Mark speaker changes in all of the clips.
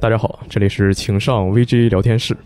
Speaker 1: 大家好，这里是情上 VG 聊天室，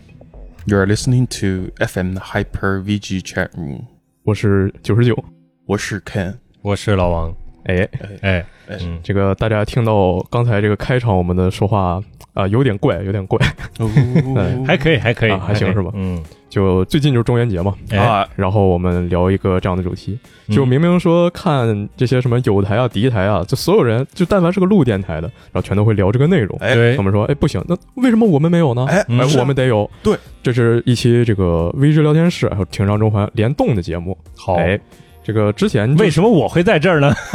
Speaker 2: You are listening to FM Hyper VG Chat Room，
Speaker 1: 我是九十九。
Speaker 2: 我是 Ken。
Speaker 3: 我是老王，
Speaker 1: 哎，
Speaker 3: 哎，
Speaker 2: 哎
Speaker 3: 嗯，
Speaker 1: 这个大家听到刚才这个开场我们的说话啊、有点怪，有点怪。
Speaker 2: 哦
Speaker 3: 还可以，还可以，
Speaker 1: 啊还行
Speaker 3: 可以
Speaker 1: 是吧
Speaker 3: 嗯，
Speaker 1: 就最近就是中元节嘛，
Speaker 3: 哎，
Speaker 2: 啊，
Speaker 1: 然后我们聊一个这样的主题，
Speaker 3: 嗯
Speaker 1: 就明明说看这些什么友台啊、敌台啊，就所有人就但凡是个录电台的，然后全都会聊这个内容。
Speaker 2: 哎
Speaker 3: 对
Speaker 1: 我，们说，哎，不行，那为什么我们没有呢？
Speaker 2: 哎
Speaker 3: 嗯
Speaker 2: 是啊
Speaker 1: 我们得有。
Speaker 2: 对，
Speaker 1: 这是一期这个微之聊天室还有情商中环联动的节目。
Speaker 3: 好，
Speaker 1: 哎，这个之前就
Speaker 3: 为什么我会在这儿呢？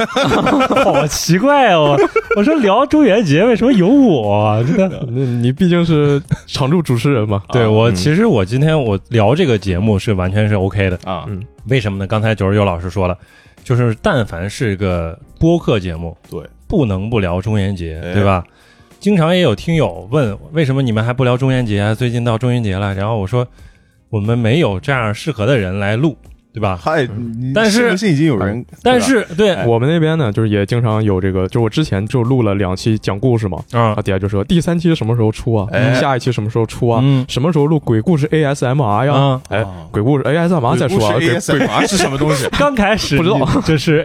Speaker 3: 好奇怪哦！我说聊中元节，为什么有我？真的。
Speaker 1: 那你毕竟是常驻主持人嘛，
Speaker 3: 对我，
Speaker 2: 嗯
Speaker 3: 其实我今天我聊这个节目是完全是 OK 的，
Speaker 2: 啊
Speaker 1: 嗯，
Speaker 3: 为什么呢？刚才九十九老师说了，就是但凡是个播客节目，
Speaker 2: 对，
Speaker 3: 不能不聊中元节，
Speaker 2: 哎
Speaker 3: 对吧？经常也有听友问，为什么你们还不聊中元节啊？最近到中元节了，然后我说我们没有这样适合的人来录，对吧？
Speaker 2: 嗨，你
Speaker 3: 但是
Speaker 2: 不已经有人，
Speaker 3: 但是对，
Speaker 2: 哎
Speaker 1: 我们那边呢，就是也经常有这个，就我之前就录了两期讲故事嘛，
Speaker 3: 啊
Speaker 1: 啊，，底下就说第三期什么时候出啊，
Speaker 2: 哎
Speaker 1: 下一期什么时候出啊，
Speaker 3: 嗯
Speaker 1: 什么时候录鬼故事 ASMR 呀？
Speaker 3: 啊，
Speaker 1: 哎
Speaker 2: 啊，
Speaker 1: 鬼故事 ASMR 再说啊，鬼
Speaker 2: ASMR 是什么东西
Speaker 3: 刚开始
Speaker 1: 不知道
Speaker 3: 你这是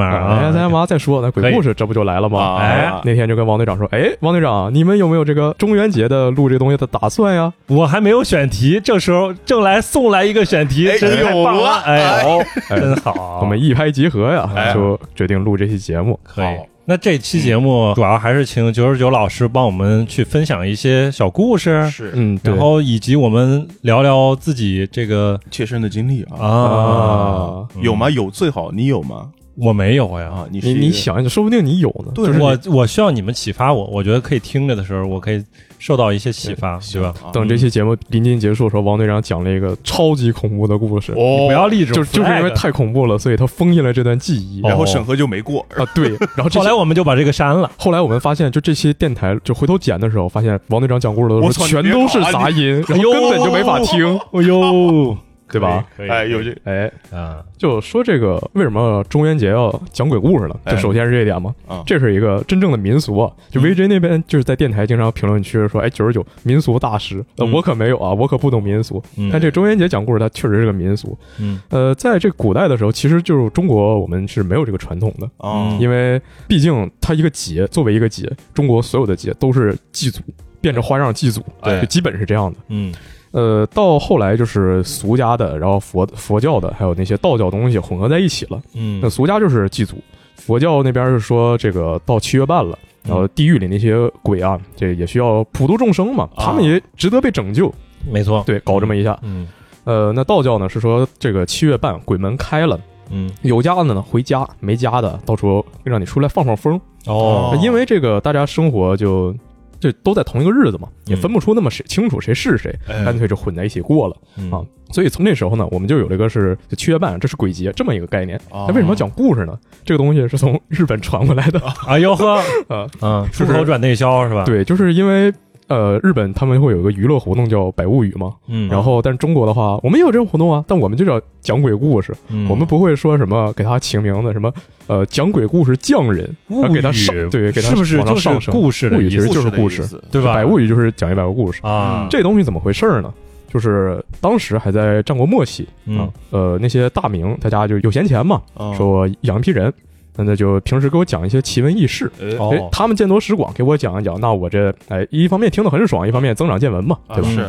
Speaker 3: 啊
Speaker 1: ASMR 再说，那鬼故事这不就来了吗？
Speaker 3: 哎
Speaker 1: 那天就跟王队长说，哎，王队长，你们有没有这个中元节的录这东西的打算呀？
Speaker 3: 我还没有选题，这时候正来送来一个选题，
Speaker 2: 哎
Speaker 3: 真是太棒
Speaker 2: 有
Speaker 3: 了
Speaker 2: 了，
Speaker 3: 哎呦，真好，
Speaker 1: 啊我们一拍即合呀，
Speaker 2: 哎
Speaker 1: 就决定录这期节目。
Speaker 3: 可以。那这期节目
Speaker 1: 嗯
Speaker 3: 主要还是请九十九老师帮我们去分享一些小故事，
Speaker 2: 是
Speaker 1: 嗯，对
Speaker 3: 然后以及我们聊聊自己这个
Speaker 2: 切身的经历啊，
Speaker 3: 啊，
Speaker 1: 啊，
Speaker 3: 嗯
Speaker 2: 有吗？有最好，你有吗？
Speaker 3: 我没有呀，
Speaker 2: 啊，你是
Speaker 1: 你
Speaker 2: 一个
Speaker 1: 你想一想，说不定你有呢。
Speaker 2: 对
Speaker 1: 就是
Speaker 3: 我我需要你们启发我，我觉得可以听着的时候，我可以受到一些启发，对吧？
Speaker 2: 啊
Speaker 1: 等这期节目临近结束的时候，王队长讲了一个超级恐怖的故事，
Speaker 3: 你不
Speaker 2: 哦，
Speaker 3: 要立着，
Speaker 1: 就是就是因为太恐怖了，所以他封印了这段记忆。
Speaker 3: 哦
Speaker 2: 然后审核就没过，
Speaker 1: 啊，对，然后这
Speaker 3: 后来
Speaker 1: 些
Speaker 3: 我们就把这个删了。
Speaker 1: 后来我们发现，就这期电台就回头剪的时候，发现王队长讲故事的
Speaker 2: 我
Speaker 1: 时
Speaker 2: 操
Speaker 1: 候
Speaker 2: 你
Speaker 1: 全
Speaker 2: 别
Speaker 1: 都是
Speaker 2: 搞啊
Speaker 1: 杂音，然后
Speaker 3: 哎呦
Speaker 1: 根本就没法 听，
Speaker 3: 哎 呦，
Speaker 1: 对吧？
Speaker 3: 可以？可以，
Speaker 2: 哎，有这
Speaker 1: 哎，
Speaker 3: 啊，
Speaker 1: 就说这个为什么中元节要讲鬼故事呢？
Speaker 2: 哎
Speaker 1: 就首先是这一点嘛
Speaker 2: 嗯，
Speaker 1: 这是一个真正的民俗啊。就 VJ 那边就是在电台经常评论区说，哎，九十九民俗大师，呃
Speaker 3: 嗯
Speaker 1: 我可没有啊，我可不懂民俗。
Speaker 3: 嗯
Speaker 1: 但这中元节讲故事，它确实是个民俗。
Speaker 3: 嗯
Speaker 1: 呃，在这古代的时候，其实就是中国我们是没有这个传统的，
Speaker 2: 啊
Speaker 3: 嗯
Speaker 1: 因为毕竟它一个节作为一个节，中国所有的节都是祭祖，变着花样祭祖，
Speaker 2: 对
Speaker 1: 就基本是这样的。
Speaker 3: 嗯
Speaker 1: 呃，到后来就是俗家的，然后佛佛教的，还有那些道教东西混合在一起了。
Speaker 3: 嗯
Speaker 1: 那俗家就是祭祖，佛教那边是说这个到七月半了，然
Speaker 3: 嗯
Speaker 1: 后地狱里那些鬼啊，这也需要普度众生嘛，
Speaker 3: 啊
Speaker 1: 他们也值得被拯救。
Speaker 3: 没错，
Speaker 1: 对，搞这么一下。
Speaker 3: 嗯
Speaker 1: 呃，那道教呢是说这个七月半鬼门开了，
Speaker 3: 嗯
Speaker 1: 有家的呢回家，没家的到处让你出来放放风。
Speaker 2: 哦
Speaker 1: 因为这个大家生活就这都在同一个日子嘛，也
Speaker 3: 嗯
Speaker 1: 分不出那么谁清楚谁是谁，
Speaker 2: 哎
Speaker 1: 干脆就混在一起过了。
Speaker 3: 嗯
Speaker 1: 啊，所以从那时候呢，我们就有了一个是就七月半，这是鬼节这么一个概念。
Speaker 2: 哦
Speaker 1: 那为什么要讲故事呢？这个东西是从日本传过来的。
Speaker 3: 啊呦呵，
Speaker 1: 啊
Speaker 3: 嗯，
Speaker 1: 是
Speaker 3: 出
Speaker 1: 不是
Speaker 3: 口转内销是吧？，
Speaker 1: 对，就是因为呃，日本他们会有一个娱乐活动叫百物语嘛。
Speaker 3: 嗯，
Speaker 1: 然后，但是中国的话，我们也有这种活动啊，但我们就叫讲鬼故事，
Speaker 3: 嗯
Speaker 1: 我们不会说什么给他起名字，什么呃讲鬼故事匠人，
Speaker 3: 物
Speaker 1: 啊给他
Speaker 3: 语
Speaker 1: 上对，给他
Speaker 3: 是不是
Speaker 1: 往上
Speaker 3: 就是
Speaker 1: 上升
Speaker 3: 故事的
Speaker 1: 物语
Speaker 3: 意
Speaker 1: 其
Speaker 3: 思
Speaker 1: 实就是
Speaker 2: 故
Speaker 1: 故
Speaker 2: 事
Speaker 1: 事
Speaker 2: 的意思
Speaker 3: 对吧？
Speaker 1: 百物语就是讲一百个故事。
Speaker 3: 啊，
Speaker 1: 这东西怎么回事儿呢？就是当时还在战国末期，
Speaker 3: 嗯
Speaker 1: 啊呃，那些大名他家就有闲钱嘛，
Speaker 2: 哦
Speaker 1: 说养一批人，那那就平时给我讲一些奇闻异事。
Speaker 2: 哎
Speaker 3: 哦
Speaker 1: 哎他们见多识广，给我讲一讲，那我这哎，一方面听得很爽，一方面增长见闻嘛，
Speaker 2: 啊
Speaker 1: 对吧？
Speaker 2: 是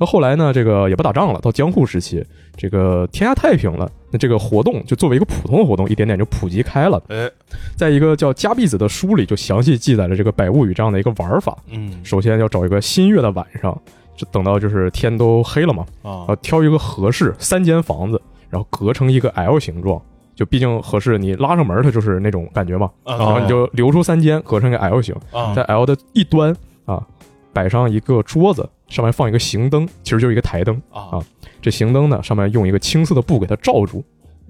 Speaker 1: 那后来呢，这个也不打仗了，到江户时期，这个天下太平了，那这个活动就作为一个普通的活动，一点点就普及开了。
Speaker 2: 哎
Speaker 1: 在一个叫加必子的书里，就详细记载了这个百物语这样的一个玩法。
Speaker 2: 嗯
Speaker 1: 首先要找一个新月的晚上，就等到就是天都黑了嘛，
Speaker 2: 啊
Speaker 1: 啊，挑一个合适三间房子，然后隔成一个 L 形状。就毕竟合适，你拉上门儿它就是那种感觉嘛，
Speaker 2: 啊
Speaker 1: 然后你就留出三间，隔成一个 L 形，
Speaker 2: 啊
Speaker 1: 在 L 的一端啊摆上一个桌子，上面放一个行灯，其实就是一个台灯。
Speaker 2: 啊
Speaker 1: 这行灯呢上面用一个青色的布给它罩住，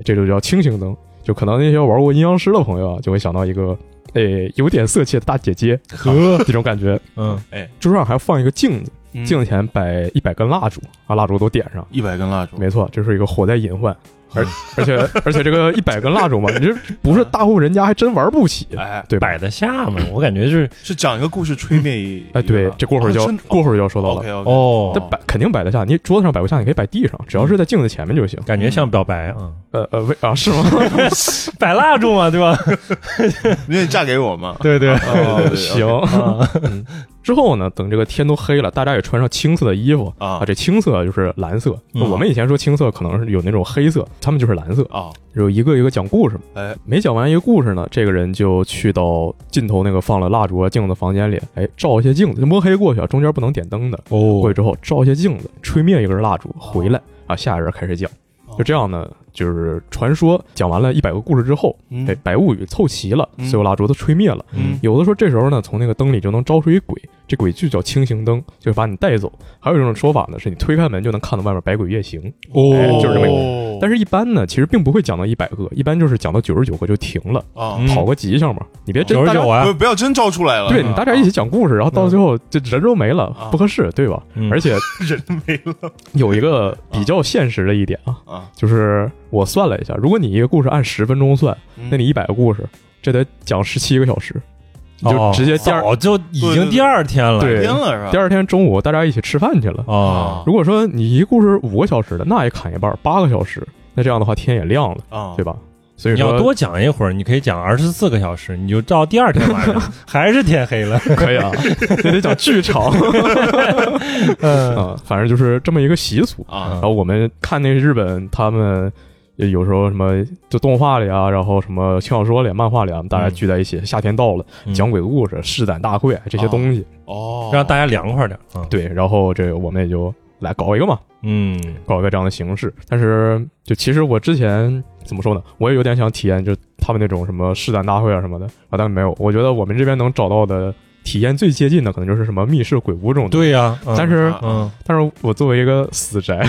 Speaker 1: 这就叫青行灯。就可能那些玩过阴阳师的朋友啊，就会想到一个诶有点色气的大姐姐
Speaker 3: 呵，
Speaker 1: 这种感觉。
Speaker 3: 嗯，
Speaker 1: 桌上还放一个镜子，
Speaker 2: 嗯
Speaker 1: 镜子前摆一百根蜡烛，把蜡烛都点上。
Speaker 2: 一百根蜡烛，
Speaker 1: 没错，这是一个火灾隐患。而而且而且这个一百根蜡烛嘛，你这不是大户人家还真玩不起，啊
Speaker 2: 哎，
Speaker 1: 对吧？
Speaker 3: 摆得下 嘛，我感觉是
Speaker 2: 是讲一个故事吹灭一，啊
Speaker 1: 哎，对，这过会儿就要过会儿就要说到了。
Speaker 2: OK OK，
Speaker 3: 哦
Speaker 1: 这，摆肯定摆得下，你桌子上摆不下，你可以摆地上，只要是在镜子前面就行。
Speaker 3: 感觉像表白啊，
Speaker 1: 呃呃，为啊是吗？
Speaker 3: 摆蜡烛嘛，对吧？
Speaker 2: 因为嫁给我嘛，
Speaker 3: 对对，
Speaker 2: 哦
Speaker 1: 行。嗯
Speaker 3: 啊，
Speaker 1: 之后呢，等这个天都黑了，大家也穿上青色的衣服
Speaker 2: 啊
Speaker 1: 啊，这青色就是蓝色。
Speaker 3: 嗯
Speaker 1: 我们以前说青色可能是有那种黑色，他们就是蓝色。
Speaker 2: 啊，
Speaker 1: 有一个一个讲故事嘛，
Speaker 2: 哎，
Speaker 1: 每讲完一个故事呢，这个人就去到尽头那个放了蜡烛啊镜子的房间里，哎，照一些镜子，就摸黑过去啊，中间不能点灯的。过
Speaker 3: 哦
Speaker 1: 去，之后照一些镜子，吹灭一根蜡烛，回来啊，下一人开始讲。
Speaker 2: 哦
Speaker 1: 就这样呢，就是传说讲完了一百个故事之后，
Speaker 2: 嗯
Speaker 1: 哎，白物语凑齐了，
Speaker 2: 嗯
Speaker 1: 所有蜡烛都吹灭了。
Speaker 2: 嗯
Speaker 1: 有的时候这时候呢，从那个灯里就能招出一鬼，这鬼就叫清行灯，就是把你带走。还有一种说法呢，是你推开门就能看到外面百鬼夜行。
Speaker 2: 哦
Speaker 1: 哎就是这么一个
Speaker 2: 个
Speaker 1: 但
Speaker 2: 是
Speaker 1: 是，一般呢，其实并不会讲到一百个，一般就是讲到九十九个就停了，
Speaker 2: 啊，
Speaker 3: 嗯
Speaker 1: 讨个吉祥嘛。你别真
Speaker 3: 九
Speaker 1: 大
Speaker 3: 十
Speaker 1: 家
Speaker 3: 九啊
Speaker 2: 不，不要真招出来了，
Speaker 1: 对你大家一起讲故事，然后到
Speaker 3: 嗯
Speaker 1: 最后这人都没了
Speaker 2: 啊，
Speaker 1: 不合适，对吧？
Speaker 3: 嗯
Speaker 1: 而且
Speaker 2: 人没了
Speaker 1: 有一个比较现实的一点啊，
Speaker 2: 啊，
Speaker 1: 就是我算了一下，如果你一个故事按十分钟算，
Speaker 2: 嗯
Speaker 1: 那你一百个故事，这得讲十七个小时，你就
Speaker 3: 哦
Speaker 1: 直接第二
Speaker 3: 早就已经第二天了，
Speaker 1: 对
Speaker 2: 天了是吧？啊
Speaker 1: 第二天中午大家一起吃饭去了。
Speaker 3: 哦，
Speaker 1: 如果说你一故事五个小时的，那也砍一半，八个小时，那这样的话天也亮了，
Speaker 2: 啊，
Speaker 1: 对吧？所以
Speaker 3: 哦你
Speaker 1: 说
Speaker 3: 要多讲一会儿，你可以讲二十四个小时，你就到第二天晚 上还是天黑了。
Speaker 1: 可以啊，这得讲剧 场
Speaker 3: 嗯
Speaker 1: 啊，反正就是这么一个习俗。
Speaker 2: 啊
Speaker 1: 然后我们看那日本他们。有时候什么就动画里啊，然后什么轻小说里、漫画里啊，大家聚在一起，夏天到了，
Speaker 3: 嗯
Speaker 1: 讲鬼故事、试胆大会这些东西，
Speaker 2: 哦，
Speaker 3: 让大家凉快点。嗯，
Speaker 1: 对，然后这个我们也就来搞一个嘛，
Speaker 3: 嗯，
Speaker 1: 搞一个这样的形式。但是就其实我之前怎么说呢，我也有点想体验，就他们那种什么试胆大会啊什么的啊，但没有。我觉得我们这边能找到的体验最接近的，可能就是什么密室鬼屋这种东西。
Speaker 3: 对呀。嗯
Speaker 1: 但
Speaker 2: 啊
Speaker 1: 是，
Speaker 3: 嗯
Speaker 1: 但是我作为一个死 宅，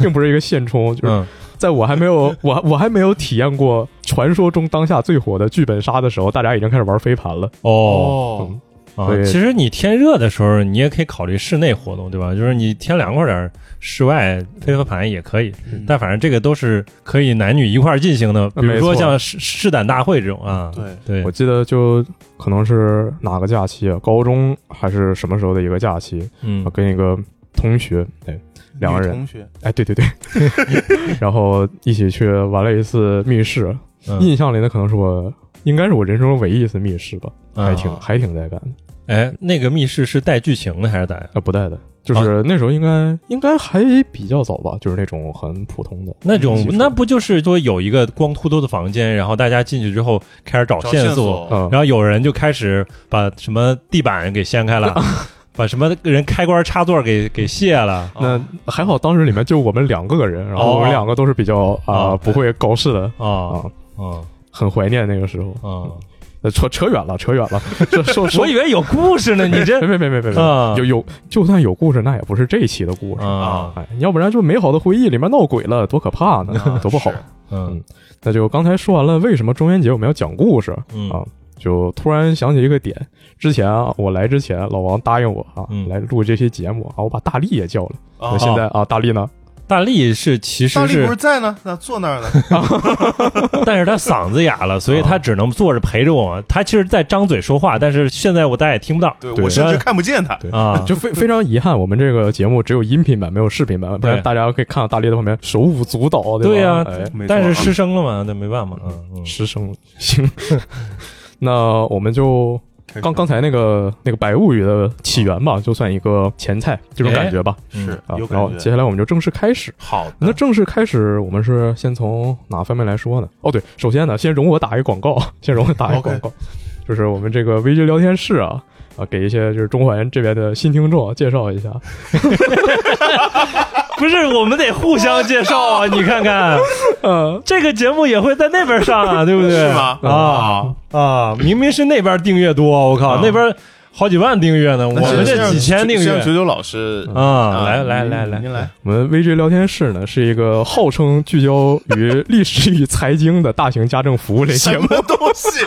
Speaker 1: 并不是一个现充，就是
Speaker 3: 嗯，
Speaker 1: 在我还没有 我我还没有体验过传说中当下最火的剧本杀的时候，大家已经开始玩飞盘了。嗯
Speaker 3: 哦，
Speaker 2: 哦，
Speaker 3: 啊
Speaker 1: 所以
Speaker 3: 其实你天热的时候，你也可以考虑室内活动，对吧？就是你天凉快点儿，室外飞飞盘也可以。
Speaker 2: 嗯
Speaker 3: 但反正这个都是可以男女一块儿进行的，比
Speaker 1: 嗯
Speaker 3: 如
Speaker 1: 没
Speaker 3: 说
Speaker 1: 错嗯
Speaker 3: 像试试胆大会这种啊。
Speaker 2: 对，
Speaker 3: 对
Speaker 1: 我，记得就可能是哪个假期啊，高中还是什么时候的一个假期，
Speaker 3: 嗯
Speaker 1: 我跟一个同学，哎，两个
Speaker 2: 女
Speaker 1: 人
Speaker 2: 同学
Speaker 1: 哎，对对 对，然后一起去玩了一次密室，
Speaker 3: 嗯
Speaker 1: 印象里的可能是我应该是我人生中唯一一次密室吧，还
Speaker 3: 嗯
Speaker 1: 挺还挺带感的，
Speaker 3: 哎，那个密室是带剧情的还是带？
Speaker 1: 啊，不带的。就是那时候应该应该还比较早吧，就是那种很普通的
Speaker 3: 那种
Speaker 1: 技术
Speaker 3: 那不就是说有一个光秃秃的房间，然后大家进去之后开始找
Speaker 2: 找
Speaker 3: 线
Speaker 2: 索，
Speaker 1: 啊
Speaker 3: 哦然后有人就开始把什么地板给掀 开了，把什么人开关插座给给卸了。
Speaker 1: 那
Speaker 2: 啊
Speaker 1: 还好，当时里面就我们两个人，然后我们两个都是比较啊
Speaker 3: 哦
Speaker 1: 不会搞事的
Speaker 3: 啊
Speaker 1: 啊，
Speaker 3: 啊
Speaker 1: 很怀念那个时候。
Speaker 3: 啊！
Speaker 1: 呃扯扯远了，扯远了。 这说说
Speaker 3: 我以为有故事呢， 你这
Speaker 1: 没没没没没没，
Speaker 3: 啊
Speaker 1: 有有就算有故事，那也不是这一期的故事。
Speaker 3: 啊
Speaker 1: 哎，要不然就美好的回忆里面闹鬼了，多可怕呢，多不好
Speaker 2: 是。
Speaker 3: 嗯
Speaker 1: 那就刚才说完了，为什么中元节我们要讲故事？
Speaker 3: 嗯
Speaker 1: 啊就突然想起一个点，之前啊，我来之前，老王答应我啊，
Speaker 3: 嗯哦
Speaker 1: 来录这期节目啊，我把大力也叫了。
Speaker 2: 啊
Speaker 1: 那现在啊，大力呢？
Speaker 3: 大力是其
Speaker 2: 大
Speaker 3: 实
Speaker 2: 力不
Speaker 3: 是
Speaker 2: 是在呢，那坐那儿呢，
Speaker 3: 但是他嗓子哑了，所以他只能坐着陪着我。他其实在张嘴说话，但是现在我大家也听不到
Speaker 2: 对
Speaker 1: 对
Speaker 2: 我甚至看不见他，
Speaker 1: 对
Speaker 3: 啊。
Speaker 1: 就非非常遗憾，我们这个节目只有音频版，没有视频版，不然
Speaker 3: 对
Speaker 1: 大家可以看到大力在旁边手舞足蹈，
Speaker 3: 对
Speaker 1: 吧？
Speaker 3: 呀
Speaker 1: 哎，
Speaker 2: 没错
Speaker 3: 但是
Speaker 2: 啊
Speaker 3: 失声了嘛，那没办法，嗯嗯，
Speaker 1: 失声了行。 那我们就
Speaker 2: 开始
Speaker 1: 刚刚才那个那个白物语的起源吧，就算一个前菜这
Speaker 3: 哎
Speaker 1: 种感觉吧。
Speaker 3: 嗯
Speaker 2: 是
Speaker 1: 啊
Speaker 2: 有，
Speaker 1: 然后
Speaker 2: 感
Speaker 1: 接
Speaker 2: 觉，
Speaker 1: 下来我们就正式开始。
Speaker 2: 好的，
Speaker 1: 那正式开始，我们是先从哪方面来说呢？哦，对，首先呢，先容我打一个广告，先容我打一个
Speaker 2: OK
Speaker 1: 广告就是我们这个 VG 聊天室啊。啊，给一些就是中环这边的新听众啊介绍一下，
Speaker 3: 不是，我们得互相介绍啊！你看 看，
Speaker 1: 呃，
Speaker 3: 这个节目也会在那边上啊，对不对？
Speaker 2: 嗯是吗
Speaker 3: 啊啊，明明是那边订阅多，我靠，
Speaker 2: 啊
Speaker 3: 那边好几万订阅呢，我
Speaker 2: 那
Speaker 3: 们
Speaker 2: 是
Speaker 3: 这几千订
Speaker 2: 像
Speaker 3: 阅
Speaker 2: 九九老师
Speaker 3: 啊！来来来来，
Speaker 2: 您 来，
Speaker 1: 我们 VJ 聊天室呢，是一个号称聚焦于历史与财经的大型家政服务类节目。
Speaker 2: 东 西？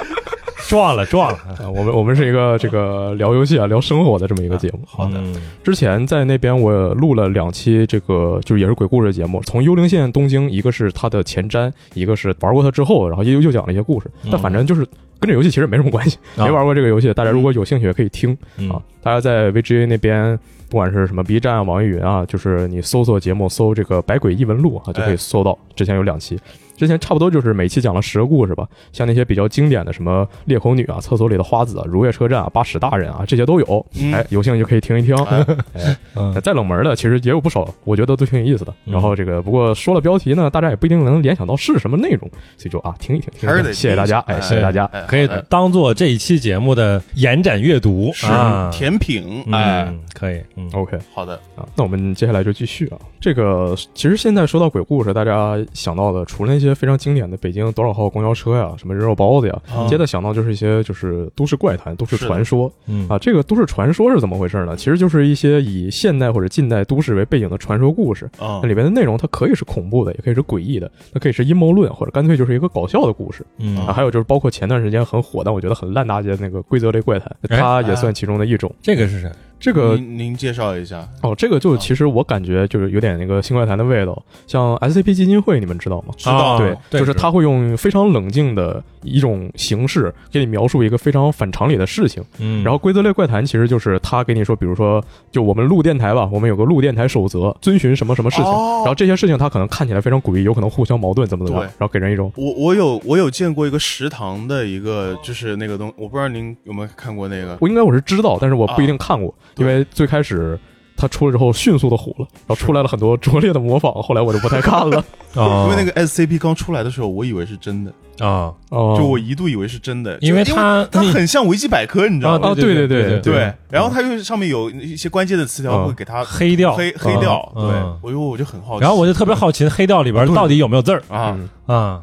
Speaker 3: 撞了 撞了，
Speaker 1: 啊我们我们是一个这个聊游戏啊、聊生活的这么一个节目。
Speaker 2: 好的，
Speaker 3: 嗯
Speaker 1: 之前在那边我录了两期，这个就是也是鬼故事的节目，从《幽灵线：东京》，一个是它的前瞻，一个是玩过它之后，然后又又讲了一些故事。但反正就是跟这游戏其实没什么关系，
Speaker 3: 啊
Speaker 1: 没玩过这个游戏，大家如果有兴趣也可以听
Speaker 3: 嗯
Speaker 1: 啊。大家在 VGA 那边，不管是什么 B 站、啊、网易云啊，就是你搜索节目，搜这个《百鬼异闻录》啊，就可
Speaker 2: 哎
Speaker 1: 以搜到。之前有两期。之前差不多就是每期讲了十个故事吧，像那些比较经典的什么裂口女啊、厕所里的花子啊、如月车站啊、八尺大人啊，这些都有。
Speaker 2: 嗯哎
Speaker 1: 哎，有兴趣就可以听一听。
Speaker 3: 嗯
Speaker 1: 再冷门的其实也有不少，我觉得都挺有意思的。
Speaker 3: 嗯
Speaker 1: 然后这个不过说了标题呢，大家也不一定能联想到是什么内容，所以就啊听一听，听一
Speaker 2: 还是
Speaker 1: 听
Speaker 2: 得
Speaker 1: 谢谢大家，哎，
Speaker 2: 听一下
Speaker 1: 谢谢大家。
Speaker 2: 哎
Speaker 3: 可以当做这一期节目的延展阅读
Speaker 2: 是
Speaker 3: 啊，
Speaker 2: 甜品，
Speaker 3: 嗯
Speaker 2: 哎，，
Speaker 3: 可以，嗯
Speaker 1: OK
Speaker 2: 好的，
Speaker 1: 啊，那我们接下来就继续啊。这个其实现在说到鬼故事，大家想到的除了那些非常经典的北京多少号公交车呀、什么人肉包子呀，
Speaker 2: 嗯
Speaker 1: 接着想到就是一些就是都市怪谈、都市
Speaker 2: 是的
Speaker 1: 传说
Speaker 3: 嗯
Speaker 1: 啊。这个都市传说是怎么回事呢？其实就是一些以现代或者近代都市为背景的传说故事。
Speaker 2: 嗯
Speaker 1: 那里边的内容它可以是恐怖的，也可以是诡异的，它可以是阴谋论，或者干脆就是一个搞笑的故事
Speaker 3: 嗯
Speaker 1: 啊。还有就是包括前段时间很火，但我觉得很烂大街的那个规则类怪谈，
Speaker 3: 哎
Speaker 1: 它也算其中的一种。
Speaker 3: 这个是谁？
Speaker 1: 这个
Speaker 2: 您您介绍一下，
Speaker 1: 哦，这个
Speaker 2: 啊
Speaker 1: 就其实我感觉就是有点那个新怪谈的味道，像 SCP 基金会，你们知道吗？
Speaker 2: 知道
Speaker 3: 啊
Speaker 1: 对，
Speaker 3: 对
Speaker 1: 就是
Speaker 3: 知道
Speaker 1: 他会用非常冷静的一种形式给你描述一个非常反常理的事情。
Speaker 3: 嗯
Speaker 1: 然后规则类怪谈其实就是他给你说，比如说，就我们录电台吧，我们有个录电台守则，遵循什么什么事情。
Speaker 2: 哦
Speaker 1: 然后这些事情他可能看起来非常诡异，有可能互相矛盾，怎么怎么样
Speaker 2: 对，
Speaker 1: 然后给人一种
Speaker 2: 我我有我有见过一个食堂的一个就是那个东，我不知道您有没有看过那个，
Speaker 1: 我应该我是知道，但是我不一定看过，
Speaker 2: 对
Speaker 1: 因为最开始。他出了之后迅速的火了，然后出来了很多拙劣的模仿，后来我就不太看了。
Speaker 3: 啊
Speaker 2: 因为那个 SCP 刚出来的时候，我以为是真的，
Speaker 3: 啊，
Speaker 1: 哦，
Speaker 2: 就我一度以为是真的，
Speaker 3: 因
Speaker 2: 为
Speaker 3: 为他
Speaker 2: 它
Speaker 3: 那
Speaker 2: 很像维基百科，你知道
Speaker 3: 啊
Speaker 2: 吗？
Speaker 1: 哦
Speaker 3: 对
Speaker 1: 对对
Speaker 3: 对对哦
Speaker 1: 对
Speaker 2: 对
Speaker 1: 对，
Speaker 2: 然后它又上面有一些关键的词条
Speaker 1: 嗯
Speaker 2: 会给它
Speaker 3: 黑掉，
Speaker 2: 黑黑掉，对
Speaker 3: 嗯，
Speaker 2: 我哎我就很好奇，
Speaker 3: 然后我就特别好奇黑掉里边到底有没有字儿
Speaker 2: 啊
Speaker 1: 嗯
Speaker 3: 啊？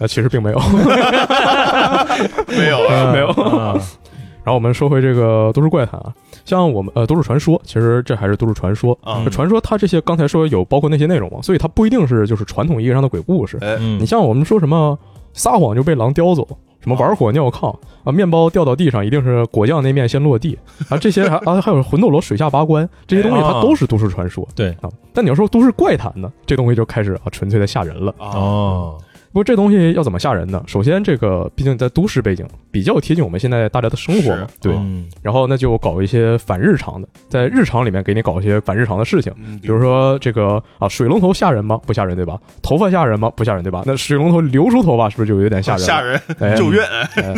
Speaker 1: 呃，其实并没有。
Speaker 2: 没有 啊，
Speaker 1: 没有
Speaker 3: 啊
Speaker 1: 然后我们说回这个都市怪谈啊，像我们呃都市传说，其实这还是都市传说。
Speaker 3: 嗯
Speaker 2: 啊
Speaker 1: 这传说它这些刚才说有包括那些内容嘛，所以它不一定是就是传统意义上的鬼故事。
Speaker 2: 哎，
Speaker 3: 嗯
Speaker 1: 你像我们说什么撒谎就被狼叼走，什么玩火尿炕啊，面包掉到地上一定是果酱那面先落地啊，这些还啊还有魂斗罗水下八关这些东西，它都是都市传说。
Speaker 3: 对
Speaker 1: 啊，但你要说都市怪谈呢，这东西就开始啊纯粹的吓人了。
Speaker 2: 啊，
Speaker 3: 哦，
Speaker 1: 不过这东西要怎么吓人呢？首先，这个毕竟在都市背景，比较贴近我们现在大家的生活嘛
Speaker 2: 是，
Speaker 1: 对。
Speaker 3: 嗯
Speaker 1: 然后那就搞一些反日常的，在日常里面给你搞一些反日常的事情，
Speaker 2: 嗯
Speaker 1: 比如说这个啊，水龙头吓人吗？不吓人对吧？头发吓人吗？不吓人对吧？那水龙头流出头发是不是就有点吓人了？
Speaker 2: 哦吓人，
Speaker 3: 嗯
Speaker 1: 哎
Speaker 2: 咒怨，
Speaker 1: 哎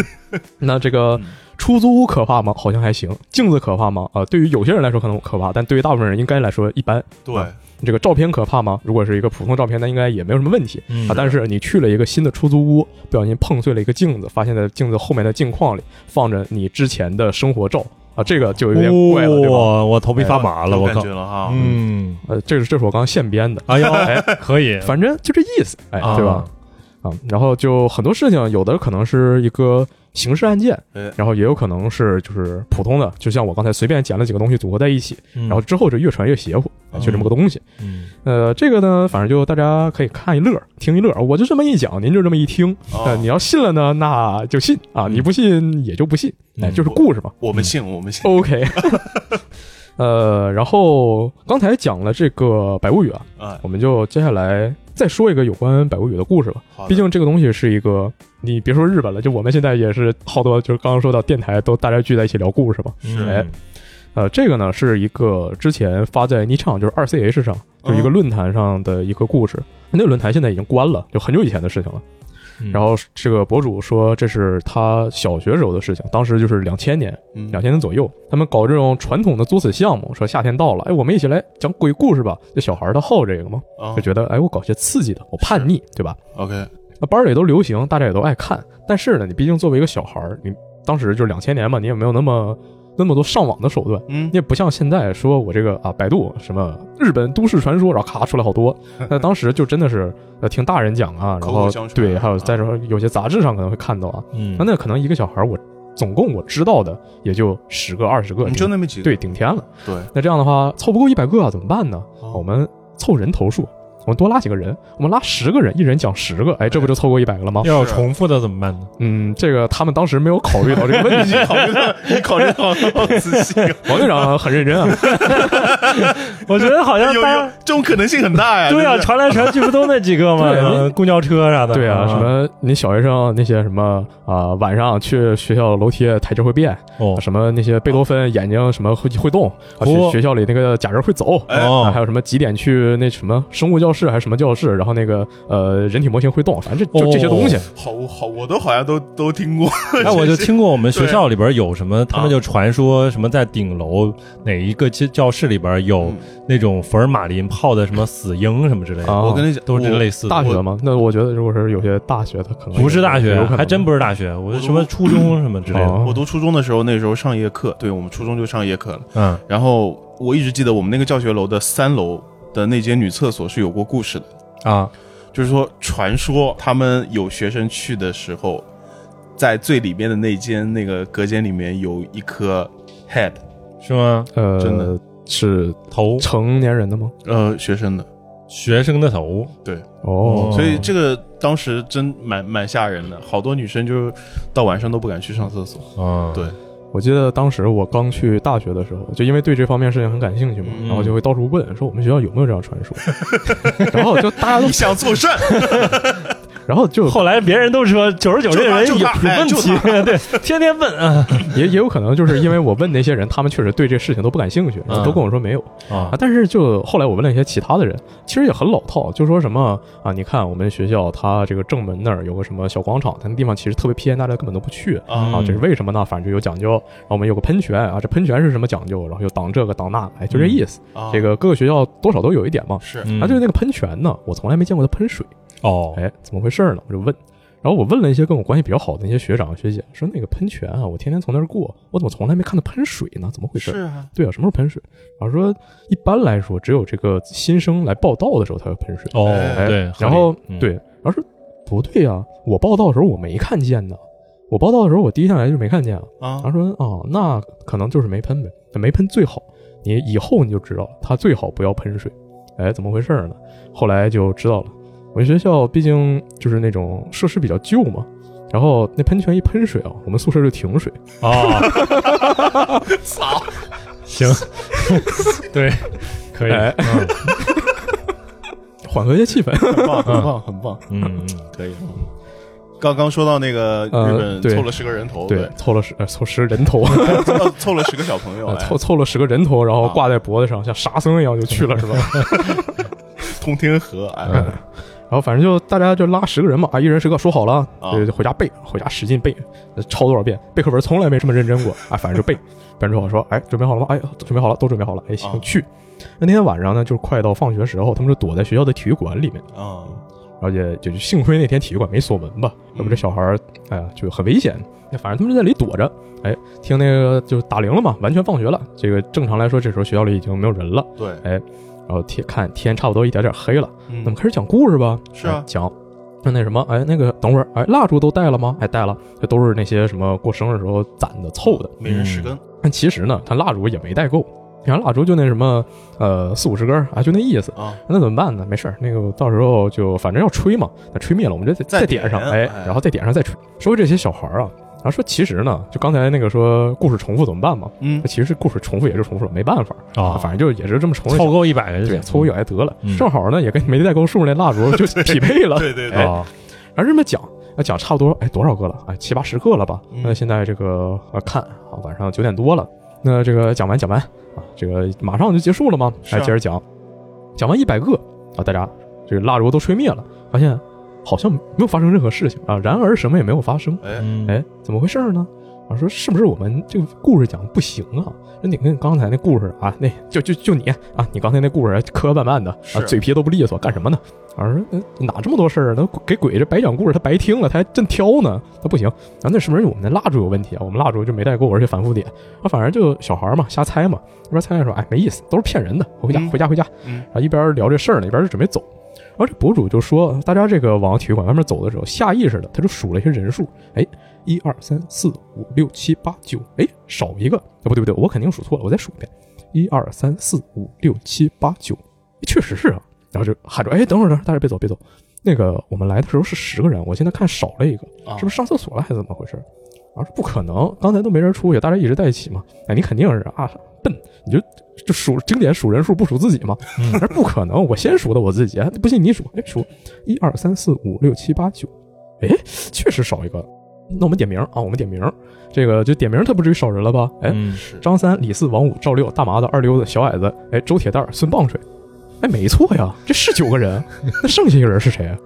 Speaker 1: 那这个出租屋可怕吗？好像还行。镜子可怕吗？啊、对于有些人来说可能可怕，但对于大部分人应该来说一般。
Speaker 2: 对，
Speaker 3: 嗯
Speaker 1: 这个照片可怕吗？如果是一个普通照片，那应该也没有什么问题。
Speaker 3: 嗯
Speaker 1: 啊，但是你去了一个新的出租屋，不小心碰碎了一个镜子，发现在镜子后面的镜框里放着你之前的生活照啊，这个就有点
Speaker 3: 哦
Speaker 1: 怪了，对吧？
Speaker 3: 哇我头皮发麻
Speaker 2: 哎
Speaker 3: 了，
Speaker 2: 有
Speaker 3: 我
Speaker 2: 感
Speaker 3: 靠
Speaker 2: 觉，了哈，
Speaker 3: 嗯，
Speaker 1: 呃，这是这是我刚刚现编的，
Speaker 3: 哎呦，可以，
Speaker 1: 反正就这意思，哎，
Speaker 3: 啊
Speaker 1: 对吧？？啊，然后就很多事情，有的可能是一个刑事案件
Speaker 2: 哎，
Speaker 1: 然后也有可能是就是普通的，就像我刚才随便捡了几个东西组合在一起，
Speaker 3: 然
Speaker 1: 然后之后就越传越邪乎，哎就这么个东西。
Speaker 3: 嗯
Speaker 1: 呃，这个呢，反正就大家可以看一乐，听一乐。我就这么一讲，您就这么一听。
Speaker 2: 哦嗯
Speaker 1: 呃，你要信了呢，那就信啊；你不信也就不信。哎，
Speaker 3: 嗯
Speaker 1: 就是故事嘛。
Speaker 2: 我们信，我们
Speaker 3: 哦
Speaker 2: 信，
Speaker 1: OK。呃，然后刚才讲了这个百物语啊，
Speaker 2: 哎，
Speaker 1: 我们就接下来再说一个有关百物语的故事吧。
Speaker 2: 好的
Speaker 1: 毕竟这个东西是一个，你别说日本了，就我们现在也是好多，就是刚刚说到电台都大家聚在一起聊故事嘛。
Speaker 3: 是
Speaker 1: 哎呃，这个呢是一个之前发在 n i c h a n 就是 2CH 上，就是一个
Speaker 2: 嗯
Speaker 1: 论坛上的一个故事。那个论坛现在已经关了，就很久以前的事情了。
Speaker 3: 嗯
Speaker 1: 然后这个博主说这是他小学时候的事情，当时就是两千年，
Speaker 2: 嗯
Speaker 1: 两千年左右，他们搞这种传统的作死项目，说夏天到了，哎，我们一起来讲鬼故事吧。这小孩儿他好这个嘛，
Speaker 2: 啊
Speaker 1: 就觉得哎，我搞些刺激的，我叛逆，对吧？
Speaker 2: ，OK，
Speaker 1: 那班儿里都流行，大家也都爱看。但是呢，你毕竟作为一个小孩儿，你当时就是两千年嘛，你也没有那么那么多上网的手段，
Speaker 2: 嗯
Speaker 1: 你，也不像现在说我这个啊，百度什么日本都市传说，然后咔出来好 多。那当时就真的是呃听大人讲啊，然
Speaker 2: 口
Speaker 1: 后
Speaker 2: 口相传
Speaker 1: 对，还有
Speaker 2: 啊
Speaker 1: 再说有些杂志上可能会看到啊，
Speaker 3: 嗯
Speaker 1: 那那可能一个小孩儿我总共我知道的也就十个、二十个，
Speaker 2: 你就那么几个，
Speaker 1: 对顶天了。
Speaker 2: 对，
Speaker 1: 那这样的话凑不够一百个、啊、怎么办呢？
Speaker 2: 哦
Speaker 1: 我们凑人头数，我们多拉几个人，我们拉十个人，一人讲十个，哎，这不就凑够一百个了吗？
Speaker 3: 要有
Speaker 2: 是。
Speaker 3: 重复的怎么 办呢？
Speaker 1: 嗯，这个他们当时没有考虑到这个问题
Speaker 2: 考虑的， 你考虑的好好仔细，啊
Speaker 1: 王队长很认真啊，
Speaker 3: 我觉得好像
Speaker 2: 有有
Speaker 3: 哎大家
Speaker 2: 这种可能性很大呀。
Speaker 3: 对啊，啊
Speaker 2: 真的
Speaker 3: 传来传去不都那几个吗？
Speaker 1: 对
Speaker 3: 什么公交车啥的，
Speaker 1: 对啊，什么你小学生那些什么啊、晚上去学校楼梯台阶会变，
Speaker 3: 哦
Speaker 1: 什么那些贝多芬眼睛什么会会动，啊、
Speaker 3: 哦
Speaker 1: 学学校里那个假人会走。
Speaker 2: 哎
Speaker 1: 啊，还
Speaker 3: 哦
Speaker 1: 有什么几点去那什么生物教室还是什么教室？然后那个呃人体模型会动，反正这就这些东西。
Speaker 2: 好好，我都好像都都听过。
Speaker 3: 哎，我就听过我们学校里边有什么，他们就传说什么在顶楼哪一个教教室里边有
Speaker 2: 嗯
Speaker 3: 那种福尔马林泡的什么死婴什么之类的，
Speaker 1: 啊
Speaker 2: 我跟你讲，
Speaker 3: 都是
Speaker 2: 我
Speaker 3: 类似
Speaker 1: 大
Speaker 3: 的。
Speaker 1: 学吗？那我觉得如果是有些大学，它可能
Speaker 3: 不是大学
Speaker 1: 有可，能
Speaker 3: 还真不是大学，我是什么初中什么之类的。
Speaker 1: 哦
Speaker 2: 我读初中的时候，那时候上夜课，对我们初中就上夜课了。
Speaker 3: 嗯，
Speaker 2: 然后我一直记得我们那个教学楼的三楼的那间女厕所是有过故事的，
Speaker 3: 啊，
Speaker 2: 就是说传说他们有学生去的时候，在最里面的那间那个隔间里面有一颗 head，
Speaker 3: 是吗？
Speaker 1: 呃
Speaker 2: 真的
Speaker 1: 是
Speaker 3: 头
Speaker 1: 成年人的吗？
Speaker 2: 呃，学生的，
Speaker 3: 学生的头，
Speaker 1: 哦，
Speaker 3: 哦
Speaker 2: 所以这个当时真蛮蛮吓人的，好多女生就是到晚上都不敢去上 厕所。
Speaker 3: 啊，
Speaker 2: 对，
Speaker 1: 我记得当时我刚去大学的时候，就因为对这方面事情很感兴趣嘛，
Speaker 2: 嗯
Speaker 1: 然后就会到处问，说我们学校有没有这样传 说，然后就大家都
Speaker 2: 你，想作甚？
Speaker 1: 然后就
Speaker 3: 后来别人都说九十九这人有
Speaker 2: 就
Speaker 3: 有
Speaker 2: 他就他
Speaker 3: 问题，对，天天问啊
Speaker 1: 也也有可能就是因为我问那些人，他们确实对这事情都不感兴趣，
Speaker 3: 嗯
Speaker 1: 都跟我说没有
Speaker 3: 啊
Speaker 1: 啊。但是就后来我问了一些其他的人，其实也很老套，就说什么啊，你看我们学校它这个正门那儿有个什么小广场，它那地方其实特别偏，大家根本都不去。
Speaker 2: 啊
Speaker 1: 啊，这是
Speaker 3: 嗯
Speaker 1: 为什么呢？反正就有讲究。然后我们有个喷泉啊，这喷泉是什么讲究？然后又挡这个挡那个，哎，就这意思。
Speaker 2: 啊
Speaker 1: 这个各个学校多少都有一点嘛。
Speaker 2: 是
Speaker 3: 嗯
Speaker 1: 啊，对那个喷泉呢，我从来没见过它喷水，
Speaker 3: 哦，
Speaker 1: 哎，怎么回事呢？我就问，然后我问了一些跟我关系比较好的那些学长学姐，说那个喷泉啊，我天天从那儿过，我怎么从来没看到喷水呢？怎么回
Speaker 2: 是
Speaker 1: 事？
Speaker 2: 啊，
Speaker 1: 对啊，什么时候喷水？然后说一般来说，只有这个新生来报道的时候才会喷水。
Speaker 3: 哦，
Speaker 2: 哎
Speaker 3: 对，
Speaker 1: 然后
Speaker 3: 合理嗯
Speaker 1: 对，然后说不对啊，我报道的时候我没看见呢，我报道的时候我第一上来就没看见啊。
Speaker 2: 啊
Speaker 1: 他说哦，那可能就是没喷呗，没喷最好，你以后你就知道了，他最好不要喷水。哎，怎么回事呢？后来就知道了，我们学校毕竟就是那种设施比较旧嘛。然后那喷泉一喷水啊，我们宿舍就停水。
Speaker 3: 哦，
Speaker 2: 操！
Speaker 3: 行， 对，可以，
Speaker 1: 哎
Speaker 3: 嗯
Speaker 1: 缓和一下气 氛。
Speaker 2: 很棒，很棒，很棒，
Speaker 3: 嗯，
Speaker 2: 可以。刚刚说到那个日
Speaker 1: 呃
Speaker 2: 本
Speaker 1: 对
Speaker 2: 凑了十个人头，
Speaker 1: 对，凑了十、呃凑十人头，
Speaker 2: 凑 凑了十个小朋友，
Speaker 1: 呃
Speaker 2: 哎
Speaker 1: 凑凑了十个人头，然后
Speaker 2: 啊
Speaker 1: 挂在脖子上，像沙僧一样就去了，是吧？
Speaker 2: 通天河，哎，
Speaker 1: 然后反正就大家就拉十个人嘛，啊，一人十个，说好了，
Speaker 2: 啊
Speaker 1: 就就回家背，回家使劲背，呃抄多少遍，背课文从来没这么认真过，啊，反正就 背。背完之后我说，哎，准备好了吗？哎，准备好了，都准备好了，哎，
Speaker 2: 啊
Speaker 1: 行，去。那天晚上呢，就是快到放学时候，他们就躲在学校的体育馆里面，
Speaker 2: 啊，
Speaker 1: 而且就幸亏那天体育馆没锁门吧，
Speaker 2: 嗯
Speaker 1: 要不这小孩儿，哎呀，就很危险。那反正他们就在里躲着，哎，听那个就打铃了嘛，完全放学了。这个正常来说，这时候学校里已经没有人了，
Speaker 2: 对，
Speaker 1: 然后天看天差不多一点点黑了。
Speaker 2: 嗯
Speaker 1: 那么开始讲故事吧。
Speaker 2: 是啊
Speaker 1: 哎讲。那那什么，哎，那个等会儿，哎，蜡烛都带了吗？哎，带了，这都是那些什么过生日时候攒的凑的。
Speaker 2: 每人十根，
Speaker 1: 但其实呢，他蜡烛也没带够，然后蜡烛就那什么，呃，四五十根儿啊，就那意思。
Speaker 2: 啊，
Speaker 1: 那怎么办呢？没事儿，那个到时候就反正要吹嘛，那吹灭了我们就再
Speaker 2: 再
Speaker 1: 再点上，
Speaker 2: 点
Speaker 1: 哎
Speaker 2: 哎，
Speaker 1: 然后再点上再吹。说这些小孩儿啊，然后说其实呢，就刚才那个说故事重复怎么办嘛？
Speaker 2: 嗯
Speaker 1: 那，其实是故事重复也是重复了，没办法，
Speaker 3: 啊，
Speaker 1: 反正就也是这么重复
Speaker 3: 凑够一百个就
Speaker 1: 对，
Speaker 3: 行，
Speaker 1: 凑合有来得了，
Speaker 3: 嗯
Speaker 1: 正好呢也跟没带够数那蜡烛就 匹配了。
Speaker 2: 对对对，
Speaker 1: 哎，然后这么讲，那讲差不多，哎，多少个了？哎，七八十个了吧？
Speaker 2: 嗯
Speaker 1: 那现在这个呃，看啊，晚上九点多了，那这个讲完讲完啊，这个马上就结束了吗？
Speaker 2: 是啊
Speaker 1: 哎，接着讲，讲完一百个啊，大家这个蜡烛都吹灭了，发现好像没有发生任何事情啊，然而什么也没有发生。
Speaker 2: 哎，
Speaker 3: 嗯，
Speaker 1: 哎，怎么回事儿呢？啊，说是不是我们这个故事讲得不行啊？那你跟刚才那故事啊，那就就就你啊，你刚才那故事磕磕绊绊的
Speaker 2: 是
Speaker 1: 啊，嘴皮都不利索，干什么呢？啊，说呃哪这么多事儿啊？那给鬼这白讲故事，他白听了，他还真挑呢，他不行。啊，那是不是我们的蜡烛有问题啊？我们蜡烛就没带够，而且反复点啊，反正就小孩儿嘛，瞎猜嘛，一边猜的时候，哎，没意思，都是骗人的，回家
Speaker 2: 嗯
Speaker 1: 回家回家，
Speaker 2: 嗯
Speaker 1: 啊，一边聊这事儿呢，一边就准备走。然后这博主就说，大家这个往体育馆外面走的时候，下意识的他就数了一些人数，哎，一二三四五六七八九，哎，少一个，啊不对不对，我肯定数错了，我再数一遍，一二三四五六七八九，哎确实是啊。然后就喊着，哎，等会儿等会儿，大家别走别走，那个我们来的时候是十个人，我现在看少了一个，
Speaker 2: 啊
Speaker 1: 嗯是不是上厕所了还是怎么回事？然后说不可能，刚才都没人出去，大家一直在一起嘛。哎，你肯定是啊，笨，你就就数经典数人数不数自己嘛。
Speaker 3: 嗯
Speaker 1: 我说不可能，我先数的我自己，不信你数，哎，数一二三四五六七八九，哎，确实少一个。那我们点名啊，我们点名，这个就点名，他不至于少人了吧？哎，
Speaker 3: 嗯，
Speaker 2: 是
Speaker 1: 张三、李四、王五、赵六、大麻子、二溜子、小矮子，哎，周铁蛋儿、孙棒槌，哎，没错呀，这是九个人， 那剩下一个人是谁啊？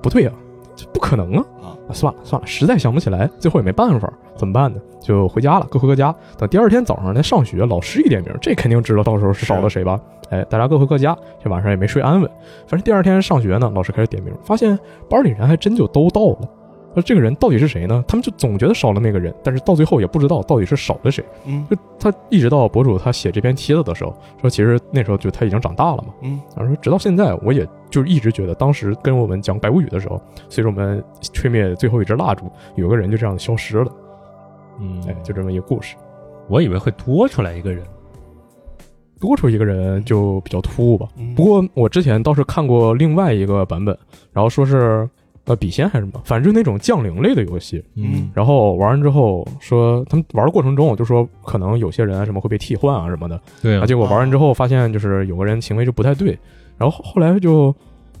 Speaker 1: 不对呀、这不可能啊！啊，算了算了，实在想不起来，最后也没办法，怎么办呢？就回家了，各回各家。等第二天早上再上学，老师一点名，这肯定知道到时候是少了谁吧？哎，大家各回各家，这晚上也没睡安稳。反正第二天上学呢，老师开始点名，发现班里人还真就都到了。那这个人到底是谁呢？他们就总觉得少了那个人，但是到最后也不知道到底是少了谁。
Speaker 2: 嗯
Speaker 1: 就他一直到博主他写这篇帖子的时候，说其实那时候就他已经长大了嘛，
Speaker 2: 嗯
Speaker 1: 然后说直到现在，我也就一直觉得当时跟我们讲白无语的时候，随着我们吹灭最后一支蜡烛，有个人就这样消失了，
Speaker 3: 嗯
Speaker 1: 哎，就这么一个故事。
Speaker 3: 我以为会多出来一个人，
Speaker 1: 多出一个人就比较突兀吧。
Speaker 2: 嗯
Speaker 1: 不过我之前倒是看过另外一个版本，然后说是呃笔仙还是什么，反正就那种降临类的游戏，
Speaker 2: 嗯
Speaker 1: 然后玩完之后说他们玩的过程中，我就说可能有些人啊什么会被替换啊什么的，
Speaker 3: 对啊
Speaker 1: 啊，，结果玩完之后发现就是有个人行为就不太对，然后后后来就，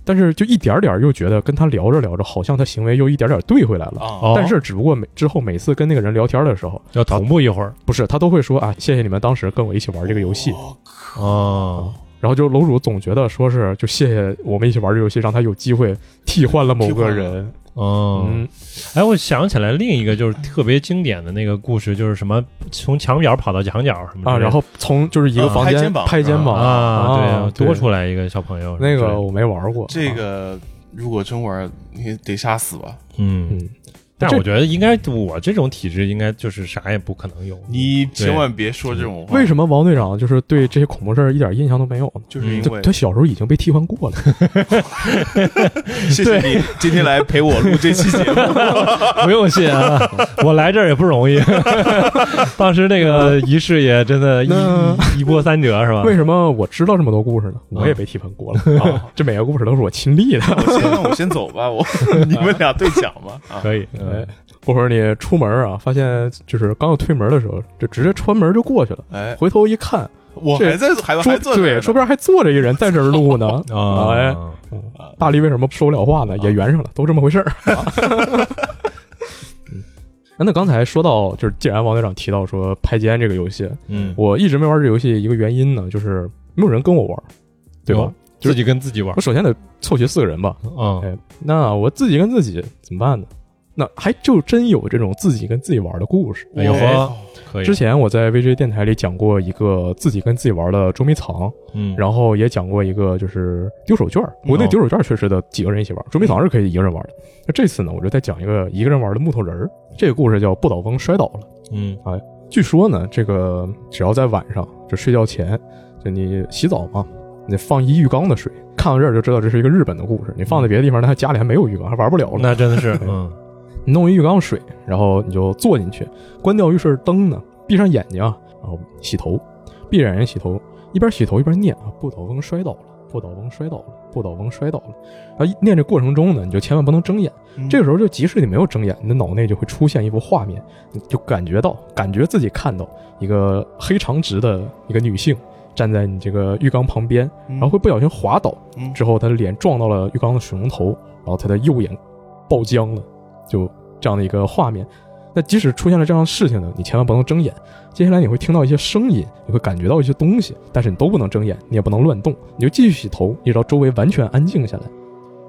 Speaker 1: 但是就一点儿点儿又觉得跟他聊着聊着，好像他行为又一点儿点儿对回来了。
Speaker 2: 啊
Speaker 3: 哦
Speaker 1: 但是只不过每之后每次跟那个人聊天的时候，
Speaker 3: 要同步一会儿
Speaker 1: 不是他都会说啊，谢谢你们当时跟我一起玩这个游戏。
Speaker 2: 哦
Speaker 3: 哦，
Speaker 1: 然后就楼主总觉得说是就谢谢我们一起玩这游戏，让他有机会替换了某
Speaker 2: 替
Speaker 1: 个
Speaker 2: 换了
Speaker 1: 人。
Speaker 3: 哦，
Speaker 1: 嗯，
Speaker 3: 哎，我想起来另一个就是特别经典的那个故事，就是什么从墙角跑到墙角什么之类的
Speaker 1: 啊，然后从就是一个
Speaker 2: 嗯
Speaker 1: 房
Speaker 2: 拍
Speaker 1: 间
Speaker 2: 肩膀
Speaker 1: 拍肩
Speaker 2: 嗯
Speaker 1: 膀
Speaker 3: 啊，对啊，
Speaker 1: 对
Speaker 3: 多出来一个小朋友，
Speaker 1: 那个，我没玩过
Speaker 2: 这
Speaker 1: 啊
Speaker 2: 个如果真玩，你得杀死吧？
Speaker 3: 嗯，
Speaker 1: 嗯，
Speaker 3: 但
Speaker 1: 这
Speaker 3: 我觉得应该我这种体质应该就是啥也不可能有，
Speaker 2: 你千万别说这种话，
Speaker 1: 为什么王队长就是对这些恐怖事儿一点印象都没有呢？
Speaker 2: 就是因
Speaker 1: 就
Speaker 2: 为
Speaker 1: 他小时候已经被替换过了，
Speaker 2: 谢谢你今天来陪我录这期节 目。
Speaker 3: 不用谢啊， 我来这儿也不 容易，当时那个仪式也真的一
Speaker 1: 嗯那
Speaker 3: 一一波三折是吧？
Speaker 1: 为什么我知道这么多故事呢？我也被替换过了，啊、 这每个故事都是我亲历的。
Speaker 2: 我先我先走 吧，我你们俩对讲吧。啊，
Speaker 3: 可以，
Speaker 1: 哎，或者你出门啊，发现就是刚要推门的时候，就直接穿门就过去了。
Speaker 2: 哎，
Speaker 1: 回头一看，
Speaker 2: 我
Speaker 1: 这
Speaker 2: 还在还
Speaker 1: 说
Speaker 2: 还坐
Speaker 1: 对，
Speaker 2: 说
Speaker 1: 说不定还坐着一人在这儿录呢。
Speaker 3: 啊，
Speaker 1: 哎，大力为什么说不了话呢？也圆上了，都这么回事儿。 嗯那刚才说到，就是既然王队长提到说拍肩这个游戏，
Speaker 3: 嗯，
Speaker 1: 我一直没玩这游戏，一个原因呢，就是没有人跟我玩，对吧
Speaker 3: 有？自己跟自己玩
Speaker 1: 我，首先得凑齐四个人吧，
Speaker 3: 啊
Speaker 1: 哎，那我自己跟自己怎么办呢？那还就真有这种自己跟自己玩的故事。
Speaker 3: 哎呦
Speaker 2: 我
Speaker 3: 呵，可以
Speaker 1: 之，前我在 VJ 电台里讲过一个自己跟自己玩的捉迷藏，
Speaker 3: 嗯，
Speaker 1: 然后也讲过一个就是丢手绢儿。不过那
Speaker 3: 哦
Speaker 1: 丢手绢儿确实得几个人一起玩，捉迷藏是可以一个人玩的。那这次呢，我就再讲一个一个人玩的木头人儿。这个故事叫不倒翁摔倒了。
Speaker 3: 嗯
Speaker 1: 据说呢，这个只要在晚上就睡觉前，就你洗澡嘛，你放一浴缸的水，看到这儿就知道这是一个日本的故事。你放在别的地方，那还家里还没有浴缸，还玩不了了。
Speaker 3: 那真的是，嗯
Speaker 1: 你弄一浴缸水，然后你就坐进去，关掉浴室灯呢，闭上眼睛啊，然后洗头，闭着眼睛洗头，一边洗头一边念啊，不倒翁摔倒了，不倒翁摔倒了，不倒翁摔倒了。然后一念这过程中呢，你就千万不能睁眼。
Speaker 2: 嗯
Speaker 1: 这个时候就即使你没有睁眼，你的脑内就会出现一幅画面，你就感觉到，感觉自己看到一个黑长直的一个女性站在你这个浴缸旁边，
Speaker 2: 然
Speaker 1: 然后会不小心滑倒，
Speaker 2: 嗯
Speaker 1: 之后他的脸撞到了浴缸的水龙头，然后他的右眼爆浆了，就这样的一个画面。那即使出现了这样的事情呢，你千万不能睁眼。接下来你会听到一些声音，你会感觉到一些东西，但是你都不能睁眼，你也不能乱动，你就继续洗头，一直到周围完全安静下来。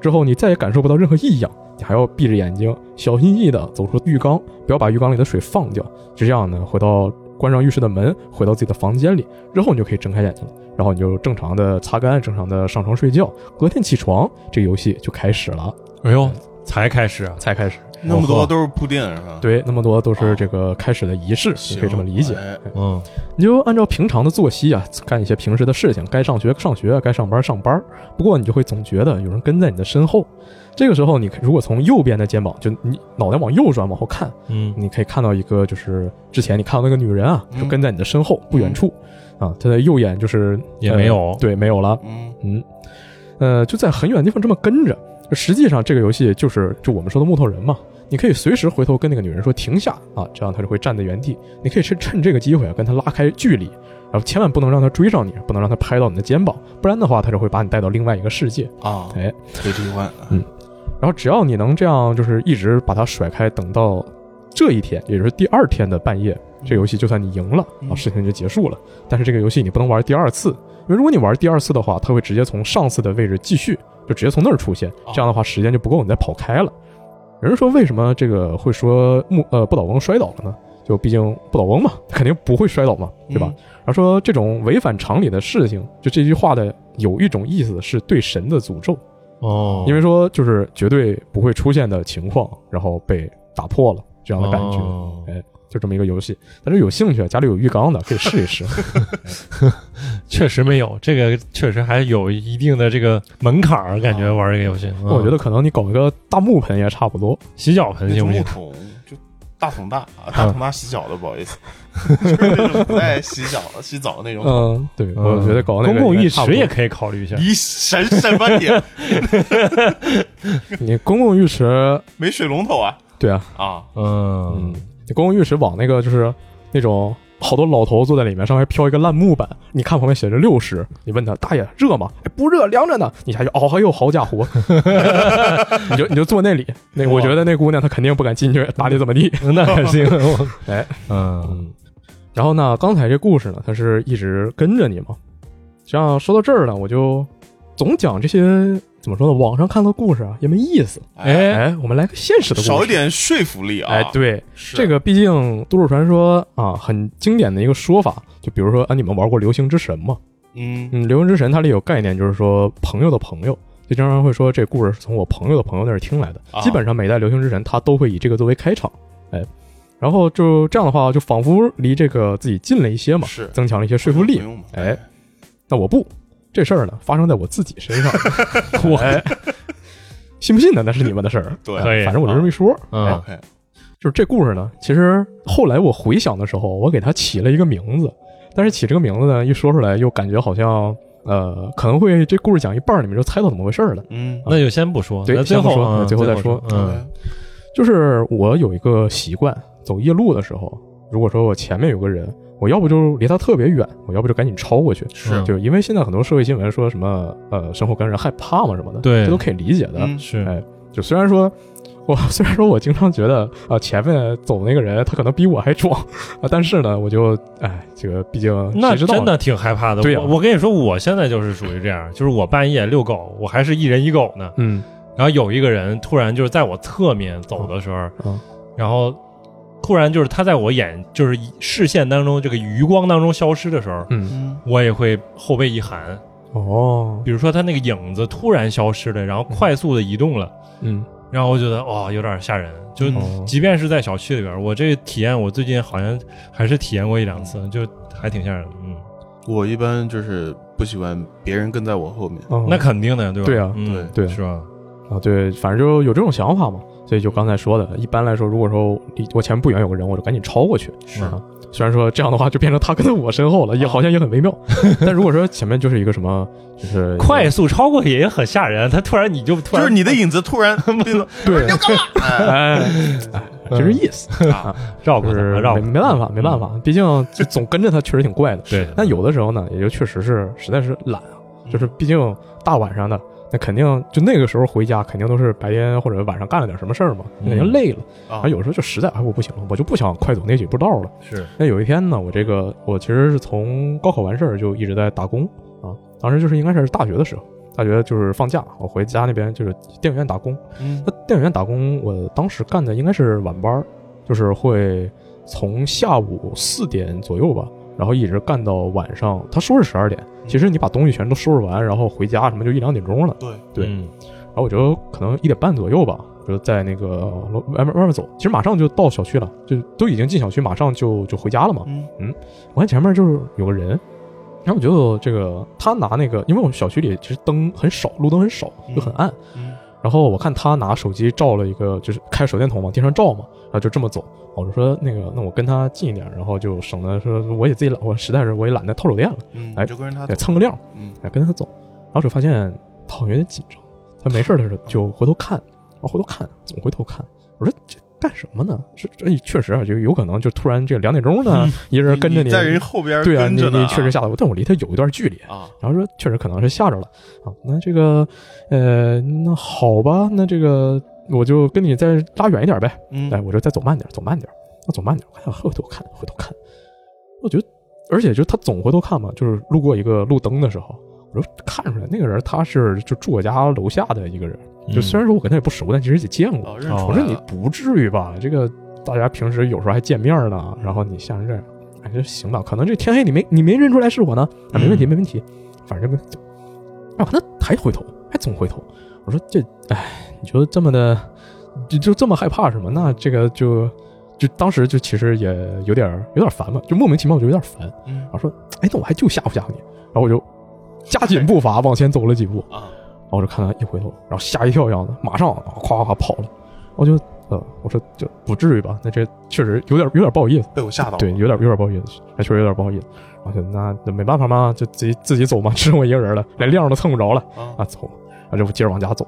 Speaker 1: 之后你再也感受不到任何异样，你还要闭着眼睛，小心翼翼地走出浴缸，不要把浴缸里的水放掉。就这样呢，回到关上浴室的门，回到自己的房间里，之后你就可以睁开眼睛了。然后你就正常的擦干，正常的上床睡觉，隔天起床，这个游戏就开始了，
Speaker 3: 哎呦，才开始啊，
Speaker 1: 才开始。
Speaker 2: 那么多都是铺垫是吧？
Speaker 1: 对，那么多都是这个开始的仪式，
Speaker 2: 行，
Speaker 1: 你可以这么理解。
Speaker 2: 哎
Speaker 3: 嗯，
Speaker 1: 你就按照平常的作息啊，干一些平时的事情，该上学上学，该上班上班。不过你就会总觉得有人跟在你的身后。这个时候，你如果从右边的肩膀，就你脑袋往右转往后看，
Speaker 3: 嗯，
Speaker 1: 你可以看到一个，就是之前你看到那个女人啊，
Speaker 2: 嗯
Speaker 1: 就跟在你的身后不远处，啊，她的右眼就是
Speaker 3: 也
Speaker 1: 呃
Speaker 3: 没有
Speaker 1: 对，没有了，
Speaker 2: 嗯
Speaker 1: 嗯，呃，就在很远的地方这么跟着。实际上，这个游戏就是就我们说的木头人嘛，你可以随时回头跟那个女人说停下啊，这样她就会站在原地。你可以趁趁这个机会啊，跟她拉开距离，然后千万不能让她追上你，不能让她拍到你的肩膀，不然的话，她就会把你带到另外一个世界。
Speaker 2: 啊，
Speaker 1: 哎，
Speaker 2: 腿这一弯，
Speaker 1: 然后只要你能这样，就是一直把它甩开，等到这一天，也就是第二天的半夜，这游戏就算你赢了啊，
Speaker 2: 嗯
Speaker 1: 事情就结束了。但是这个游戏你不能玩第二次，因为如果你玩第二次的话，它会直接从上次的位置继续，就直接从那儿出现。这样的话，时间就不够你再跑开了。有人说为什么这个会说木呃不倒翁摔倒了呢？就毕竟不倒翁嘛， 肯定不会摔倒嘛，对吧？他说这种违反常理的事情，就这句话的有一种意思是对神的诅咒。
Speaker 3: 哦，
Speaker 1: 因为说就是绝对不会出现的情况，然后被打破了这样的感觉，哎
Speaker 3: 哦
Speaker 1: 就这么一个游戏。但是有兴趣，啊家里有浴缸的可以试一试。
Speaker 3: 确实没有，这个确实还有一定的这个门槛儿，感觉
Speaker 2: 啊
Speaker 3: 玩这个游戏，
Speaker 1: 我觉
Speaker 3: 得
Speaker 1: 得可能你搞一个大木盆也差不多。
Speaker 3: 洗脚盆
Speaker 2: 那
Speaker 3: 行
Speaker 2: 呃种
Speaker 3: 不
Speaker 2: 木
Speaker 3: 行？
Speaker 2: 桶就大桶大，
Speaker 1: 嗯
Speaker 2: 啊大桶大洗脚的，不好意思， 就是那种不带洗脚洗澡的那种。
Speaker 1: 嗯，对，我觉得搞那
Speaker 3: 哦公
Speaker 1: 个
Speaker 3: 共
Speaker 1: 应该
Speaker 3: 浴
Speaker 1: 差不
Speaker 3: 池
Speaker 1: 多
Speaker 3: 也可以考虑一下。
Speaker 2: 你神什么你？
Speaker 1: 你公共浴池，
Speaker 2: 没水龙头啊？
Speaker 1: 对啊，
Speaker 2: 啊，
Speaker 3: 嗯
Speaker 1: 嗯，，你公共浴池往那个就是那种。好多老头坐在里面，上面飘一个烂木板，你看旁边写着六十，你问他大爷热吗？哎不热，凉着呢。你下去，哦，哎呦，好家伙， 你就你就坐那里，那我觉得那姑娘她肯定不敢进去，打你怎么地。
Speaker 3: 那可 行。我
Speaker 1: 哎，
Speaker 3: 嗯，
Speaker 1: 嗯，然后呢，刚才这故事呢，它是一直跟着你嘛。实际上说到这儿呢，我就总讲这些怎么说呢，网上看到故事啊也没意思。
Speaker 3: 哎
Speaker 1: 哎，我们来个现实的故事，
Speaker 2: 少一。点说服力啊！
Speaker 1: 哎，，对，
Speaker 2: 是
Speaker 1: 这个毕竟《都市传说》啊，很经典的一个说法，就比如说啊，你们玩过《流星之神》吗？
Speaker 2: 嗯
Speaker 1: 嗯，《流星之神》它里有概念，就是说朋友的朋友，就经常会说这故事是从我朋友的朋友那儿听来的。
Speaker 2: 啊
Speaker 1: 基本上每代《流星之神》它都会以这个作为开场，哎，然后就这样的话，就仿佛离这个自己近了一些嘛，
Speaker 2: 是
Speaker 1: 增强了一些嗯说服力
Speaker 2: 不。用嘛
Speaker 1: 哎，那我不，这事儿呢发生在我自己身 上，我、信不信呢？那是你们的事儿。
Speaker 2: 哎
Speaker 1: 哎
Speaker 2: 对
Speaker 3: 可以
Speaker 1: 反正我就这么一说。
Speaker 3: 嗯
Speaker 2: 哎，OK，
Speaker 1: 就是这故事呢，其实后来我回想的时候，我给它起了一个名字，但是起这个名字呢，一说出来又感觉好像呃，可能会这故事讲一半儿，你们就猜到怎么回事儿了。
Speaker 2: 嗯
Speaker 3: 那就先不说，
Speaker 1: 对
Speaker 3: 那最
Speaker 1: 先不
Speaker 3: 后
Speaker 1: 说
Speaker 3: 嗯
Speaker 1: 那最后再说
Speaker 3: 嗯，
Speaker 1: 就是我有一个习惯，走夜路的时候，如果说我前面有个人，我要不就离他特别远，我要不就赶紧超过去。
Speaker 2: 是
Speaker 1: 嗯就因为现在很多社会新闻说什么呃生活跟人害怕嘛什么的，
Speaker 3: 对
Speaker 1: 这都可以理解的。
Speaker 2: 嗯
Speaker 3: 是
Speaker 1: 哎，就虽然说。我 虽然说我经常觉得啊、前面走的那个人他可能比我还壮啊，但是呢，我就哎，这个毕竟
Speaker 3: 那
Speaker 1: 谁知道
Speaker 3: 真
Speaker 1: 呢
Speaker 3: 的挺害怕的。
Speaker 1: 对呀啊
Speaker 3: 我我跟你说，我现在就是属于这样，就是我半夜遛狗，我还是一人一狗呢。
Speaker 1: 嗯
Speaker 3: 然后有一个人突然就是在我侧面走的时候，
Speaker 1: 嗯
Speaker 3: 然后突然就是他在我眼就是视线当中这个余光当中消失的时候，
Speaker 1: 嗯
Speaker 2: 嗯
Speaker 3: 我也会后背一寒。
Speaker 1: 哦
Speaker 3: 比如说他那个影子突然消失了，然后快速的移动了，
Speaker 1: 嗯
Speaker 3: 然后我觉得哦有点吓人。就
Speaker 2: 嗯
Speaker 1: 哦
Speaker 3: 即便是在小区里边，我这个体验我最近好像还是体验过一两次，就还挺吓人的。嗯，
Speaker 2: 我一般就是不喜欢别人跟在我后面。
Speaker 1: 哦
Speaker 3: 那肯定的，对吧？
Speaker 1: 对啊
Speaker 3: 嗯，
Speaker 1: 对
Speaker 3: 是吧？
Speaker 1: 啊，对，反正就有这种想法嘛。所以就刚才说的，一般来说，如果说离我前面不远有个人，我就赶紧超过去。
Speaker 2: 是
Speaker 1: 啊，虽然说这样的话就变成他跟在我身后了，也好像也很微妙。但如果说前面就是一个什么，就是
Speaker 3: 快速超过也很吓人，啊他突然你就突
Speaker 2: 就
Speaker 3: 然
Speaker 2: 是你的影子 突然变了，
Speaker 1: 对，
Speaker 2: 哎
Speaker 1: 哎，真是意思，
Speaker 3: 绕过
Speaker 1: 就
Speaker 3: 他，
Speaker 1: 是
Speaker 3: 绕
Speaker 1: 没没
Speaker 3: 过他
Speaker 1: 办法，没办法，毕竟就总跟着他确实挺怪的。
Speaker 3: 对，
Speaker 1: 但有的时候呢，也就确实是实在是懒啊，就是毕竟大晚上的，那肯定就那个时候回家，肯定都是白天或者晚上干了点什么事儿嘛，肯定累了。
Speaker 2: 啊
Speaker 1: 然后有时候就实在哎我不行了，我就不想快走那几步道了。
Speaker 3: 是
Speaker 1: 那有一天呢，我这个我其实是从高考完事儿就一直在打工啊，当时就是应该是大学的时候，大学就是放假，我回家那边就是电影院打工。
Speaker 2: 嗯
Speaker 1: 那电影院打工，我当时干的应该是晚班儿，就是会从下午四点左右吧，然后一直干到晚上。他说是十二点，其实你把东西全都收拾完，然后回家什么就一两点钟了。
Speaker 2: 对，
Speaker 1: 对
Speaker 3: 嗯
Speaker 1: 然后我就可能一点半左右吧，比如在那个呃楼外面外面走，其实马上就到小区了，就都已经进小区，马上就就回家了嘛。
Speaker 2: 嗯
Speaker 1: 我看前面就是有个人，然后我觉得这个他拿那个，因为我们小区里其实灯很少，路灯很少，就很暗。
Speaker 2: 嗯
Speaker 1: 然后我看他拿手机照了一个，就是开手电筒往天上照嘛，然后就这么走。我就说那个，那我跟他近一点，然后就省得说我也自己懒，我实在是我也懒得套手电了，
Speaker 2: 嗯，
Speaker 1: 哎
Speaker 2: 你就跟着他
Speaker 1: 得
Speaker 2: 走，
Speaker 1: 蹭个亮，
Speaker 2: 嗯
Speaker 1: 哎，跟他走。然后就发现他好像有点紧张，他没事儿的时候就回头看，我回头看，总回头看。我说这干什么呢？这这确实啊，就有可能就突然这两点钟呢，一个人跟着
Speaker 2: 嗯你在人后边
Speaker 1: 对啊，
Speaker 2: 跟
Speaker 1: 你
Speaker 2: 着呢，
Speaker 1: 你确实吓到我，但我离他有一段距离。
Speaker 2: 啊，
Speaker 1: 然后说确实可能是吓着了啊，那这个，呃，那好吧，那这个我就跟你再拉远一点呗，
Speaker 2: 嗯
Speaker 1: 哎，我就再走慢点，走慢点，那走慢点，我还想回头看，回头看，我觉得，而且就他总回头看嘛，就是路过一个路灯的时候，我就看出来那个人他是就住我家楼下的一个人，
Speaker 3: 嗯
Speaker 1: 就虽然说我跟他也不熟，但其实也见过，
Speaker 2: 哦认出来了，
Speaker 1: 我说你不至于吧？这个大家平时有时候还见面呢，然后你吓成这样，哎，就行吧？可能这天黑你没你没认出来是我呢，啊，没问题没问题，反正就，啊，那还回头，还总回头。我说这，哎，你觉得这么的，就就这么害怕是吗？那这个就就当时就其实也有点儿有点儿烦嘛，就莫名其妙我就有点儿烦。
Speaker 2: 嗯
Speaker 1: 然后说，哎，那我还就吓唬吓唬你，然后我就加紧步伐往前走了几步，
Speaker 2: 啊，
Speaker 1: 然后我就看他一回头，然后吓一跳一样的，马上啊夸夸夸跑了。我就呃，我说就不至于吧？那这确实有点有点不好意思，
Speaker 2: 被我吓到了，啊
Speaker 1: 对，有点有点不好意思，还确实有点不好意思。我就那那没办法嘛，就自己自己走嘛， 只剩我一个人了，连亮都蹭不着了
Speaker 2: 啊
Speaker 1: 啊，走吧。然后就接着往家走，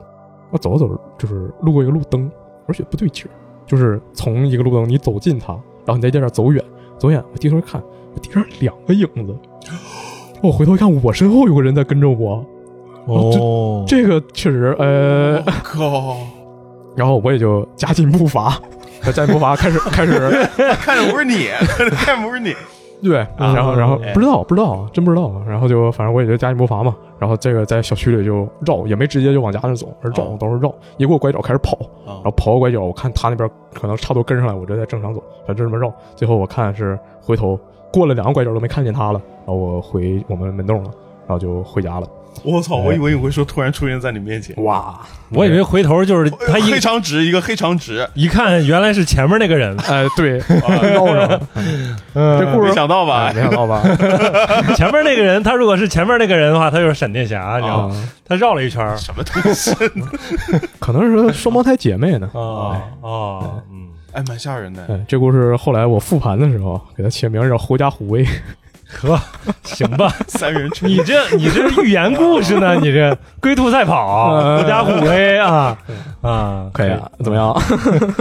Speaker 1: 我走着走着就是路过一个路灯，而且不对劲儿，就是从一个路灯你走近它，然后你再接着走远，走远，我低头一看，我地上两个影子， 我回头一看，我身后有个人在跟着我，
Speaker 3: 哦，
Speaker 1: 这个确实呃。
Speaker 2: 我哦靠。
Speaker 1: 然后我也就加紧步 伐，加紧步伐开始 开始
Speaker 2: 看着不是你， 看着不是你，
Speaker 1: 对，
Speaker 2: 啊
Speaker 1: 然后然后
Speaker 2: 哎
Speaker 1: 不知道不知道真不知道，然后就反正我也就加紧步伐嘛，然后这个在小区里就绕，也没直接就往家那走，而绕
Speaker 2: 哦
Speaker 1: 都是绕，一过拐角开始跑，
Speaker 2: 啊
Speaker 1: 然后跑过拐角，我看他那边可能差不多跟上来，我就在正常走，反正就这么绕，最后我看是回头过了两个拐角都没看见他了，然后我回我们门洞了，然后就回家了，
Speaker 2: 我操！我以
Speaker 1: 哎
Speaker 2: 为你会说突然出现在你面前，
Speaker 1: 哇，
Speaker 3: 我以为回头就是
Speaker 1: 哎
Speaker 3: 他一
Speaker 2: 黑长直一个黑长直，
Speaker 3: 一看，原来是前面那个人。
Speaker 1: 哎对，绕上了，这故
Speaker 2: 嗯没
Speaker 1: 事。
Speaker 2: 想到吧
Speaker 1: 哎？没想到吧？
Speaker 3: 前面那个人，他如果是前面那个人的话，他就是闪电侠，你知道
Speaker 1: 啊
Speaker 3: 吗？，他绕了一圈儿
Speaker 2: 什么东西？
Speaker 1: 可能是双胞胎姐妹 呢。
Speaker 3: 啊啊，嗯，
Speaker 2: 哎，蛮吓人 的。
Speaker 1: 哎，这故事后来我复盘的时候，给它起名叫《狐假虎威》。
Speaker 3: 呵，行吧，
Speaker 2: 三人成
Speaker 3: 你这你这是寓言故事呢，你这龟兔赛跑，
Speaker 1: 嗯
Speaker 3: 狐假虎威啊啊，
Speaker 1: 可以啊，怎么样？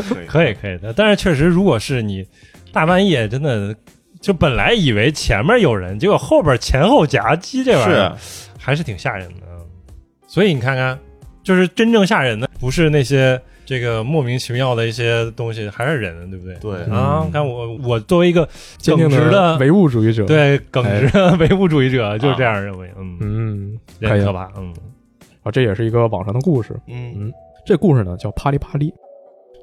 Speaker 2: 对，
Speaker 3: 可以可以的，但是确实，如果是你大半夜真的，就本来以为前面有人，结果后边前后夹击这玩意
Speaker 1: 啊
Speaker 3: 儿，
Speaker 2: 是啊
Speaker 3: 还是挺吓人的。所以你看看，就是真正吓人的，不是那些这个莫名其妙的一些东西，还是人，对不对？
Speaker 2: 对
Speaker 3: 啊
Speaker 1: 嗯，
Speaker 3: 看我我作为一个
Speaker 1: 坚定
Speaker 3: 耿直的
Speaker 1: 唯物主义者。，
Speaker 3: 对耿直的唯物主义者，就是这样认为，嗯，
Speaker 1: 嗯，
Speaker 3: 也
Speaker 1: 可以
Speaker 3: 很
Speaker 1: 啊
Speaker 3: 可怕，嗯，
Speaker 1: 啊，这也是一个网上的故事。
Speaker 2: 嗯
Speaker 1: 这故事呢叫“啪哩啪哩”，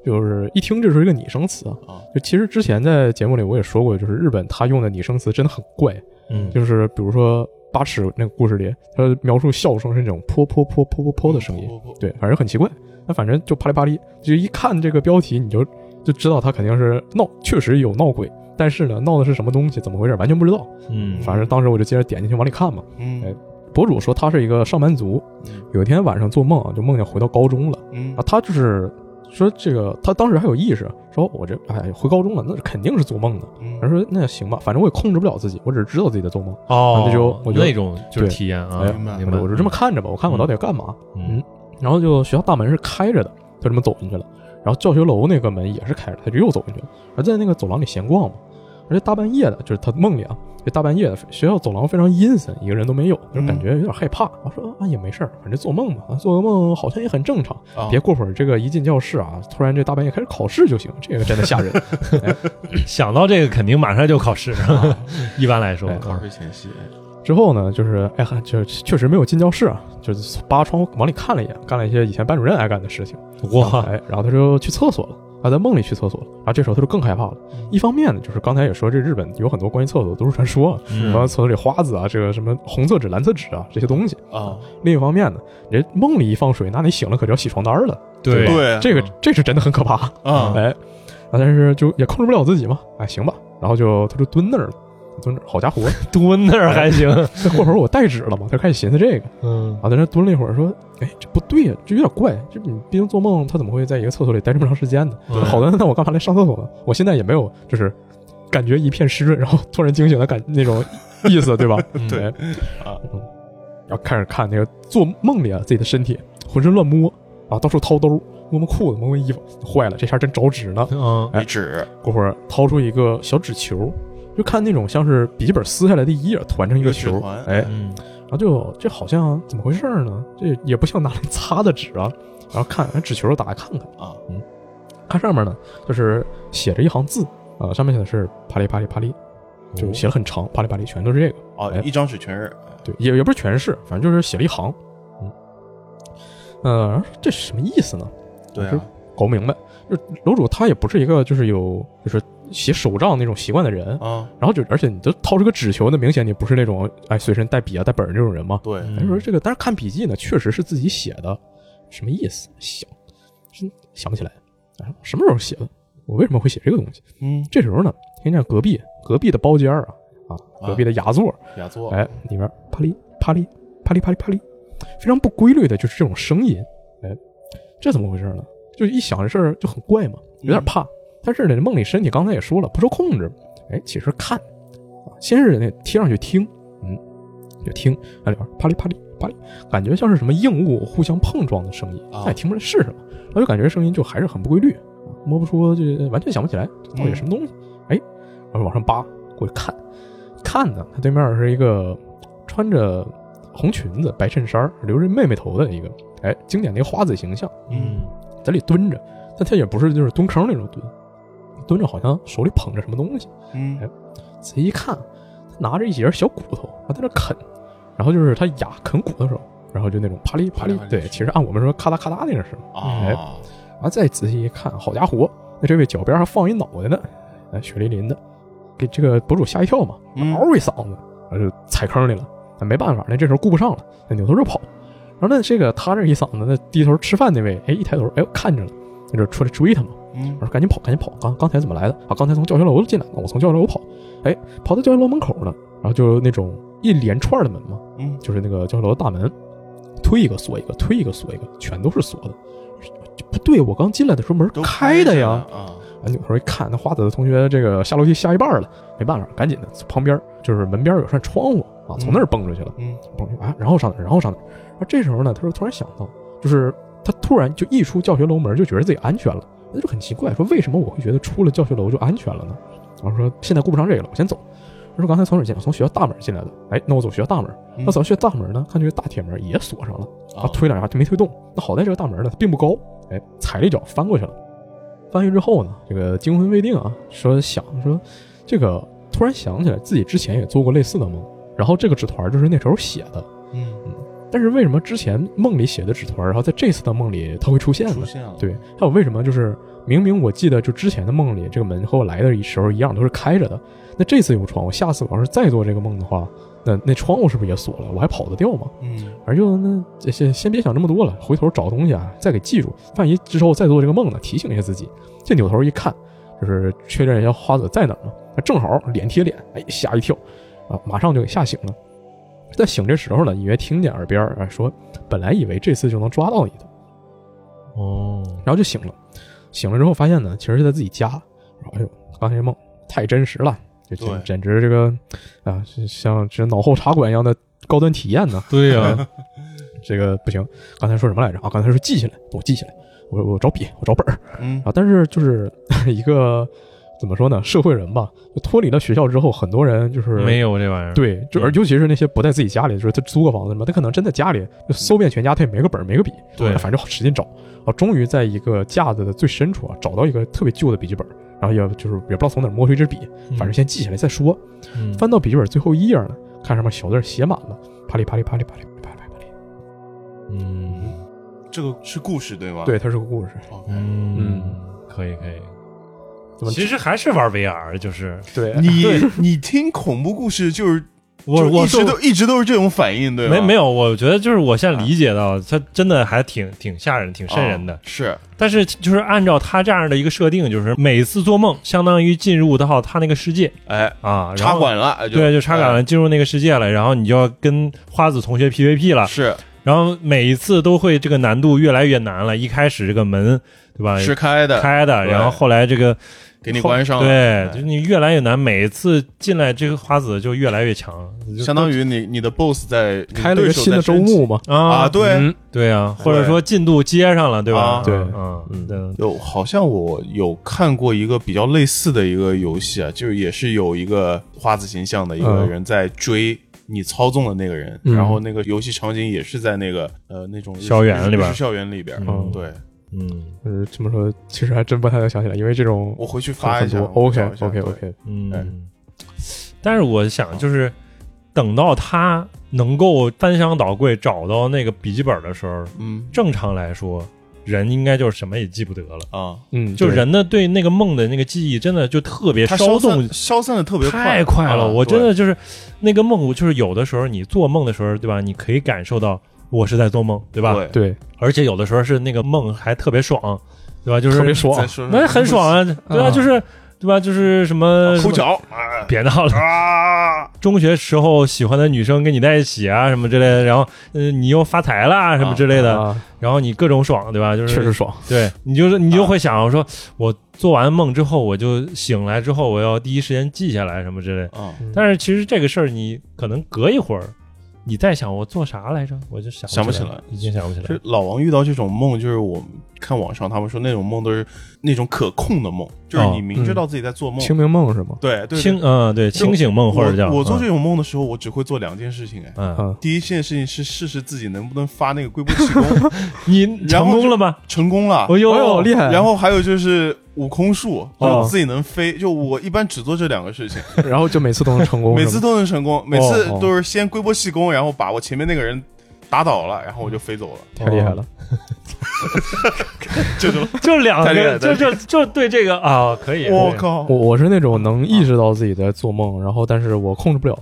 Speaker 1: 就是一听这是一个拟声词啊
Speaker 2: 啊。
Speaker 1: 就其实之前在节目里我也说过，就是日本他用的拟声词真的很怪，
Speaker 3: 嗯
Speaker 1: 就是比如说八尺那个故事里，他描述笑声是那种噗噗噗噗噗噗的声音。
Speaker 2: 不，不不
Speaker 1: 对，反正很奇怪。那反正就啪哩啪哩，就一看这个标题你就就知道他肯定是闹，确实有闹鬼。但是呢，闹的是什么东西，怎么回事，完全不知道。
Speaker 3: 嗯
Speaker 1: 反正当时我就接着点进去往里看嘛。哎
Speaker 2: 嗯
Speaker 1: 博主说他是一个上班族，有一天晚上做梦啊，就梦见回到高中了
Speaker 2: 嗯
Speaker 1: 啊。他就是说这个，他当时还有意识，说我这哎回高中了，那肯定是做梦的。他
Speaker 2: 嗯，
Speaker 1: 说那行吧，反正我也控制不了自己，我只是知道自己在做梦。
Speaker 3: 哦，
Speaker 1: 那就我就
Speaker 3: 那种就
Speaker 1: 对
Speaker 3: 是体验啊
Speaker 1: 哎，
Speaker 3: 明白，
Speaker 1: 我就这么看着吧，我看我到底要干嘛。
Speaker 3: 嗯，
Speaker 1: 然后就学校大门是开着的，就这么走进去了。然后教学楼那个门也是开着，他就又走进去了。而在那个走廊里闲逛嘛，而且大半夜的，就是他梦里啊，这大半夜的学校走廊非常阴森，一个人都没有，就是感觉有点害怕。我说啊也没事儿，反正做梦嘛，啊做个梦好像也很正常。
Speaker 2: 啊
Speaker 1: 别过会儿这个一进教室啊，突然这大半夜开始考试就行，这个真的吓人。
Speaker 3: 想到这个肯定马上就考试， 一般来说
Speaker 1: 哎，
Speaker 2: 考试前夕，
Speaker 1: 之后呢，就是哎，还就是确实没有进教室啊，就是扒窗户往里看了一眼，干了一些以前班主任爱干的事情。
Speaker 3: 哇，
Speaker 1: 哎，然后他就去厕所了，啊，在梦里去厕所了，然后这时候他就更害怕了。一方面呢，就是刚才也说，这日本有很多关于厕所的都市传说，啊
Speaker 3: 嗯
Speaker 1: 什么厕所里花子啊，这个什么红厕纸、蓝厕纸啊这些东西。
Speaker 2: 啊
Speaker 1: 另一方面呢，你这梦里一放水，那你醒了可就要洗床单了。
Speaker 3: 对
Speaker 2: 对
Speaker 1: 这个这是真的很可怕。
Speaker 3: 嗯
Speaker 2: 啊
Speaker 1: 哎，啊，但是就也控制不了自己嘛，哎，行吧，然后就他就蹲那儿了，蹲那儿，好家伙，
Speaker 3: 蹲那儿 还行，
Speaker 1: 那过会儿我带纸了嘛，他就开始寻思这个，
Speaker 3: 嗯
Speaker 1: 啊，在那蹲了一会儿，说，哎，这不对呀、这有点怪，这你毕竟做梦，他怎么会在一个厕所里待这么长时间呢？
Speaker 3: 嗯
Speaker 1: 好的，那我干嘛来上厕所呢？我现在也没有就是感觉一片湿润，然后突然惊醒的感那种意思，对吧？
Speaker 3: 嗯
Speaker 2: 对
Speaker 1: 哎
Speaker 2: 啊
Speaker 1: 嗯然后开始看那个做梦里啊自己的身体，浑身乱摸啊，到处掏兜，摸摸裤子，摸摸衣服，坏了，这下真着纸呢。
Speaker 3: 嗯
Speaker 2: 没纸，
Speaker 1: 过会儿掏出一个小纸球，就看那种像是笔记本撕下来的一页团成一个
Speaker 2: 一个纸
Speaker 1: 球
Speaker 2: 团，
Speaker 1: 哎，
Speaker 3: 嗯
Speaker 1: 然后就这好像怎么回事儿呢？这也不像拿来 擦的纸啊。然后看哎纸球，打开看看
Speaker 2: 啊，
Speaker 1: 嗯，看上面呢，就是写着一行字啊、上面写的是啪哩啪哩啪哩，
Speaker 3: 哦
Speaker 1: 就
Speaker 3: 嗯
Speaker 1: 写的很长，啪哩啪哩全都是这个。
Speaker 2: 哦
Speaker 1: 哎，
Speaker 2: 一张纸全是
Speaker 1: 对，也也不是全是，反正就是写了一行。嗯，呃，这是什么意思呢？
Speaker 2: 对
Speaker 1: 是
Speaker 2: 啊，
Speaker 1: 搞不明白。就是楼主他也不是一个就是有就是写手账那种习惯的人，
Speaker 2: 啊，
Speaker 1: 然后就而且你都掏出个纸球，那明显你不是那种哎随身带笔啊带本儿这种人嘛。哎
Speaker 2: 对，
Speaker 3: 嗯
Speaker 1: 他说这个，但是看笔记呢，确实是自己写的，什么意思？想，真想不起来，啊，什么时候写的？我为什么会写这个东西？
Speaker 2: 嗯，
Speaker 1: 这时候呢，听见隔壁隔壁的包间儿啊啊，
Speaker 2: 啊哦
Speaker 1: 隔壁的雅座，
Speaker 2: 雅座，
Speaker 1: 哎，里面啪哩啪哩啪哩啪哩啪哩，非常不规律的就是这种声音，哎，这怎么回事呢？就一想这事儿就很怪嘛，有
Speaker 2: 嗯
Speaker 1: 点怕。但是呢，梦里身体刚才也说了不受控制，哎，起身看，啊，先是那贴上去听，嗯，就听那里边啪哩啪哩啪哩，感觉像是什么硬物互相碰撞的声音，
Speaker 2: 啊
Speaker 1: 但也听不出来是什么，然后就感觉声音就还是很不规律，摸不出，就完全想不起来这到底是什么东西。哎，我就往上扒过去看，看呢，他对面是一个穿着红裙子、白衬衫、留着妹妹头的一个，哎，经典的一个花子形象，
Speaker 3: 嗯
Speaker 1: 在里蹲着，但他也不是就是蹲坑那种蹲，蹲着好像手里捧着什么东西。
Speaker 2: 嗯
Speaker 1: 哎仔细一看，他拿着一截小骨头，还在那啃，然后就是他牙啃骨头的时候，然后就那种啪哩啪哩
Speaker 2: 啪哩啪，哩
Speaker 1: 对，其实按我们说咔嗒咔嗒那个声。
Speaker 2: 啊，
Speaker 1: 啊，再仔细一看，好家伙，那这位脚边还放一脑袋呢，哎，血淋淋的，给这个博主吓一跳嘛，
Speaker 2: 嗯
Speaker 1: 嗷一嗓子，然后就踩坑里了。那没办法，那这时候顾不上了，那扭头就跑。然后那这个他这一嗓子，那低头吃饭那位，哎，一抬头，哎呦看着了，那就出来追他嘛。
Speaker 2: 嗯
Speaker 1: 我说赶紧跑，赶紧跑！刚刚才怎么来的？啊，刚才从教学楼进来的，我从教学楼跑，哎，跑到教学楼门口了，然后就是那种一连串的门嘛，
Speaker 2: 嗯
Speaker 1: 就是那个教学楼的大门，推一个锁一个，推一个锁一个，全都是锁的。这不对，我刚进来的时候门
Speaker 2: 都
Speaker 1: 开的
Speaker 2: 着
Speaker 1: 呀！
Speaker 2: 啊，
Speaker 1: 啊，扭头一看，那花子的同学这个下楼梯下一半了，没办法，赶紧的，旁边就是门边有扇窗户啊，从那儿蹦出去了。
Speaker 2: 嗯
Speaker 1: 蹦出去啊，然后上哪儿，然后上哪儿。然后这时候呢，他说突然想到，就是他突然就一出教学楼门就觉得自己安全了，那就很奇怪，说为什么我会觉得出了教学楼就安全了呢？然后说现在顾不上这个了，我先走。他说刚才从哪儿进来？从学校大门进来的。哎，那我走学校大门。
Speaker 2: 嗯
Speaker 1: 那走到学校大门呢，看这个大铁门也锁上了，
Speaker 2: 啊
Speaker 1: 啊，推两下就没推动。那好在这个大门呢，它并不高，哎，踩了一脚翻过去了。翻过去之后呢，这个惊魂未定啊，说想说这个突然想起来自己之前也做过类似的梦，然后这个纸团就是那时候写的，
Speaker 2: 嗯
Speaker 1: 但是为什么之前梦里写的纸团，然后在这次的梦里它会出现
Speaker 2: 出
Speaker 1: 呢？
Speaker 2: 现了，
Speaker 1: 对，还有为什么就是明明我记得就之前的梦里这个门和我来的时候一样都是开着的，那这次有窗，我下次我要是再做这个梦的话，那那窗户是不是也锁了？我还跑得掉吗？
Speaker 2: 嗯
Speaker 1: 而就那这先先别想这么多了，回头找东西啊，再给记住，万一之后再做这个梦呢，提醒一下自己。这扭头一看，就是确认一下花子在哪儿嘛，正好脸贴脸，哎，吓一跳，啊，马上就给吓醒了。在醒这时候呢，隐约听见耳边啊说，本来以为这次就能抓到你的，
Speaker 3: 哦
Speaker 1: 然后就醒了。醒了之后发现呢，其实是在自己家。然后哎呦，刚才这梦太真实了，就
Speaker 2: 对
Speaker 1: 简简直这个啊，是像这脑后插管一样的高端体验呢。
Speaker 3: 对呀，
Speaker 1: 这个不行，刚才说什么来着？啊，刚才说记下来，我记下来，我我找笔，我找本儿
Speaker 2: 嗯
Speaker 1: 啊。但是就是 一个怎么说呢，社会人吧，就脱离了学校之后，很多人 就是
Speaker 3: 没有嗯这玩意儿，
Speaker 1: 对，就而尤其是那些不在自己家里，就是他租个房子什么，他可能真在家里就搜遍全家，他也没个本儿，没个笔，
Speaker 3: 嗯对
Speaker 1: 反正使劲找啊，终于在一个架子的最深处啊，找到一个特别旧的笔记本，然后也就是也不知道从哪儿摸出一支笔，
Speaker 3: 嗯，
Speaker 1: 反正先记下来再说。
Speaker 3: 嗯
Speaker 1: 翻到笔记本最后一页呢，看上面小字儿写满了，啪哩啪哩啪哩啪哩啪哩啪哩啪哩。
Speaker 3: 嗯
Speaker 2: 这个是故事对吗？
Speaker 1: 对，它是个故事。
Speaker 2: OK，
Speaker 3: 嗯，可以可以。
Speaker 1: 怎么
Speaker 3: 其实还是玩 VR，就是
Speaker 1: 对
Speaker 2: 你你听恐怖故事就是
Speaker 3: 我我
Speaker 2: 一直都一直都是这种反应，对吧？
Speaker 3: 没没有，我觉得就是我现在理解到，他真的还挺挺吓人、挺
Speaker 2: 啊
Speaker 3: 瘆人的。
Speaker 2: 是
Speaker 3: 但是就是按照他这样的一个设定，就是每次做梦相当于进入到他那个世界
Speaker 2: 哎，
Speaker 3: 啊，然
Speaker 2: 插
Speaker 3: 后
Speaker 2: 管了，哎
Speaker 3: 对，就插管了，进入那个世界了，然后你就要跟花子同学 PVP
Speaker 2: 哎
Speaker 3: 了，
Speaker 2: 是
Speaker 3: 然后每一次都会这个难度越来越难了。一开始这个门对吧？
Speaker 2: 是开的，
Speaker 3: 开的，
Speaker 2: 对
Speaker 3: 然后后来这个
Speaker 2: 给你关上了，哎
Speaker 3: 对，就是你越来越难，每一次进来这个花子就越来越强，就
Speaker 2: 相当于你你的 boss 在
Speaker 1: 开了一个新的周目嘛，
Speaker 3: 啊
Speaker 2: 啊，，对，
Speaker 1: 嗯
Speaker 3: 对啊，或者说进度接上了，对吧
Speaker 2: 啊？
Speaker 1: 对
Speaker 3: 嗯，嗯对，
Speaker 2: 有好像我有看过一个比较类似的一个游戏啊，就是也是有一个花子形象的一个
Speaker 1: 嗯
Speaker 2: 人在追。你操纵的那个人，
Speaker 1: 嗯
Speaker 2: 然后那个游戏场景也是在那个呃那种日式
Speaker 3: 校园里边
Speaker 2: 日式校园里边，
Speaker 3: 嗯
Speaker 2: 对
Speaker 3: 嗯
Speaker 1: 呃，这么说其实还真不太能想起来，因为这种
Speaker 2: 我回去发
Speaker 1: 很
Speaker 2: 一下
Speaker 1: 多。OK OK OK，
Speaker 2: 哎
Speaker 3: 嗯，但是我想就是等到他能够翻箱倒柜找到那个笔记本的时候，
Speaker 2: 嗯
Speaker 3: 正常来说，人应该就是什么也记不得了。
Speaker 2: 啊，
Speaker 1: 嗯，
Speaker 3: 就
Speaker 1: 对
Speaker 3: 人的对那个梦的那个记忆，真的就特别
Speaker 2: 它散
Speaker 3: 稍纵
Speaker 2: 消散的特别
Speaker 3: 太
Speaker 2: 快
Speaker 3: 快了，
Speaker 2: 啊
Speaker 3: 我
Speaker 2: 对
Speaker 3: 真的就是那个梦，就是有的时候你做梦的时候，对吧？你可以感受到我是在做梦，对吧？
Speaker 2: 对，
Speaker 1: 对
Speaker 3: 而且有的时候是那个梦还特别爽，对吧？就是
Speaker 1: 特别爽
Speaker 2: 再，说
Speaker 3: 那很爽啊，对吧？
Speaker 1: 啊
Speaker 3: 就是对吧？就是什么
Speaker 2: 抠，啊脚
Speaker 3: 什么 别闹了。
Speaker 2: 啊，
Speaker 3: 中学时候喜欢的女生跟你在一起啊，什么之类的，然后嗯、呃你又发财啦，什么之类的，
Speaker 1: 啊，
Speaker 3: 然后你各种爽，对吧？就
Speaker 1: 确
Speaker 3: 是
Speaker 1: 实啊爽，
Speaker 3: 对你就是你就会想，我说我做完梦之后，我就醒来之后，我要第一时间记下来什么之类的。
Speaker 2: 啊，
Speaker 1: 嗯
Speaker 3: 但是其实这个事儿，你可能隔一会儿，你再想我做啥来着，我就想
Speaker 2: 想不
Speaker 3: 不
Speaker 2: 起
Speaker 3: 来
Speaker 2: 来，
Speaker 3: 已经想不起来
Speaker 2: 这。老王遇到这种梦，就是我看网上他们说那种梦都是那种可控的梦，就是你明知道自己在做梦，
Speaker 1: 清明梦是吗？
Speaker 2: 对对，
Speaker 3: 清嗯、对清醒梦
Speaker 2: 我
Speaker 3: 或者叫
Speaker 2: 我做这
Speaker 3: 嗯
Speaker 2: 种梦的时候，我只会做两件事情，哎，
Speaker 3: 嗯，
Speaker 1: 啊，
Speaker 2: 第一件事情是试试自己能不能发那个龟波气功，
Speaker 3: 你
Speaker 2: 然
Speaker 3: 成
Speaker 2: 后啊
Speaker 3: 功了吗？
Speaker 2: 成功了。
Speaker 3: 哦
Speaker 1: 哎呦，
Speaker 3: 呦，
Speaker 1: 厉害！
Speaker 2: 然后还有就是悟空术，
Speaker 1: 哦
Speaker 2: 就自己能飞。就我一般只做这两个事情，
Speaker 1: 然后就每次都能成功，
Speaker 2: 每
Speaker 1: 是吗
Speaker 2: 次都能成功，每次
Speaker 1: 哦
Speaker 2: 都是先龟波气功，然后把我前面那个人打倒了，然后我就飞走了。
Speaker 3: 哦
Speaker 1: 太厉害了。
Speaker 2: 这种，
Speaker 3: 就两
Speaker 2: 太厉害
Speaker 3: 个，
Speaker 2: 了
Speaker 3: 就就就对这个啊，可以。
Speaker 2: 我
Speaker 3: 可以，
Speaker 2: 靠！
Speaker 1: 我我是那种能意识到自己在做梦，然后但是我控制不了，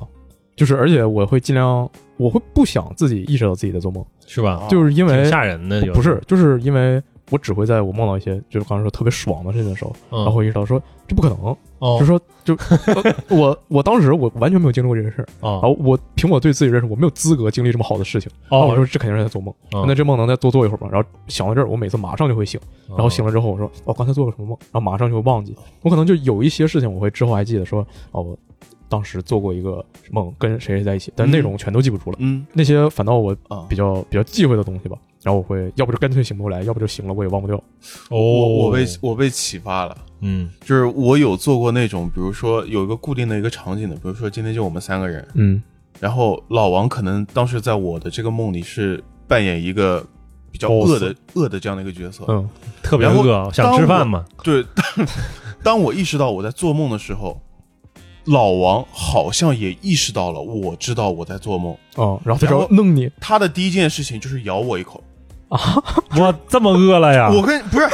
Speaker 1: 就是而且我会尽量，我会不想自己意识到自己在做
Speaker 2: 哦
Speaker 1: 梦，
Speaker 3: 是吧？
Speaker 1: 就是因
Speaker 3: 挺
Speaker 1: 为
Speaker 3: 吓人的，呃有
Speaker 1: 不是，就是因为我只会在我梦到一些就是刚才说特别爽的事情的时候，
Speaker 3: 嗯
Speaker 1: 然后我意识到说这不可能，就
Speaker 3: 哦
Speaker 1: 说就 呃我我当时我完全没有经历过这件事儿，然
Speaker 3: 哦
Speaker 1: 后我凭我对自己认识，我没有资格经历这么好的事情，然后我
Speaker 3: 哦，
Speaker 1: 说这肯定是在做梦，
Speaker 3: 嗯
Speaker 1: 那这梦能再多做一会儿吗？然后想到这儿，我每次马上就会醒。然
Speaker 3: 然
Speaker 1: 后醒了之后，我说哦，刚才做了什么梦，然后马上就会忘记。我可能就有一些事情我会之后还记得说，哦，我当时做过一个梦，跟谁谁在一起，但内容全都记不住了。
Speaker 2: 嗯
Speaker 1: 那些反倒我
Speaker 2: 啊
Speaker 1: 比，较比较忌讳的东西吧，然后我会要不就干脆醒不过来，要不就醒了我也忘不掉。
Speaker 3: 哦，
Speaker 2: 我我被我被启发了。
Speaker 3: 嗯
Speaker 2: 就是我有做过那种，比如说有一个固定的一个场景的，比如说今天就我们三个人，
Speaker 1: 嗯
Speaker 2: 然后老王可能当时在我的这个梦里是扮演一个比较恶的恶的这样的一个角色。
Speaker 1: 嗯
Speaker 3: 特别
Speaker 2: 然后
Speaker 3: 饿，想吃饭嘛？
Speaker 2: 对，当当我意识到我在做梦的时候，老王好像也意识到了，我知道我在做梦。
Speaker 1: 哦，然后他就
Speaker 2: 然后
Speaker 1: 弄 你，
Speaker 2: 他的第一件事情就是咬我一口。
Speaker 3: 我这么饿了呀？
Speaker 2: 我跟不是，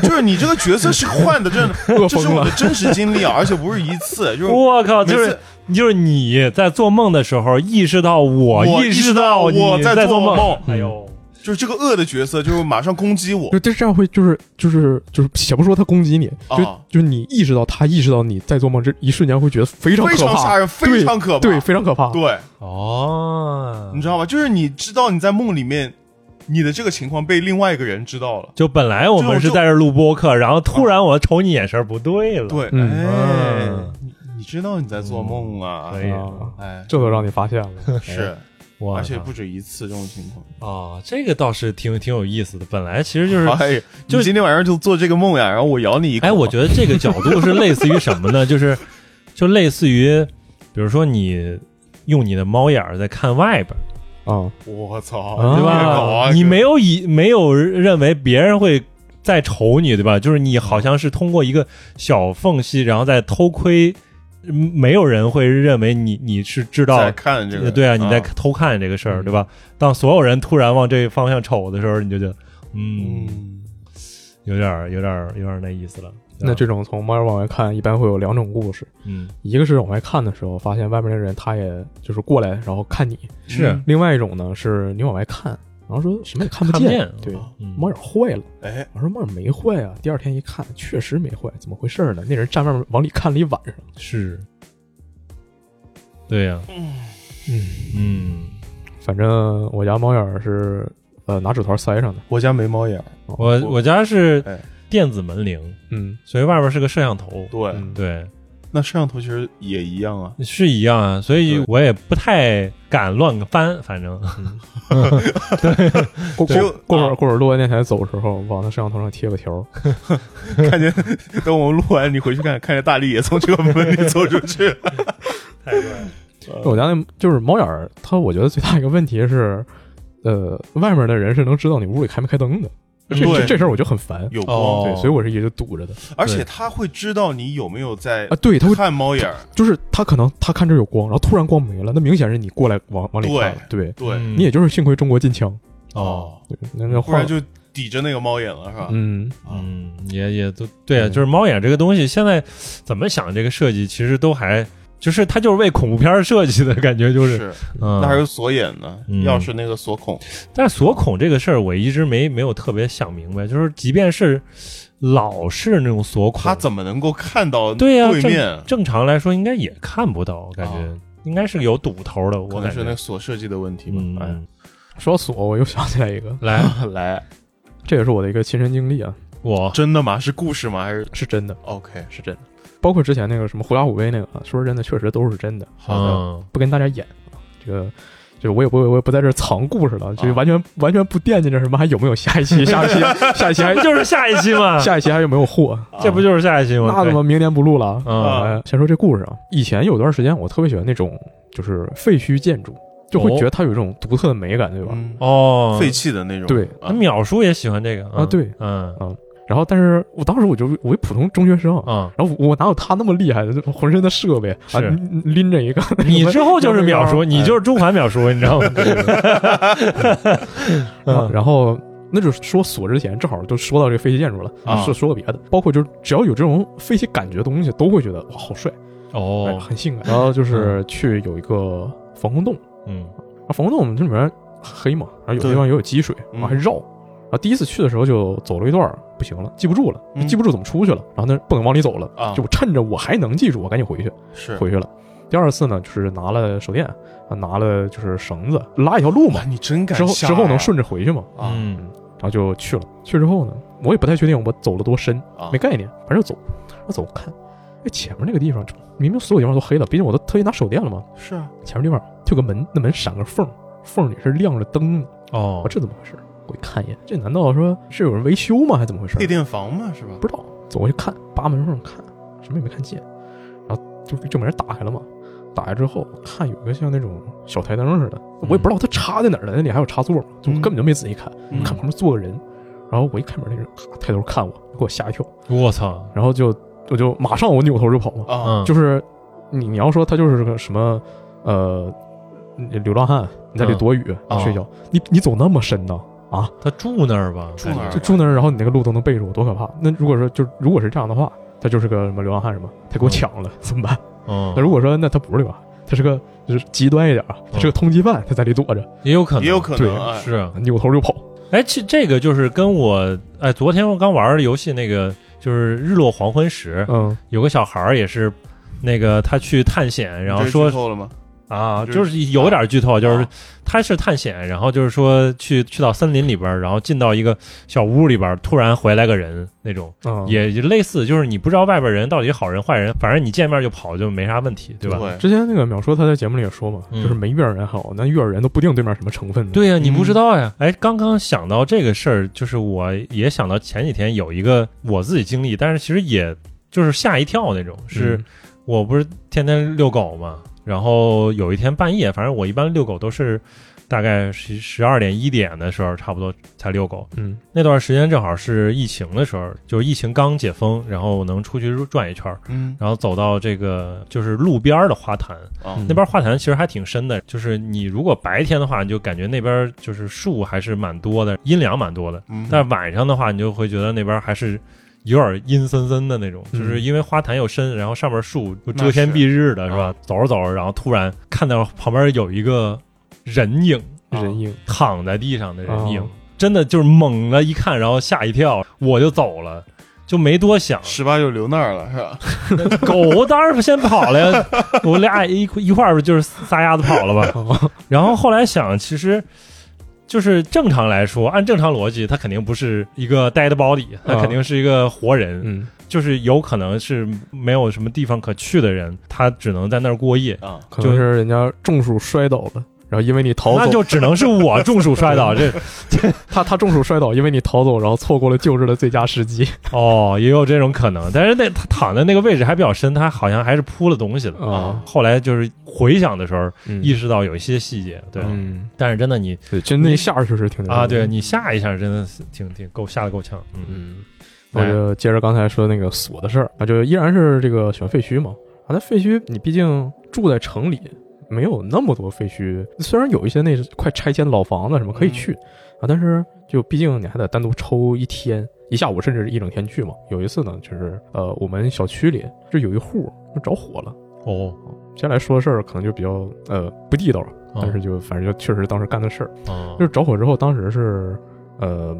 Speaker 2: 就是 你这个角色是换的，这
Speaker 1: 饿
Speaker 2: 这是
Speaker 1: 疯了
Speaker 2: 我 的。真实经历啊，而且不是一次，就是
Speaker 3: 我靠，
Speaker 2: 每
Speaker 3: 就
Speaker 2: 次
Speaker 3: 是就是你在做梦的时候意识到我
Speaker 2: 我
Speaker 3: 意
Speaker 2: 意识
Speaker 3: 识
Speaker 2: 到
Speaker 3: 到你
Speaker 2: 我在
Speaker 3: 在
Speaker 2: 做
Speaker 3: 梦，
Speaker 2: 梦
Speaker 3: 哎呦，
Speaker 2: 就是这个恶的角色，就是马上攻击我
Speaker 1: 就这这样会就是就是就是，且不说他攻击你，就、
Speaker 2: 啊
Speaker 1: 就你意识到他意识到你在做梦，这一瞬间会觉得非常
Speaker 2: 非
Speaker 1: 可
Speaker 2: 常吓
Speaker 1: 怕，
Speaker 2: 人，非常可怕。
Speaker 1: 对，非常可怕。
Speaker 2: 对
Speaker 3: 哦
Speaker 2: 你，知道吗？就是你知道你在梦里面，你的这个情况被另外一个人知道了。
Speaker 3: 就本来我们是在这录播客，然后突然我瞅你眼神不对了，，
Speaker 2: 对，
Speaker 1: 嗯
Speaker 2: 哎
Speaker 3: 嗯，
Speaker 2: 你你知道你在做梦啊
Speaker 3: 可？以，
Speaker 1: 啊，
Speaker 2: 哎，
Speaker 1: 这都让你发现了。
Speaker 2: 是，
Speaker 3: 嗯哇，
Speaker 2: 而且不止一次这种情况。
Speaker 3: 哦，这个倒是挺挺有意思的。本来其实就是，
Speaker 2: 哎，
Speaker 3: 就
Speaker 2: 就是今天晚上就做这个梦呀，然后我咬你一口。
Speaker 3: 哎，我觉得这个角度是类似于什么呢？就是就类似于，比如说你用你的猫眼儿在看外边儿，
Speaker 1: 啊、
Speaker 2: 我操，
Speaker 1: 啊
Speaker 2: 这
Speaker 3: 对
Speaker 2: 个狗
Speaker 3: 吧？
Speaker 2: 啊
Speaker 3: 你没有以没有认为别人会在瞅你，对吧？就是你好像是通过一个小缝隙，然后在偷窥，嗯没有人会认为你你是知道
Speaker 2: 在看这个，嗯
Speaker 3: 对啊，你在偷看这个事儿，对吧？当所有人突然往这方向瞅的时候，你就觉得，嗯，
Speaker 2: 嗯，
Speaker 3: 有点儿，有点儿，有点儿那意思了。
Speaker 1: 那这种从猫眼往外看，一般会有两种故事，
Speaker 3: 嗯
Speaker 1: 一个是往外看的时候，发现外面的人他也就是过来，然后看你；
Speaker 3: 是
Speaker 2: 嗯
Speaker 1: 另外一种呢，是你往外看，然后说什么也看不
Speaker 3: 看不见
Speaker 1: 对，
Speaker 3: 嗯
Speaker 1: 猫眼坏了。
Speaker 2: 哎，
Speaker 1: 我说猫眼没坏啊，第二天一看，确实没坏，怎么回事呢？那人站外面往里看了一晚上。
Speaker 3: 是，对呀、
Speaker 1: 嗯，
Speaker 3: 嗯，
Speaker 1: 反正我家猫眼儿是呃拿纸团塞上的。
Speaker 2: 我家没猫眼儿，
Speaker 3: 我
Speaker 2: 我
Speaker 3: 我家是
Speaker 2: 哎
Speaker 3: 电子门铃，
Speaker 1: 嗯，
Speaker 3: 所以外边是个摄像头，
Speaker 2: 对，
Speaker 1: 嗯
Speaker 3: 对，
Speaker 2: 那摄像头其实也一样啊，
Speaker 3: 是一样啊，所以
Speaker 2: 对
Speaker 3: 我也不太敢乱翻，反正
Speaker 1: 过
Speaker 2: 只有
Speaker 1: 过过会
Speaker 2: 啊嗯
Speaker 1: 儿过会儿录完电台走的时候，往他摄像头上贴个条儿。
Speaker 2: 看见等我们录完，你回去看，看见大力也从这个门里走出去 了。
Speaker 3: 太乱了，哦
Speaker 1: 我家那就是猫眼儿，它我觉得最大一个问题是，呃，外面的人是能知道你屋里开没开灯的，这
Speaker 2: 嗯对
Speaker 1: 这这事儿我就很烦。
Speaker 2: 有
Speaker 3: 哦
Speaker 2: 光，
Speaker 1: 对，所以我是一直堵着的
Speaker 2: 而且他会知道你有没有在
Speaker 1: 啊。对，他会
Speaker 2: 看猫眼儿，
Speaker 3: 嗯
Speaker 1: 就是他可能他看这儿有光，然后突然光没了，那明显是你过来往往里看了。对，嗯
Speaker 2: 对，嗯
Speaker 3: 嗯
Speaker 1: 你也就是幸亏中国禁枪，
Speaker 3: 哦，
Speaker 1: 对那那
Speaker 2: 不
Speaker 1: 话
Speaker 2: 然就抵着那个猫眼了，
Speaker 3: 啊
Speaker 2: 是吧？
Speaker 1: 嗯，
Speaker 2: 啊
Speaker 3: 嗯，也也都对啊，
Speaker 1: 嗯
Speaker 3: 就是猫眼这个东西，现在怎么想这个设计，其实都还就是它就是为恐怖片儿设计的感觉，就是
Speaker 2: 是，
Speaker 3: 嗯，
Speaker 2: 那还有锁眼呢
Speaker 3: 嗯，
Speaker 2: 钥匙那个锁孔，
Speaker 3: 但是锁孔这个事儿，我一直没没有特别想明白，就是即便是老式那种锁孔，
Speaker 2: 他怎么能够看到
Speaker 3: 对啊呀
Speaker 2: 面？
Speaker 3: 正常来说应该也看不到，感觉、
Speaker 2: 啊
Speaker 3: 应该是有堵头的，
Speaker 2: 可
Speaker 3: 我
Speaker 2: 能
Speaker 3: 感
Speaker 2: 是
Speaker 3: 觉
Speaker 2: 那个锁设计的问题
Speaker 3: 嗯，
Speaker 2: 吧。哎，
Speaker 1: 说到锁，我又想起来一个，
Speaker 3: 来
Speaker 2: 来，
Speaker 1: 这也是我的一个亲身经历啊，
Speaker 3: 我
Speaker 2: 真的吗？是故事吗？还是
Speaker 1: 是真的，
Speaker 2: OK？
Speaker 1: 是真的。包括之前那个什么狐假虎威那个，啊说真的，确实都是真的，
Speaker 2: 好的
Speaker 3: 嗯
Speaker 1: 不跟大家演啊这个。就是我也不我也不在这儿藏故事了，就是
Speaker 2: 啊
Speaker 1: 完全、完全不惦记着什么还有没有下一期，下一 期下一期还
Speaker 3: 这不就是下一期吗？
Speaker 1: 下一期还有没有货？
Speaker 3: 啊
Speaker 2: 啊
Speaker 3: 这
Speaker 2: 嗯
Speaker 3: 不就是下一期吗？
Speaker 1: 那怎么明年不录了啊？
Speaker 3: 嗯
Speaker 1: 哎，先说这故事啊，以前有段时间我特别喜欢那种就是废墟建筑，就会
Speaker 3: 哦
Speaker 1: 觉得它有一种独特的美感，对吧？
Speaker 2: 嗯
Speaker 3: 哦，
Speaker 2: 废弃的那种，
Speaker 1: 对
Speaker 2: 啊
Speaker 3: 那淼叔也喜欢这个
Speaker 1: 啊对，
Speaker 3: 嗯
Speaker 1: 然后，但是我当时我就我一普通中学生啊，
Speaker 3: 嗯，
Speaker 1: 然后我我哪有他那么厉害的，就浑身的设备啊
Speaker 3: 是，
Speaker 1: 拎拎着 一个，
Speaker 3: 你之后就是淼叔，
Speaker 1: 哎
Speaker 3: 你就是中环淼叔，你知道吗？
Speaker 1: 然后
Speaker 3: 嗯
Speaker 1: 然后那就是说锁之前正好就说到这个废弃建筑了
Speaker 2: 啊
Speaker 1: 是说个别的，包括就是只要有这种废弃感觉的东西，都会觉得哇好帅，哎
Speaker 3: 哦，
Speaker 1: 很性感。然后就是去有一个防空洞，
Speaker 3: 嗯
Speaker 1: 啊，防空洞我们这里面黑嘛，然后有的地方也有积水，
Speaker 2: 嗯
Speaker 1: 然后还绕。然后第一次去的时候就走了一段儿，不行了，记不住了，
Speaker 2: 嗯
Speaker 1: 记不住怎么出去了，然后那不能往里走了，
Speaker 2: 啊
Speaker 1: 就趁着我还能记住，我赶紧回去，
Speaker 2: 是
Speaker 1: 回去了。第二次呢，就是拿了手电，啊，拿了就是绳子拉一条路嘛
Speaker 2: 哇，，你真敢
Speaker 1: 之后
Speaker 2: 下
Speaker 1: 之后能
Speaker 2: 呀
Speaker 1: 顺着回去嘛，
Speaker 2: 啊
Speaker 3: 嗯
Speaker 1: 然后就去了。去之后呢，我也不太确定我走了多深，
Speaker 2: 啊
Speaker 1: 没概念，反正就走，我走看，哎，前面那个地方明明所有地方都黑了，毕竟我都特意拿手电了嘛，
Speaker 2: 是啊，
Speaker 1: 前面地方就有个门，那门闪个缝，缝里是亮着灯的。
Speaker 3: 哦
Speaker 1: 我，这怎么回事？我一看一眼，这难道说是有人维修吗？还是怎么回事？
Speaker 2: 配电房嘛，是吧？
Speaker 1: 不知道。走过去看，扒门缝看，什么也没看见。然后就就把门打开了嘛。打开之后，看有一个像那种小台灯似的，我
Speaker 3: 嗯
Speaker 1: 也不知道它插在哪儿了，那里还有插座嘛，就我根本就没仔细看，
Speaker 2: 嗯
Speaker 1: 看旁边坐个人。然后我一开门，那人咔抬头看我，给我吓一跳，
Speaker 3: 我操，
Speaker 1: 然后就我就马上我扭头就跑嘛。
Speaker 2: 啊，
Speaker 3: 嗯，
Speaker 1: 啊就是你你要说他就是个什么呃流浪汉，你在里躲雨、
Speaker 3: 嗯
Speaker 1: 睡觉，你你走那么深呢？
Speaker 3: 他住那儿吧？
Speaker 2: 住那儿
Speaker 1: 就住那儿，然后你那个路都能背着我，多可怕！那如果说就如果是这样的话，他就是个什么流浪汉什么，他给我抢了、怎么办？
Speaker 3: 嗯
Speaker 1: 那，如果说那他不是流浪汉，他是个就是极端一点啊，他是
Speaker 3: 嗯
Speaker 1: 个通缉犯，他在里躲着，
Speaker 3: 也有可能，
Speaker 2: 也有可
Speaker 1: 对
Speaker 2: 能啊，哎
Speaker 3: 是啊。
Speaker 1: 扭头就跑。
Speaker 3: 哎，其这个就是跟我哎，昨天我刚玩的游戏那个就是《日落黄昏时》，
Speaker 1: 嗯，
Speaker 3: 有个小孩儿也是。那个他去探险，然后
Speaker 2: 这
Speaker 3: 说
Speaker 2: 剧透了吗？
Speaker 3: 啊，
Speaker 2: 这
Speaker 3: 就是有点剧透，就是
Speaker 2: 啊
Speaker 3: 他是探险，然后就是说去去到森林里边儿，然后进到一个小屋里边儿，突然回来个人那种，
Speaker 1: 嗯
Speaker 3: 也也类似，就是你不知道外边人到底是好人坏人，反正你见面就跑就没啥问题，对吧？
Speaker 2: 对，
Speaker 1: 之前那个淼叔他在节目里也说嘛，
Speaker 3: 嗯
Speaker 1: 就是没遇上人好，那遇上人都不定对面什么成分呢。
Speaker 3: 对呀、你
Speaker 2: 嗯
Speaker 3: 不知道呀。哎，刚刚想到这个事儿，就是我也想到前几天有一个我自己经历，但是其实也就是吓一跳那种。是、
Speaker 1: 嗯
Speaker 3: 我不是天天遛狗嘛，然后有一天半夜，反正我一般遛狗都是大概十十二点一点的时候，差不多才遛狗。
Speaker 1: 嗯
Speaker 3: 那段时间正好是疫情的时候，就是疫情刚解封，然后能出去转一圈儿，
Speaker 2: 嗯
Speaker 3: 然后走到这个就是路边儿的花坛，
Speaker 2: 啊
Speaker 1: 嗯
Speaker 3: 那边花坛其实还挺深的，就是你如果白天的话，你就感觉那边就是树还是蛮多的，阴凉蛮多的。
Speaker 2: 嗯，
Speaker 3: 但是晚上的话，你就会觉得那边还是有点阴森森的那种，
Speaker 1: 嗯
Speaker 3: 就是因为花坛又深，然后上面树就遮
Speaker 2: 那
Speaker 3: 天
Speaker 2: 是
Speaker 3: 蔽日的是
Speaker 1: 啊
Speaker 3: 吧？走着走着，然后突然看到旁边有一个人影，
Speaker 1: 嗯人影
Speaker 3: 躺在地上的人影，
Speaker 1: 哦
Speaker 3: 真的就是猛的一看，然后吓一跳，我就走了。就没多想，
Speaker 2: 十八就留那儿了，是吧？
Speaker 3: 狗当然先跑了呀，我俩一一块儿就是撒丫子跑了吧。
Speaker 1: 哦
Speaker 3: 然后后来想，其实就是正常来说，按正常逻辑，他肯定不是一个 dead body，他
Speaker 1: 啊
Speaker 3: 肯定是一个活人，
Speaker 1: 嗯
Speaker 3: 就是有可能是没有什么地方可去的人，他只能在那儿过夜。
Speaker 2: 啊，
Speaker 1: 可能是人家中暑摔倒了，然后因为你逃
Speaker 3: 那
Speaker 1: 走，
Speaker 3: 就只能是我中暑摔 倒，这
Speaker 1: 他他中暑摔倒，因为你逃走，然后错过了救治的最佳时机。
Speaker 3: 哦也有这种可能。但是那他躺在那个位置还比较深，他好像还是铺了东西的。
Speaker 1: 啊
Speaker 3: 后来就是回想的时候，
Speaker 1: 嗯
Speaker 3: 意识到有一些细节，对。
Speaker 1: 嗯，
Speaker 3: 但是真的你
Speaker 1: 对，就那一下确实挺
Speaker 3: 啊，对，你吓一下，真的是挺挺够吓得够呛，嗯。哎
Speaker 1: 嗯，我就接着刚才说的那个锁的事儿啊，就依然是这个选废墟嘛。啊，那废墟你毕竟住在城里，没有那么多废墟。虽然有一些那快拆迁老房子什么
Speaker 3: 嗯
Speaker 1: 可以去、啊，但是就毕竟你还得单独抽一天、一下午，甚至是一整天去嘛。有一次呢，就是呃，我们小区里就有一户就着火了。
Speaker 3: 哦，
Speaker 1: 接下来说的事儿可能就比较呃不地道了，
Speaker 3: 哦
Speaker 1: 但是就反正就确实当时干的事儿。
Speaker 3: 哦
Speaker 1: 就是着火之后，当时是，呃，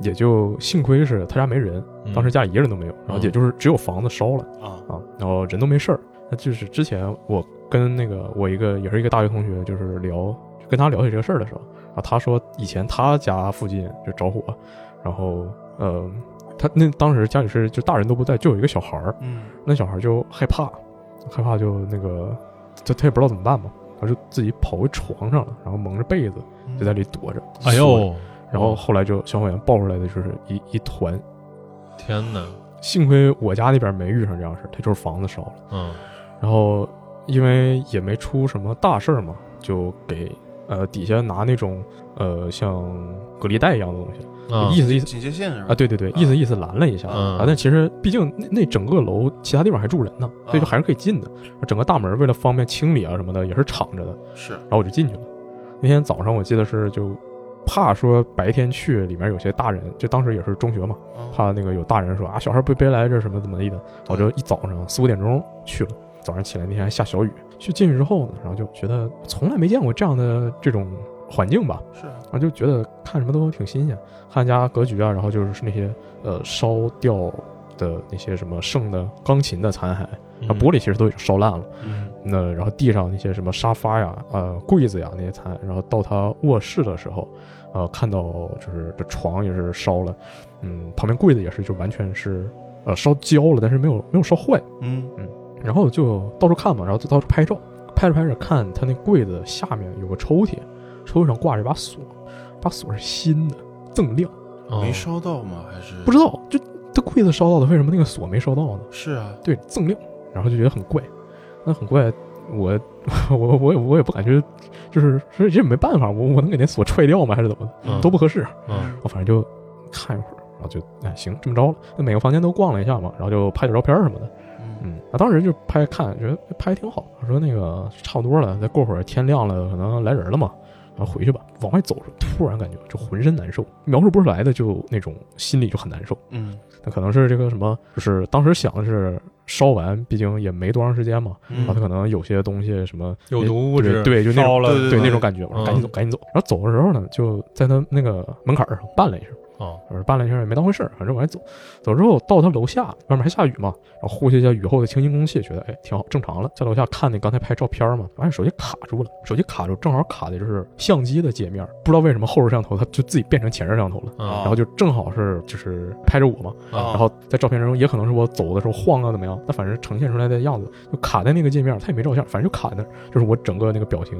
Speaker 1: 也就幸亏是他家没人，
Speaker 3: 嗯
Speaker 1: 当时家里一个人都没有，然后也就是只有房子烧了
Speaker 2: 啊，
Speaker 1: 啊，然后人都没事儿。那就是之前我跟那个我一个也是一个大学同学，就是聊跟他聊起这个事儿的时候，啊，他说以前他家附近就着火，然后呃，他那当时家里是就大人都不在，就有一个小孩儿，
Speaker 2: 嗯，
Speaker 1: 那小孩就害怕，害怕就那个，就他也不知道怎么办嘛，他就自己跑回床上了，然后蒙着被子就在
Speaker 2: 里
Speaker 1: 里躲着。
Speaker 3: 哎
Speaker 1: 缩着，
Speaker 3: 呦，
Speaker 1: 然后后来就消防员抱出来的就是一一团，
Speaker 3: 天哪，
Speaker 1: 幸亏我家那边没遇上这样事儿，他就是房子烧了，
Speaker 3: 嗯
Speaker 1: 然后因为也没出什么大事儿嘛，就给呃底下拿那种呃像隔离带一样的东西，
Speaker 3: 啊
Speaker 1: 意思意思。
Speaker 2: 警戒线是吧？
Speaker 1: 啊，对对对，意思意思拦了一下、
Speaker 3: 嗯
Speaker 1: 啊，但其实毕竟那那整个楼其他地方还住人呢，
Speaker 3: 啊
Speaker 1: 所以就还是可以进的。整个大门为了方便清理啊什么的，也是敞着的。
Speaker 3: 啊
Speaker 2: 是
Speaker 1: 然后我就进去了。那天早上我记得是就怕说白天去里面有些大人，就当时也是中学嘛，
Speaker 2: 啊
Speaker 1: 怕那个有大人说啊小孩别别来这儿什么怎么地的，我就一早上四五点钟去了。早上起来那天还下小雨，去进去之后呢，然后就觉得从来没见过这样的这种环境吧，
Speaker 2: 是啊
Speaker 1: 然后就觉得看什么都挺新鲜，看家格局啊，然后就是那些呃烧掉的那些什么剩的钢琴的残骸，
Speaker 3: 嗯
Speaker 1: 啊玻璃其实都已经烧烂了，
Speaker 2: 嗯
Speaker 1: 那然后地上那些什么沙发呀、呃柜子呀那些残骸，然后到他卧室的时候，呃看到就是这床也是烧了，嗯旁边柜子也是就完全是呃烧焦了，但是没有没有烧坏，
Speaker 2: 嗯
Speaker 1: 然后就到处看嘛，然后就到处拍照，拍着拍着看他那柜子下面有个抽屉，抽屉上挂着一把锁，把锁是新的，锃亮，
Speaker 3: 哦
Speaker 2: 没烧到吗？还是
Speaker 1: 不知道就这柜子烧到的，为什么那个锁没烧到呢？
Speaker 2: 是啊，
Speaker 1: 对，锃亮，然后就觉得很怪，那很怪，我 我我也我也不感觉，就是所以这没办法，我我能给那锁踹掉吗？还是怎么的？
Speaker 3: 嗯
Speaker 1: 都不合适，啊
Speaker 3: 嗯
Speaker 1: 我反正就看一会儿，然后就哎行，这么着了，那每个房间都逛了一下嘛，然后就拍点照片什么的。
Speaker 2: 嗯
Speaker 1: 嗯，啊，当时就拍看，觉得拍挺好。我说那个差不多了，再过会儿天亮了，可能来人了嘛，然后回去吧。往外走着，突然感觉就浑身难受，描述不出来的，就那种心里就很难受。
Speaker 2: 嗯
Speaker 1: 那可能是这个什么，就是当时想的是烧完，毕竟也没多长时间嘛，
Speaker 2: 嗯
Speaker 1: 然后他可能有些东西什么
Speaker 3: 有毒物质，
Speaker 1: 对，对就那
Speaker 3: 烧
Speaker 1: 种
Speaker 3: 了，
Speaker 2: 对
Speaker 1: 对那种感觉。我说
Speaker 3: 嗯
Speaker 1: 赶紧走，赶紧走。然后走的时候呢，就在他那个门槛儿上绊了一下。
Speaker 3: 哦，
Speaker 1: 我说办了一下也没当回事儿，反正我还走。走之后到他楼下，外面还下雨嘛，然后呼吸一下雨后的清新空气，觉得哎挺好，正常了。在楼下看那刚才拍照片嘛，发现手机卡住了，手机卡住正好卡的就是相机的界面，不知道为什么后置摄像头它就自己变成前置摄像头了。
Speaker 3: 啊
Speaker 1: 嗯然后就正好是就是拍着我嘛，
Speaker 2: 嗯
Speaker 1: 然后在照片中也可能是我走的时候晃啊怎么样，那反正呈现出来的样子就卡在那个界面，他也没照相，反正就卡在那儿，就是我整个那个表情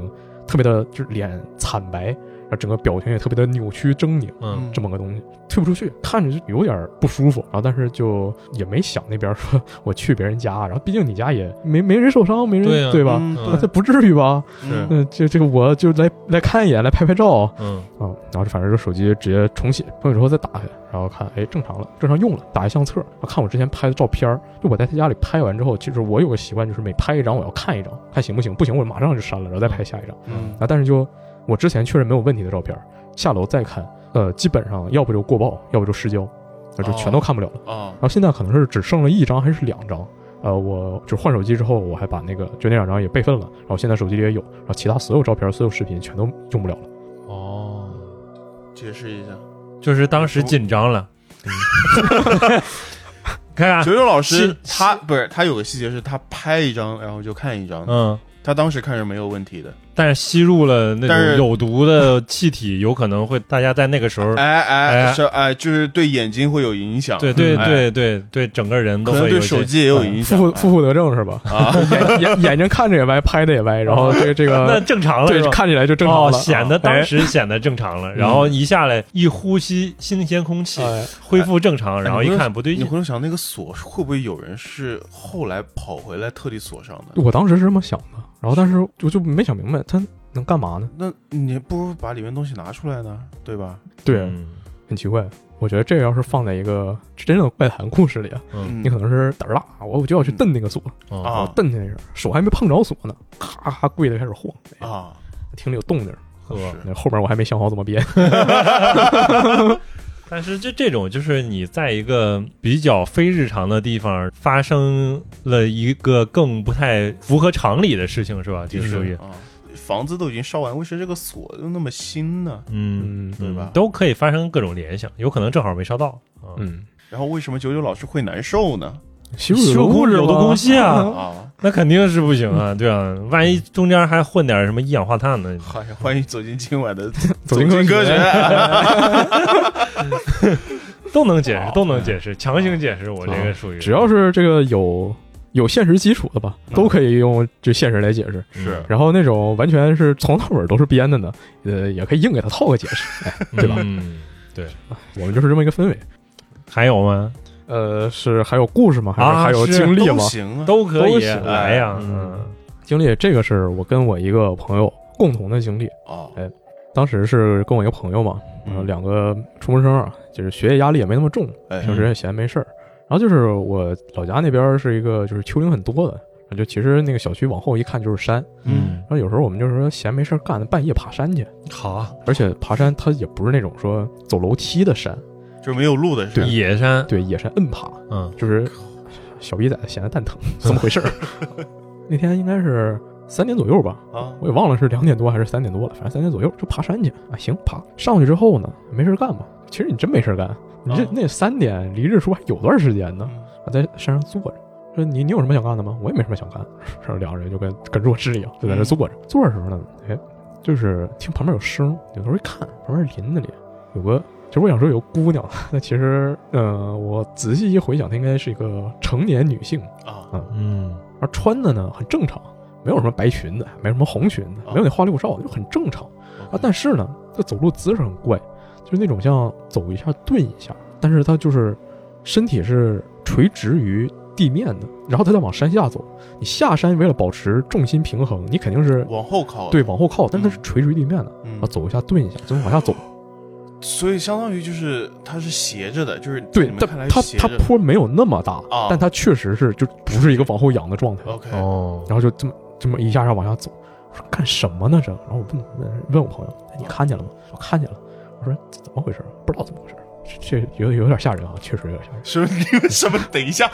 Speaker 1: 特别的，就是脸惨白，然后整个表情也特别的扭曲狰狞，
Speaker 3: 嗯
Speaker 1: 这么个东西，退不出去，看着就有点不舒服。然后但是就也没想那边说 我去别人家，啊然后毕竟你家也没没人受伤，没人
Speaker 3: 对啊
Speaker 1: 吧？
Speaker 2: 嗯
Speaker 1: 那这不至于吧？
Speaker 2: 是
Speaker 1: 嗯，这这个我就来来看一眼，来拍拍照啊、
Speaker 3: 嗯
Speaker 1: 嗯然后就反正就手机直接重写，重写之后再打开，然后看，哎，正常了，正常用了。打开相册，我看我之前拍的照片儿，就我在他家里拍完之后，其实我有个习惯，就是每拍一张我要看一张，看行不行，不行我马上就删了，然后再拍下一张。
Speaker 2: 嗯
Speaker 1: 啊，但是就我之前确认没有问题的照片儿，下楼再看，呃，基本上要不就过曝，要不就失焦，那就全都看不了了。
Speaker 2: 啊
Speaker 1: 然后现在可能是只剩了一张还是两张。呃，我就换手机之后，我还把那个就那两张也备份了，然后现在手机里也有，然后其他所有照片、所有视频全都用不了了。
Speaker 3: 哦，
Speaker 2: 解释一下，
Speaker 3: 嗯就是当时紧张了。
Speaker 1: 嗯
Speaker 3: 看啊看，
Speaker 2: 九九老师
Speaker 3: 是
Speaker 2: 他不是他有个细节是他拍一张，然后就看一张，
Speaker 3: 嗯，
Speaker 2: 他当时看是没有问题的。
Speaker 3: 但是吸入了那
Speaker 2: 但是
Speaker 3: 种有毒的气体，有可能会大家在那个时候，
Speaker 2: 哎哎
Speaker 3: 哎
Speaker 2: 是哎，就是对眼睛会有影响，
Speaker 3: 对对
Speaker 2: 哎，
Speaker 3: 对对对，整个人都
Speaker 2: 可
Speaker 3: 会
Speaker 2: 能对
Speaker 3: 有一些
Speaker 2: 手机也有影响
Speaker 1: 负负负得正是吧？
Speaker 2: 啊。
Speaker 1: 眼眼眼睛看着也歪，拍的也歪，然后这个这
Speaker 3: 那
Speaker 1: 个
Speaker 3: 正常了
Speaker 1: 对
Speaker 3: 是吧
Speaker 1: 看起来就正常
Speaker 3: 哦
Speaker 1: 了，啊哎
Speaker 3: 显得当时显得正常了，然后一下来一呼吸新鲜空气，
Speaker 1: 哎
Speaker 3: 恢复正常，然后一看不对
Speaker 2: 哎你
Speaker 3: 劲，
Speaker 2: 回头想那个锁会不会有人是后来跑回来特地锁上的？
Speaker 1: 我当时是这么想的，然后但是我就没想明白他能干嘛呢？
Speaker 2: 那你不如把里面东西拿出来呢，对吧？
Speaker 1: 对，
Speaker 3: 嗯
Speaker 1: 很奇怪。我觉得这个要是放在一个真正的怪谈故事里，啊，
Speaker 3: 嗯
Speaker 1: 你可能是胆儿大，我我就要去蹬那个锁，
Speaker 3: 哦
Speaker 1: 我
Speaker 2: 啊
Speaker 1: 蹬下去，手还没碰着锁呢，咔咔跪着开始晃，哎
Speaker 2: 啊，
Speaker 1: 厅里有动静，
Speaker 3: 呵
Speaker 2: 是
Speaker 1: 那后面我还没想好怎么编。
Speaker 3: 但是这这种就是你在一个比较非日常的地方发生了一个更不太符合常理的事情，是吧？就
Speaker 2: 的
Speaker 3: 属
Speaker 2: 确
Speaker 3: 于
Speaker 2: 啊，房子都已经烧完，为什么这个锁又那么新呢？
Speaker 3: 嗯。
Speaker 1: 嗯
Speaker 2: 对吧
Speaker 3: 嗯都可以发生各种联想，有可能正好没烧到。啊，
Speaker 1: 嗯，
Speaker 2: 然后为什么九九老师会难受呢？
Speaker 1: 修
Speaker 3: 修
Speaker 1: 故
Speaker 3: 故事有
Speaker 1: 多
Speaker 3: 毒空气 啊，
Speaker 2: 啊，
Speaker 3: 那肯定是不行啊，对啊，万一中间还混点什么一氧化碳呢？
Speaker 2: 好，欢迎走进今晚的
Speaker 1: 走进
Speaker 2: 进哎
Speaker 1: 科
Speaker 2: 科
Speaker 1: 学
Speaker 3: 都能解释，都能解释，强行解释，我这个属于嗯
Speaker 1: 只要是这个有有现实基础的吧，都可以用就现实来解释。
Speaker 2: 是
Speaker 1: 然后那种完全是从头到尾都是编的呢，呃，也可以硬给他套个解释。
Speaker 3: 对吧？嗯
Speaker 1: 我们就是这么一个氛围。
Speaker 3: 还有吗？
Speaker 1: 呃，是还有故事吗？还是、
Speaker 3: 啊
Speaker 1: 还有
Speaker 3: 是
Speaker 1: 经历
Speaker 2: 都
Speaker 1: 吗？
Speaker 2: 行啊，
Speaker 3: 都可
Speaker 1: 都
Speaker 3: 以哎
Speaker 1: 行
Speaker 3: 来呀，
Speaker 1: 嗯经历这个是我跟我一个朋友共同的经历。
Speaker 2: 啊
Speaker 1: 当时是跟我一个朋友嘛，然后
Speaker 2: 嗯
Speaker 1: 两个初中生啊，就是学业压力也没那么重，
Speaker 2: 哎
Speaker 1: 平时也闲没事儿。然后就是我老家那边是一个就是丘陵很多的，然后就其实那个小区往后一看就是山。
Speaker 3: 嗯，
Speaker 1: 然后有时候我们就是说闲没事儿干，半夜爬山去。
Speaker 3: 好啊，
Speaker 1: 而且爬山它也不是那种说走楼梯的山，
Speaker 2: 就是没有路的是吧
Speaker 3: 野山，
Speaker 1: 对，野山摁爬，
Speaker 3: 嗯
Speaker 1: 就是小逼崽子闲得蛋疼，怎么回事儿？ 那天应该是三点左右吧，
Speaker 2: 啊
Speaker 1: 我也忘了是两点多还是三点多了，反正三点左右就爬山去啊。行，爬上去之后呢，没事儿干嘛？其实你真没事儿干，你这
Speaker 2: 啊
Speaker 1: 那三点离日出还有段时间呢，
Speaker 2: 嗯
Speaker 1: 我在山上坐着。说你你有什么想干的吗？我也没什么想干。 然后两个人就跟跟弱智一样，就在那坐着。坐着时候呢，哎，就是听旁边有声，扭头一看，旁边林子里有个，其实我想说有个姑娘， 那其实，呃，我仔细一回想，她应该是一个成年女性，
Speaker 2: 啊
Speaker 3: 嗯
Speaker 1: 而穿的呢很正常，没有什么白裙子，没什么红裙子，没有那花里胡哨的，就很正常啊。但是呢，她走路姿势很怪，就是那种像走一下顿一下，但是她就是身体是垂直于地面的，然后她再往山下走。你下山为了保持重心平衡，你肯定是
Speaker 2: 往后靠的
Speaker 1: 对往后靠，但是它是垂直于地面的
Speaker 2: 嗯
Speaker 1: 啊，走一下顿一下，怎么往下走？
Speaker 2: 所以相当于就是它是斜着的，就是
Speaker 1: 对
Speaker 2: 你，们
Speaker 1: 但
Speaker 2: 看来
Speaker 1: 它
Speaker 2: 是斜
Speaker 1: 它
Speaker 2: 着的
Speaker 1: 坡没有那么大
Speaker 2: 啊，
Speaker 1: 但它确实是就不是一个往后仰的状态。
Speaker 2: OK
Speaker 3: 哦
Speaker 1: 然后就这么这么一下下往下走，我说干什么呢这？然后我问问问我朋友，哎你看见了吗？我看见了。我说这怎么回事？不知道怎么回事。这这有有点吓人啊，确实有点吓人。
Speaker 2: 什么？ 你为什么？等一下，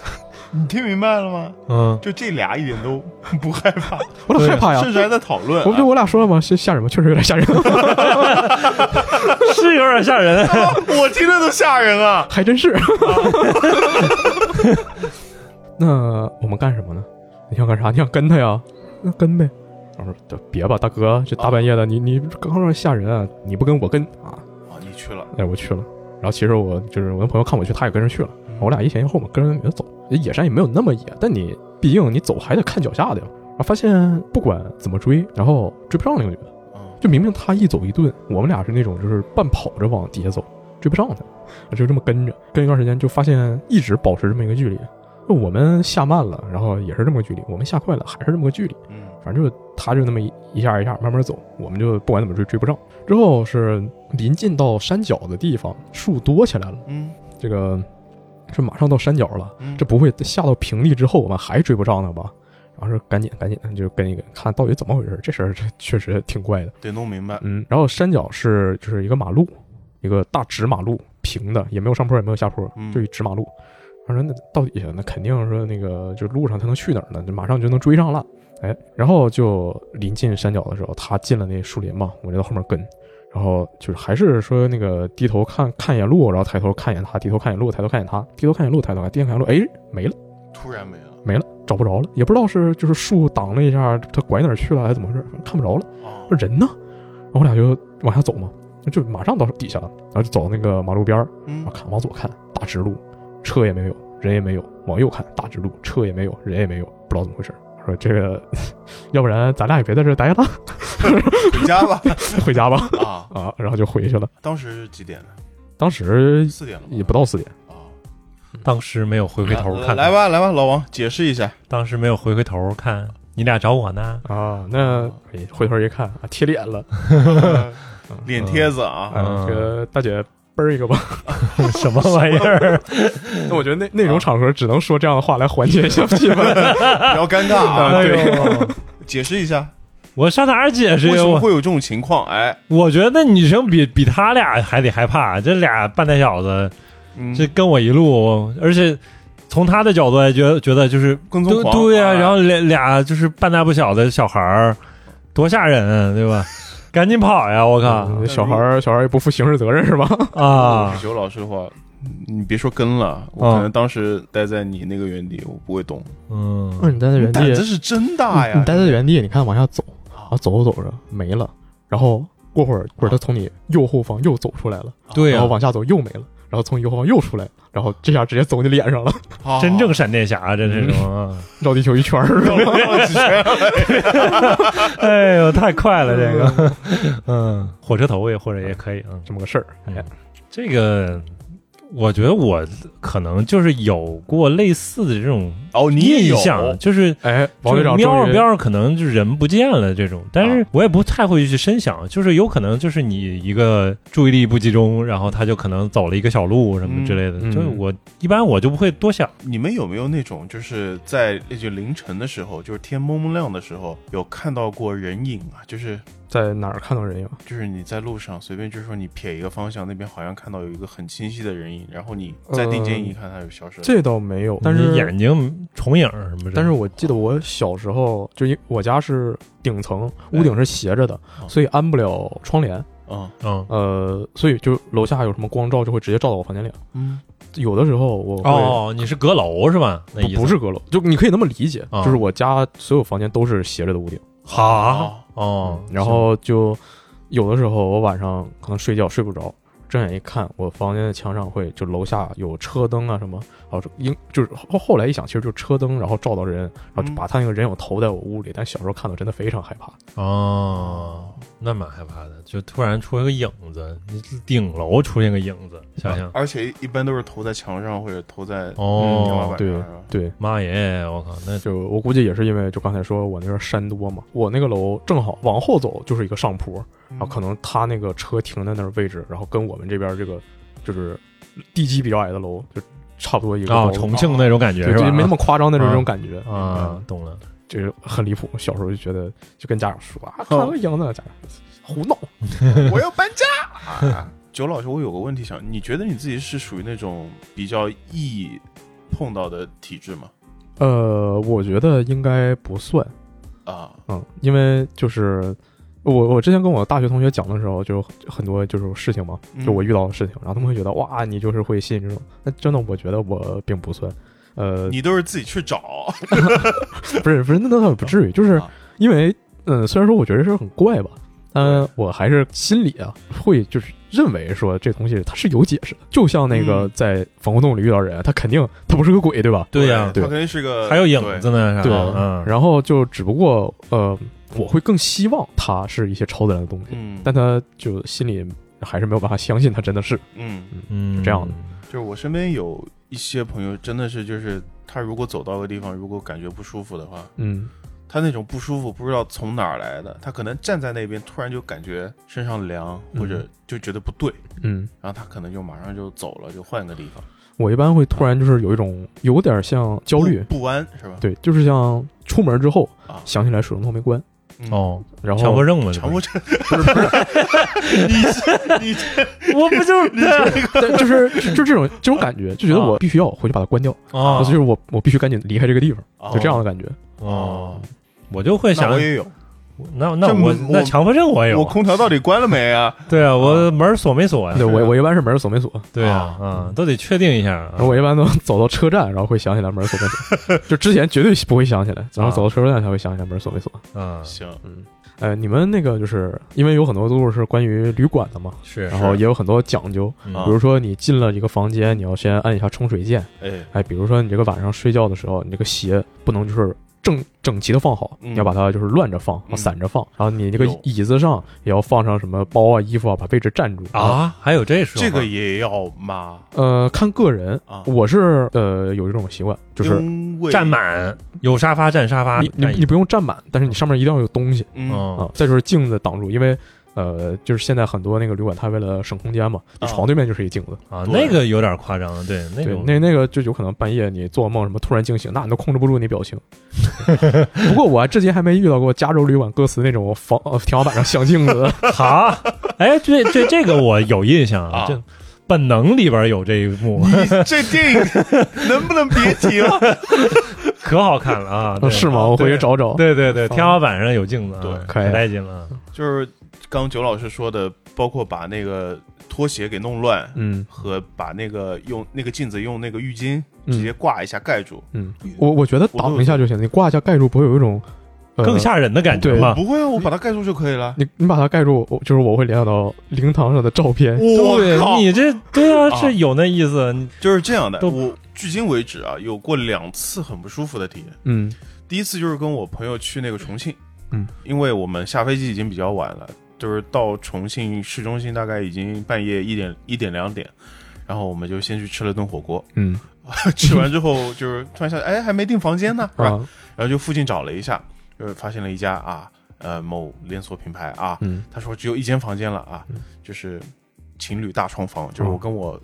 Speaker 2: 你听明白了吗？
Speaker 3: 嗯，
Speaker 2: 就这俩一点都不害怕，
Speaker 1: 我很害 怕呀
Speaker 2: 甚。至还在讨论、
Speaker 1: 我不就我俩说了吗？是吓人吗？确实有点 吓人，
Speaker 3: 是有点吓人，
Speaker 2: 啊我听着都吓人啊！
Speaker 1: 还真 是。那我们干什么呢？你想干啥？你想跟他呀？那跟呗。我说别吧，大哥，这大半夜的，你你刚刚让吓人啊，你不跟我跟啊？
Speaker 2: 啊，你去了，
Speaker 1: 哎，我去了。然后其实我就是我的朋友看我去，他也跟着去了。我俩一前一后嘛，跟着女的走。野山也没有那么野，但你毕竟你走还得看脚下的呀。然后发现不管怎么追，然后追不上那个女的，
Speaker 2: 嗯
Speaker 1: 就明明她一走一顿，我们俩是那种就是半跑着往底下走，追不上她，就这么跟着，跟一段时间就发现一直保持这么一个距离。那我们下慢了，然后也是这么个距离；我们下快了，还是这么个距离。
Speaker 2: 嗯
Speaker 1: 反正就他就那么一一下一下慢慢走，我们就不管怎么追追不上。之后是临近到山脚的地方，树多起来了，
Speaker 2: 嗯
Speaker 1: 这个这马上到山脚了，
Speaker 2: 嗯，
Speaker 1: 这不会下到平地之后我们还追不上呢吧？然后说赶紧赶紧就跟一个看到底怎么回事，这事儿这确实挺怪的。
Speaker 2: 得弄明白。
Speaker 1: 嗯，然后山脚是就是一个马路，一个大直马路，平的，也没有上坡，也没有下坡
Speaker 2: 嗯，
Speaker 1: 就一直马路。他说那到底那肯定说那个就路上他能去哪儿呢？就马上就能追上了。哎，然后就临近山脚的时候，他进了那树林嘛，我就在后面跟，然后就是还是说那个低头看看一眼路，然后抬头看一眼他，低头看一眼路，抬头看一眼他，低头看一眼路，抬头看，低头看一眼路，哎，没了，
Speaker 2: 突然没了
Speaker 1: 没了，找不着了，也不知道是就是树挡了一下，他拐哪儿去了，还是怎么回事，看不着了。
Speaker 2: 啊
Speaker 1: 我说人呢？然后我俩就往下走嘛，就马上到底下了，然后就走到那个马路边儿，
Speaker 2: 嗯
Speaker 1: 啊，看往左看大直路，车也没有，人也没有；往右看大直路，车也没有，人也没有，不知道怎么回事。我说这个， 要不然咱俩也别在这儿待了，
Speaker 2: 回家吧
Speaker 1: 回家吧。
Speaker 2: 啊！
Speaker 1: 啊，然后就回去了。
Speaker 2: 当时是几点呢？
Speaker 1: 当时
Speaker 2: 四点了吧
Speaker 1: 也不到四点，
Speaker 2: 啊。
Speaker 3: 当时没有回回头看，
Speaker 2: 来，吧来吧，老王解释 一下，
Speaker 3: 当时没有回回头看，你俩找我 呢，
Speaker 1: 啊，那哎回头一看啊，贴脸了，
Speaker 2: 脸贴子啊，
Speaker 1: 啊，这个大姐啵儿一个吧。
Speaker 3: 什么玩意儿？
Speaker 1: 那我觉得那那种场合只能说这样的话来缓解一下气氛。
Speaker 2: 比较尴尬啊。
Speaker 3: 哎
Speaker 1: 对
Speaker 3: 呦，
Speaker 2: 解释一下，
Speaker 3: 我上哪儿解释
Speaker 2: 为
Speaker 3: 呀？
Speaker 2: 什么
Speaker 3: 我
Speaker 2: 会有这种情况？哎，
Speaker 3: 我觉得那女生比比他俩还得害怕，这俩半大小子，
Speaker 2: 嗯
Speaker 3: 这跟我一路，而且从他的角度来觉得觉得就是
Speaker 2: 跟踪
Speaker 3: 对
Speaker 2: 狂
Speaker 3: 对呀、
Speaker 2: 啊
Speaker 3: 然后俩俩就是半大不小的小孩儿，多吓人、啊，对吧？赶紧跑呀！我靠
Speaker 1: 嗯小孩儿小孩儿也不负刑事责任是吧？
Speaker 2: 我
Speaker 3: 啊
Speaker 2: 是！九老师的话，你别说跟了，我可能当时待在你那个原地，我不会动。
Speaker 3: 嗯，
Speaker 1: 你待在
Speaker 2: 你胆子是真大呀！
Speaker 1: 你待在原地，你看往下走，
Speaker 2: 啊
Speaker 1: 啊，走着走着没了，然后过会儿过会儿他从你右后方又走出来了，
Speaker 3: 对
Speaker 1: 然
Speaker 3: 呀、
Speaker 1: 后往下走又没了，然后从你右后方又出来，然后这下直接走你脸上了，
Speaker 2: 啊
Speaker 3: 真正闪电侠，真是什啊么？
Speaker 1: 绕地球一圈儿，
Speaker 3: 哎呦，太快了，这个，嗯，火车头也或者也可以，嗯，
Speaker 1: 这么个事儿。哎，
Speaker 3: 这个我觉得我可能就是有过类似的这种
Speaker 2: 哦，你也
Speaker 3: 印
Speaker 2: 有
Speaker 3: 象，就是
Speaker 1: 哎，王队长
Speaker 3: 就是瞄着
Speaker 1: 终于啊
Speaker 3: 瞄着可能就是人不见了这种，但是我也不太会去深想，就是有可能就是你一个注意力不集中，然后他就可能走了一个小路什么之类的，
Speaker 1: 嗯嗯
Speaker 3: 就是我一般我就不会多想，
Speaker 2: 你们有没有那种就是在呃就凌晨的时候，就是天蒙蒙亮的时候，有看到过人影啊？就是
Speaker 1: 在哪儿看到人影？
Speaker 2: 就是你在路上随便就是说你瞥一个方向，那边好像看到有一个很清晰的人影，然后你再
Speaker 3: 呃
Speaker 2: 定睛一看，它就消失了。
Speaker 1: 这倒没有，但是
Speaker 3: 你眼睛重影儿什么之类的，
Speaker 1: 但是我记得我小时候，就因我家是顶层，屋顶是斜着的，
Speaker 2: 哎
Speaker 1: 所以安不了窗帘，
Speaker 2: 嗯
Speaker 3: 嗯
Speaker 1: 呃，所以就楼下有什么光照就会直接照到我房间里。
Speaker 2: 嗯
Speaker 1: 有的时候我会
Speaker 3: 哦，你是阁楼是吧？那意思
Speaker 1: 不不是阁楼，就你可以那么理解，
Speaker 3: 啊
Speaker 1: 就是我家所有房间都是斜着的屋顶。
Speaker 3: 哈哦，
Speaker 1: 啊嗯然后就有的时候我晚上可能睡觉睡不着，睁眼一看，我房间的墙上会就楼下有车灯啊什么，然后应就是后后来一想，其实就是车灯，然后照到人，然后就把他那个人影投在我屋里。但小时候看到真的非常害怕，
Speaker 3: 哦，那蛮害怕的，就突然出现个影子，你顶楼出现个影子，
Speaker 1: 啊
Speaker 3: 想想，
Speaker 2: 啊而且一般都是投在墙上或者投在
Speaker 3: 嗯哦啊
Speaker 2: 嗯天花板上
Speaker 1: 对
Speaker 2: 是吧
Speaker 1: 对。
Speaker 3: 妈耶，我靠，那
Speaker 1: 就我估计也是因为，就刚才说我那边山多嘛，我那个楼正好往后走就是一个上坡，
Speaker 2: 嗯
Speaker 1: 然后啊可能他那个车停在那儿位置，然后跟我们这边这个就是地基比较矮的楼就差不多一个
Speaker 3: 哦
Speaker 1: 高，度
Speaker 3: 重庆那种感觉
Speaker 1: 啊对，
Speaker 3: 是
Speaker 1: 就
Speaker 3: 吧？
Speaker 1: 没那么嗯夸张的这
Speaker 3: 啊
Speaker 1: 种感觉
Speaker 3: 啊，，懂了。
Speaker 1: 就是很离谱。小时候就觉得，就跟家长说啊，看个影子，家长胡闹。
Speaker 2: 我要搬家。 啊九老师，我有个问题想，你觉得你自己是属于那种比较易碰到的体质吗？
Speaker 1: 呃，我觉得应该不算，
Speaker 2: 啊，
Speaker 1: 嗯，因为就是我我之前跟我大学同学讲的时候，就很多就是事情嘛，
Speaker 2: 嗯
Speaker 1: 就我遇到的事情，然后他们会觉得哇，你就是会吸引这种。那真的，我觉得我并不算。呃，
Speaker 2: 你都是自己去找，
Speaker 1: 不是不是，那那倒也不至于，就是
Speaker 2: 啊
Speaker 1: 因为，嗯，虽然说我觉得这事儿很怪吧，但我还是心里啊会就是认为说这东西它是有解释的，就像那个
Speaker 2: 嗯
Speaker 1: 在防空洞里遇到人，他肯定他不是个鬼，对吧？
Speaker 3: 对呀
Speaker 2: 他
Speaker 1: 对
Speaker 2: 肯定是个
Speaker 3: 还有影，子呢，是
Speaker 1: 对
Speaker 3: 吧？嗯，
Speaker 1: 然后就只不过呃，我会更希望它是一些超自然的东西
Speaker 2: 对，嗯，
Speaker 1: 但他就心里还是没有办法相信它真的是。
Speaker 2: 嗯，
Speaker 3: 嗯，
Speaker 1: 这样的
Speaker 2: 就是我身边有一些朋友，真的是就是他如果走到个地方，如果感觉不舒服的话，
Speaker 1: 嗯，
Speaker 2: 他那种不舒服不知道从哪儿来的，他可能站在那边突然就感觉身上凉，
Speaker 1: 嗯
Speaker 2: 或者就觉得不对，
Speaker 1: 嗯，
Speaker 2: 然后他可能就马上就走了，就换个地方。
Speaker 1: 我一般会突然就是有一种有点像焦虑，
Speaker 2: 不不安是吧？
Speaker 1: 对，就是像出门之后
Speaker 2: 哦啊
Speaker 1: 想起来水龙头没关，
Speaker 2: 嗯
Speaker 3: 哦，
Speaker 1: 然后
Speaker 3: 强迫症嘛，这
Speaker 2: 强
Speaker 3: 不
Speaker 2: 迫
Speaker 3: 是
Speaker 2: 症不是不是，你 你
Speaker 3: 我不 就是
Speaker 1: 但就是就就这种这种感觉，就觉得我必须要回去把它关掉，
Speaker 3: 啊
Speaker 1: 就是我我必须赶紧离开这个地方，就这样的感觉。啊
Speaker 3: 哦，我就会
Speaker 2: 那
Speaker 3: 想
Speaker 2: 我，也有，
Speaker 3: 那那
Speaker 2: 这
Speaker 3: 我
Speaker 2: 我
Speaker 3: 那强迫症我也有
Speaker 2: 我
Speaker 3: 啊，
Speaker 2: 空调到底关了没啊？
Speaker 3: 对啊，我门儿锁没锁呀
Speaker 1: 对？我
Speaker 2: 是啊
Speaker 1: 我一般是门锁没锁，
Speaker 3: 对哎啊
Speaker 2: 啊，
Speaker 3: 嗯，都得确定一下啊
Speaker 1: 然后我一般都 走到车站，然后会想起来门锁没 锁，就之前绝对不会想起来，然后走到车站才会想起来门锁没锁。
Speaker 3: 啊嗯，
Speaker 2: 行，
Speaker 1: 呃，你们那个就是因为有很多都是关于旅馆的嘛，
Speaker 3: 是，
Speaker 1: 然后也有很多讲究，
Speaker 3: 嗯
Speaker 1: 比如说你进了一个房间，你要先按一下冲水键，
Speaker 2: 哎，
Speaker 1: 哎，比如说你这个晚上睡觉的时候，你这个鞋不能就是正整齐的放好，
Speaker 2: 嗯
Speaker 1: 你要把它就是乱着放，
Speaker 2: 嗯
Speaker 1: 散着放，然后你这个
Speaker 2: 有
Speaker 1: 椅子上也要放上什么包啊、衣服啊，把位置占住。
Speaker 3: 啊，还有这说法
Speaker 2: 这个也要吗？
Speaker 1: 呃，看个人，
Speaker 2: 啊
Speaker 1: 我是呃有一种习惯，就是
Speaker 2: 因为嗯
Speaker 3: 占，满有沙发占沙发，
Speaker 1: 你你
Speaker 3: 占
Speaker 1: 你不用占满，但是你上面一定要有东西
Speaker 2: 啊嗯
Speaker 3: 嗯
Speaker 1: 啊。再就是镜子挡住，因为呃，就是现在很多那个旅馆，它为了省空间嘛，
Speaker 2: 啊
Speaker 1: 床对面就是一镜子。
Speaker 3: 啊，
Speaker 2: 对
Speaker 3: 那个有点夸张了，对，那
Speaker 1: 对
Speaker 3: 个，
Speaker 1: 那那个就有可能半夜你做梦什么突然惊醒，那你都控制不住你表情。 不过我还至今还没遇到过加州旅馆歌词那种房呃天花板上镶镜子的。
Speaker 3: 好，哎，这这这个我有印象
Speaker 2: 啊
Speaker 3: 这本能里边有这一 幕，
Speaker 2: 你这电影能不能别提了？
Speaker 3: 可好看了啊，对
Speaker 1: 是吗？我回去找找。
Speaker 3: 对对对，
Speaker 1: 好
Speaker 3: 天花板上有镜子啊，
Speaker 2: 对
Speaker 1: 可以
Speaker 3: 可带劲了啊，
Speaker 2: 就是刚九老师说的，包括把那个拖鞋给弄乱，
Speaker 1: 嗯
Speaker 2: 和把那个用那个镜子用那个浴巾
Speaker 1: 嗯
Speaker 2: 直接挂一下盖住，
Speaker 1: 嗯，我我觉得挡一下就行，你挂一下盖住不会有一种、呃、
Speaker 3: 更。吓人的感觉
Speaker 1: 对
Speaker 3: 嘛，
Speaker 2: 不会啊，我把它盖住就可以了。
Speaker 1: 你你把它盖住，我就是我会联想到灵堂上的照 片。
Speaker 2: 我靠
Speaker 3: 对，你这对啊，
Speaker 2: 啊
Speaker 3: 是有那意思，你
Speaker 2: 就是这样的。
Speaker 3: 都
Speaker 2: 我距今为止啊，有过两次很不舒服的体验。
Speaker 1: 嗯
Speaker 2: 第一次就是跟我朋友去那个重庆，
Speaker 1: 嗯，
Speaker 2: 因为我们下飞机已经比较晚了，就是到重庆市中心大概已经半夜一点一点两点，然后我们就先去吃了顿 火锅，
Speaker 1: 嗯
Speaker 2: 吃完之后就是突然想，哎，还没订 房间呢，是吧？
Speaker 1: 啊
Speaker 2: 然后就附近找了一下，就是发现了一家啊，呃，某连锁品牌啊，
Speaker 1: 嗯
Speaker 2: 他说只有一间房间了啊
Speaker 1: 嗯，哦
Speaker 2: 就是情侣大床房，就是我跟我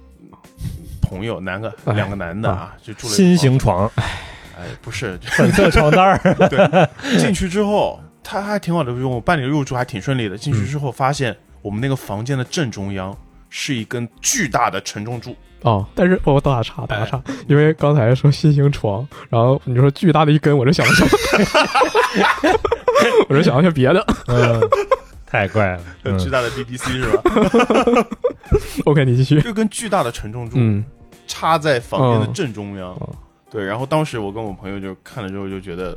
Speaker 2: 朋友男个
Speaker 1: 哎
Speaker 2: 两个男的啊，就住了一个
Speaker 3: 新
Speaker 2: 房，
Speaker 3: 型床，
Speaker 2: 哎，不是，
Speaker 3: 粉色床单儿，
Speaker 2: 对，进去之后他还挺好的，我办理入住还挺顺
Speaker 1: 嗯
Speaker 2: 利的。进去之后发现我们那个房间的正中央是一根巨大的承重柱，
Speaker 1: 哦，但是我打岔打岔，因为刚才说新型床，然后你说巨大的一根，我就想了想， 我就想了想别的。
Speaker 3: 嗯，太怪了， 嗯
Speaker 2: 巨大的 BBC 是吧？
Speaker 1: OK，你继续。
Speaker 2: 就跟巨大的承重柱
Speaker 1: 嗯
Speaker 2: 插在房间的正中央。
Speaker 1: 嗯
Speaker 2: 对，然后当时我跟我朋友就看了之后就觉得，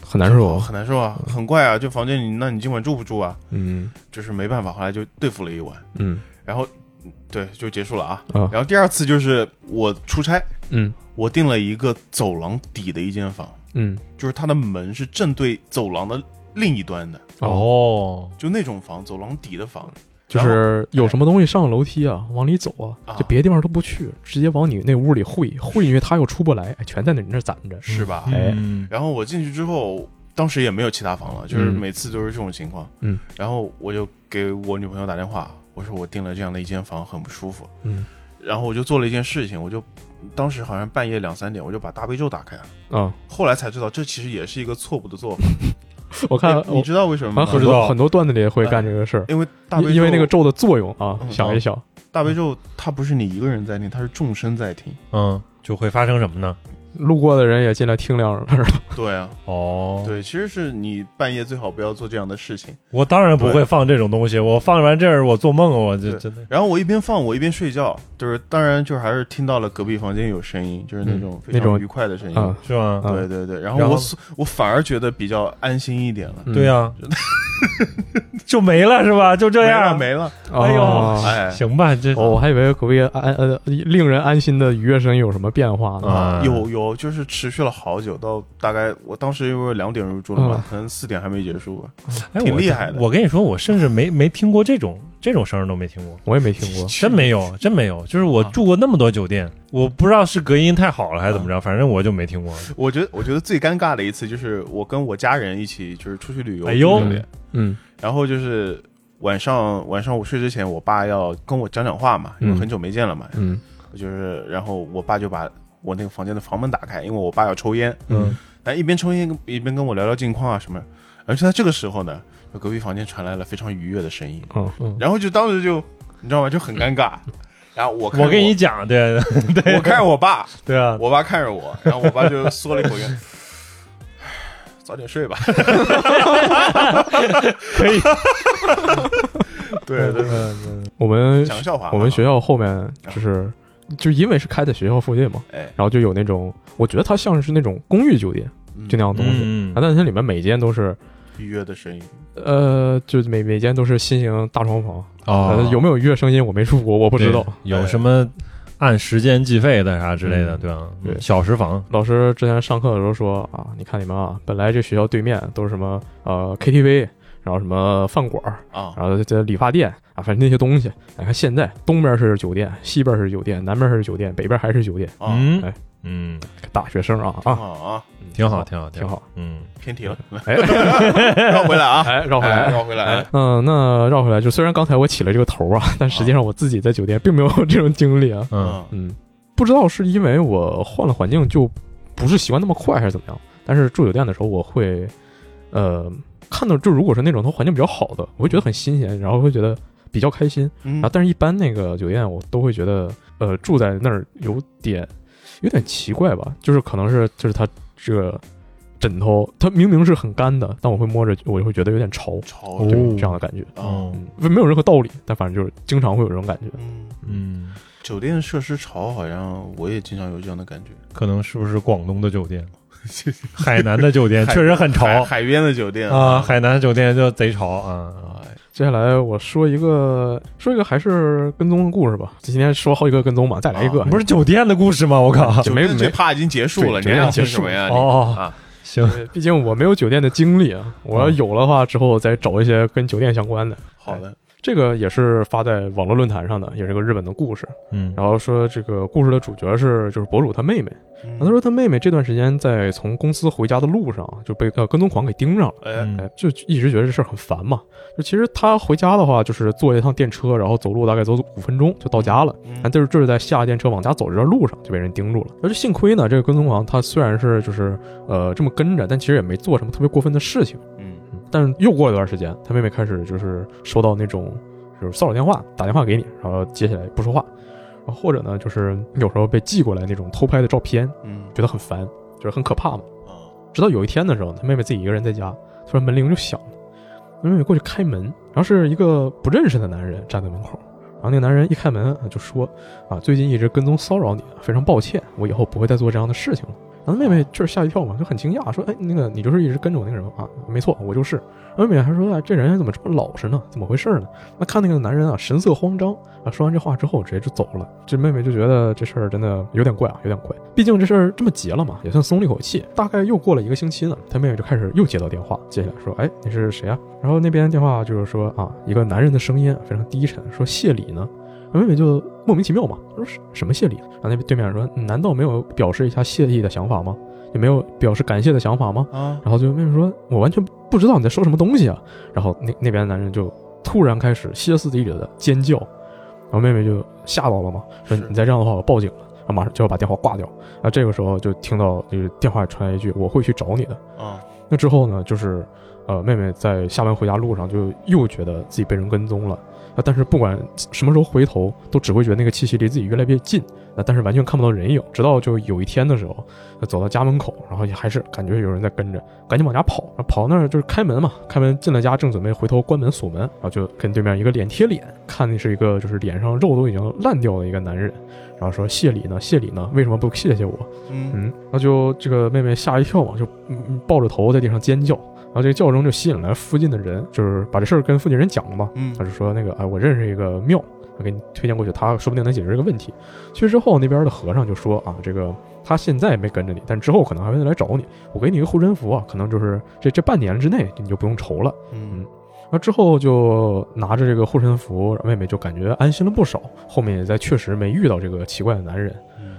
Speaker 1: 很难受
Speaker 2: 哦。很难受啊，很怪啊，这房间你那你今晚住不住啊？
Speaker 1: 嗯
Speaker 2: 就是没办法，后来就对付了一晚，
Speaker 1: 嗯
Speaker 2: 然后嗯对就结束了啊。
Speaker 1: 啊
Speaker 2: 然后第二次就是我出差，
Speaker 1: 嗯
Speaker 2: 我订了一个走廊底的一间房，
Speaker 1: 嗯
Speaker 2: 就是它的门是正对走廊的另一端的，
Speaker 3: 哦，
Speaker 2: 就那种房，走廊底的房，
Speaker 1: 就是有什么东西上楼梯啊，往里走啊，
Speaker 2: 啊
Speaker 1: 就别地方都不去，直接往你那屋里汇汇，因为他又出不来，哎，全在你那儿攒着。
Speaker 2: 是吧？
Speaker 1: 哎
Speaker 3: 嗯
Speaker 2: 然后我进去之后，当时也没有其他房了，就是
Speaker 1: 嗯
Speaker 2: 每次都是这种情况。
Speaker 1: 嗯，
Speaker 2: 然后我就给我女朋友打电话，我说我订了这样的一间房，很不舒服。
Speaker 1: 嗯，
Speaker 2: 然后我就做了一件事情，我就当时好像半夜两三点，我就把大悲咒打开了。
Speaker 1: 啊，
Speaker 2: 后来才知道，这其实也是一个错误的做法。
Speaker 1: 我看
Speaker 2: 哎你你
Speaker 1: 我
Speaker 2: 知道为什
Speaker 1: 好像
Speaker 2: 么吗
Speaker 1: 很？
Speaker 3: 不知道
Speaker 1: 多很多段子里也会干这个事儿，
Speaker 2: 因为大悲咒
Speaker 1: 因为那个咒的作用啊，
Speaker 2: 嗯
Speaker 1: 想一想，
Speaker 2: 大悲咒，它不是你一个人在听，它是众生在听。
Speaker 3: 嗯，就会发生什么呢？
Speaker 1: 路过的人也进来听两耳朵。
Speaker 2: 对啊，
Speaker 3: 哦，
Speaker 2: 对，其实是你半夜最好不要做这样的事情。
Speaker 3: 我当然不会放这种东西，我放完这儿我做梦，我就
Speaker 2: 对
Speaker 3: 真的
Speaker 2: 然后我一边放，我一边睡觉，就是当然就是还是听到了隔壁房间有声音，就是那种
Speaker 1: 嗯
Speaker 2: 非
Speaker 1: 那种
Speaker 2: 常愉快的声音。
Speaker 1: 啊
Speaker 3: 是吗？
Speaker 1: 啊
Speaker 2: 对对对，然
Speaker 3: 然
Speaker 2: 后
Speaker 3: 后
Speaker 2: 我所我反而觉得比较安心一点了。
Speaker 1: 嗯
Speaker 3: 对呀， 就没了是吧？就这样，
Speaker 2: 没了
Speaker 3: 哎呦
Speaker 1: 哦
Speaker 2: 没了，哎，
Speaker 3: 行吧，这
Speaker 1: 哦，我还以为隔壁安呃令人安心的愉悦声音有什么变化呢。
Speaker 3: 啊
Speaker 2: 有有，就是持续了好久，到大概我当时因为两点入住了嘛
Speaker 1: 嗯，
Speaker 2: 可能四点还没结束吧。
Speaker 3: 哎
Speaker 2: 挺
Speaker 3: 我
Speaker 2: 厉害的
Speaker 3: 我跟你说，我甚至没没听过这种这种声儿都没听过。
Speaker 1: 我也没听过。
Speaker 3: 真没有，真没有，就是我
Speaker 2: 啊
Speaker 3: 住过那么多酒店，我不知道是隔音太好了还是怎么着，反正我就没听过。
Speaker 2: 我觉得我觉得最尴尬的一次就是我跟我家人一起就是出去旅游，
Speaker 3: 哎呦
Speaker 2: 对不对
Speaker 1: 嗯
Speaker 2: 然后就是晚上晚上我睡之前，我爸要跟我讲讲话嘛，因为
Speaker 1: 嗯
Speaker 2: 很久没见了嘛，
Speaker 1: 嗯
Speaker 2: 就是然后我爸就把我那个房间的房门打开，因为我爸要抽烟，
Speaker 1: 嗯
Speaker 2: 但一边抽烟一边跟我聊聊近况啊什么。然后就在这个时候呢，隔壁房间传来了非常愉悦的声音，
Speaker 1: 嗯嗯，
Speaker 2: 然后就当时就你知道吗，就很尴尬。然后我看
Speaker 3: 我跟你讲，对
Speaker 2: 我看我爸，
Speaker 3: 对啊，
Speaker 2: 我爸看着我，然后我爸就缩了一口烟，早点睡吧。
Speaker 3: 可以，
Speaker 2: 对对，
Speaker 3: 嗯嗯
Speaker 1: 我们
Speaker 2: 讲个笑话。
Speaker 1: 我们学校后面就是就因为是开在学校附近嘛，
Speaker 2: 哎，
Speaker 1: 然后就有那种我觉得它像是那种公寓酒店
Speaker 2: 嗯
Speaker 1: 就那样的东西，
Speaker 3: 嗯
Speaker 1: 啊，但是它里面每间都是
Speaker 2: 愉悦的声音，
Speaker 1: 呃，就每每间都是新型大床房，呃
Speaker 3: 哦，
Speaker 1: 有没有乐声音我没住过，我不知道。
Speaker 3: 有什么按时间计费的啥之类的，
Speaker 1: 嗯
Speaker 3: 对吧？
Speaker 1: 对
Speaker 3: 小时房，
Speaker 1: 老师之前上课的时候说啊，你看你们啊，本来这学校对面都是什么呃 KTV，然后什么饭馆，
Speaker 2: 啊，
Speaker 1: 然后这理发店啊，反正那些东西。你看现在东边是酒店，西边是酒店，南边是酒店，北边还是酒店。
Speaker 2: 啊
Speaker 3: 嗯
Speaker 1: 哎
Speaker 3: 嗯，
Speaker 1: 大学生啊
Speaker 2: 啊
Speaker 1: 啊，
Speaker 2: 啊，
Speaker 3: 挺好，挺好，
Speaker 1: 挺
Speaker 3: 好，
Speaker 1: 好。
Speaker 3: 嗯
Speaker 2: 偏题了，
Speaker 1: 哎，
Speaker 2: 绕回来啊，
Speaker 1: 哎，绕回
Speaker 2: 哎
Speaker 1: 来。
Speaker 2: 绕回来，
Speaker 1: 嗯，那绕回来，就虽然刚才我起了这个头啊， 但实际上我自己在酒店并没有这种经历啊。
Speaker 3: 嗯
Speaker 2: 嗯
Speaker 1: 嗯，不知道是因为我换了环境就不是习惯那么快，还是怎么样。但是住酒店的时候，我会呃看到，就如果是那种它环境比较好的，我会觉得很新鲜，然后会觉得比较开心。
Speaker 2: 嗯
Speaker 1: 然后，但是一般那个酒店我都会觉得，呃，住在那儿有点有点奇怪吧，就是可能是就是它这个枕头，它明明是很干的，但我会摸着我就会觉得有点潮，
Speaker 2: 潮
Speaker 1: 这
Speaker 3: 哦
Speaker 1: 种这样的感觉，
Speaker 2: 啊，
Speaker 3: 哦
Speaker 1: 嗯，没有任何道理，但反正就是经常会有这种感觉。
Speaker 2: 嗯，
Speaker 3: 嗯，
Speaker 2: 酒店设施潮，好像我也经常有这样的 感觉。
Speaker 3: 可能是不是广东的酒店，海南的酒店确实很
Speaker 2: 海
Speaker 3: 潮
Speaker 2: 海边的酒店
Speaker 3: 啊，海南酒店就贼潮啊，
Speaker 2: 哎
Speaker 1: 接下来我说一个，说一个还是跟踪的故事吧。今天说好几个跟踪嘛，再来一个，
Speaker 2: 啊
Speaker 3: 不是酒店的故事吗？我靠，
Speaker 1: 就
Speaker 2: 酒
Speaker 1: 没
Speaker 2: 店这
Speaker 1: 没
Speaker 2: 趴已经结束
Speaker 1: 对
Speaker 2: 了，你
Speaker 1: 酒店
Speaker 2: 俩
Speaker 1: 结
Speaker 2: 听
Speaker 1: 束
Speaker 2: 什么呀？你
Speaker 3: 哦，
Speaker 2: 啊，
Speaker 3: 行，
Speaker 1: 对毕竟我没有酒店的经历啊。我要有的话之后再找一些跟酒店相关的。
Speaker 2: 好的，
Speaker 1: 这个也是发在网络论坛上的，也是个日本的故事。
Speaker 3: 嗯，
Speaker 1: 然后说这个故事的主角是就是博主他妹妹。然后他说他妹妹这段时间在从公司回家的路上就被呃跟踪狂给盯上了。
Speaker 2: 哎，
Speaker 1: 哎
Speaker 3: 嗯，
Speaker 1: 就一直觉得这事儿很烦嘛。就其实他回家的话，就是坐一趟电车，然后走路大概走五分钟就到家了。
Speaker 2: 嗯
Speaker 1: 但就是这是在下电车往家走这段路上就被人盯住了。而且幸亏呢，这个跟踪狂他虽然是就是呃这么跟着，但其实也没做什么特别过分的事情。
Speaker 2: 嗯
Speaker 1: 但又过一段时间，他妹妹开始就是收到那种就是骚扰电话，打电话给你，然后接起来不说话，然后或者呢就是有时候被寄过来那种偷拍的照片，
Speaker 2: 嗯
Speaker 1: 觉得很烦，就是很可怕嘛。
Speaker 2: 啊，
Speaker 1: 直到有一天的时候，他妹妹自己一个人在家，突然门铃就响了，妹妹过去开门，然后是一个不认识的男人站在门口，然后那个男人一开门啊就说啊，最近一直跟踪骚扰你，非常抱歉，我以后不会再做这样的事情了。然后妹妹就是吓一跳嘛，就很惊讶，说：“哎，那个你就是一直跟着我那个人吗啊？没错，我就是。”妹妹还说：“啊，这人怎么这么老实呢？怎么回事呢？”那看那个男人啊，神色慌张啊，说完这话之后直接就走了。这妹妹就觉得这事儿真的有点怪啊，有点怪。毕竟这事儿这么结了嘛，也算松了一口气。大概又过了一个星期呢，她妹妹就开始又接到电话，接起来说：“哎，你是谁啊？”然后那边电话就是说啊，一个男人的声音啊非常低沉，说：“谢礼呢？”妹妹就莫名其妙嘛，说什什么谢礼？啊然后那边对面说，嗯难道没有表示一下谢意的想法吗？也没有表示感谢的想法吗？
Speaker 2: 啊，
Speaker 1: 然后就妹妹说，我完全不知道你在说什么东西啊。然后那那边的男人就突然开始歇斯底里的尖叫，然后妹妹就吓到了嘛，说
Speaker 2: 是
Speaker 1: 你再这样的话我报警了，然后马上就要把电话挂掉。然后这个时候就听到就是电话传来一句我会去找你的。
Speaker 2: 啊，
Speaker 1: 那之后呢，就是呃，妹妹在下班回家路上就又觉得自己被人跟踪了。啊，但是不管什么时候回头，都只会觉得那个气息离自己越来越近，啊，但是完全看不到人影。直到就有一天的时候，呃走到家门口，然后也还是感觉有人在跟着，赶紧往家跑。然后跑那儿就是开门嘛，开门进了家，正准备回头关门锁门，然后就跟对面一个脸贴脸，看那是一个就是脸上肉都已经烂掉的一个男人，然后说谢礼呢，谢礼呢，为什么不谢谢我？
Speaker 2: 嗯
Speaker 1: 嗯，那就这个妹妹吓一跳嘛，就嗯嗯抱着头在地上尖叫，然后这个叫声就吸引来附近的人，就是把这事儿跟附近人讲了嘛。
Speaker 2: 嗯
Speaker 1: 他就说那个哎，我认识一个庙，我给你推荐过去，他说不定能解决这个问题。去之后，那边的和尚就说啊，这个他现在没跟着你，但之后可能还会来找你。我给你一个护身符啊，可能就是这这半年之内你就不用愁了。
Speaker 2: 嗯
Speaker 1: 那之后就拿着这个护身符，妹妹就感觉安心了不少。后面也在确实没遇到这个奇怪的男人。
Speaker 2: 嗯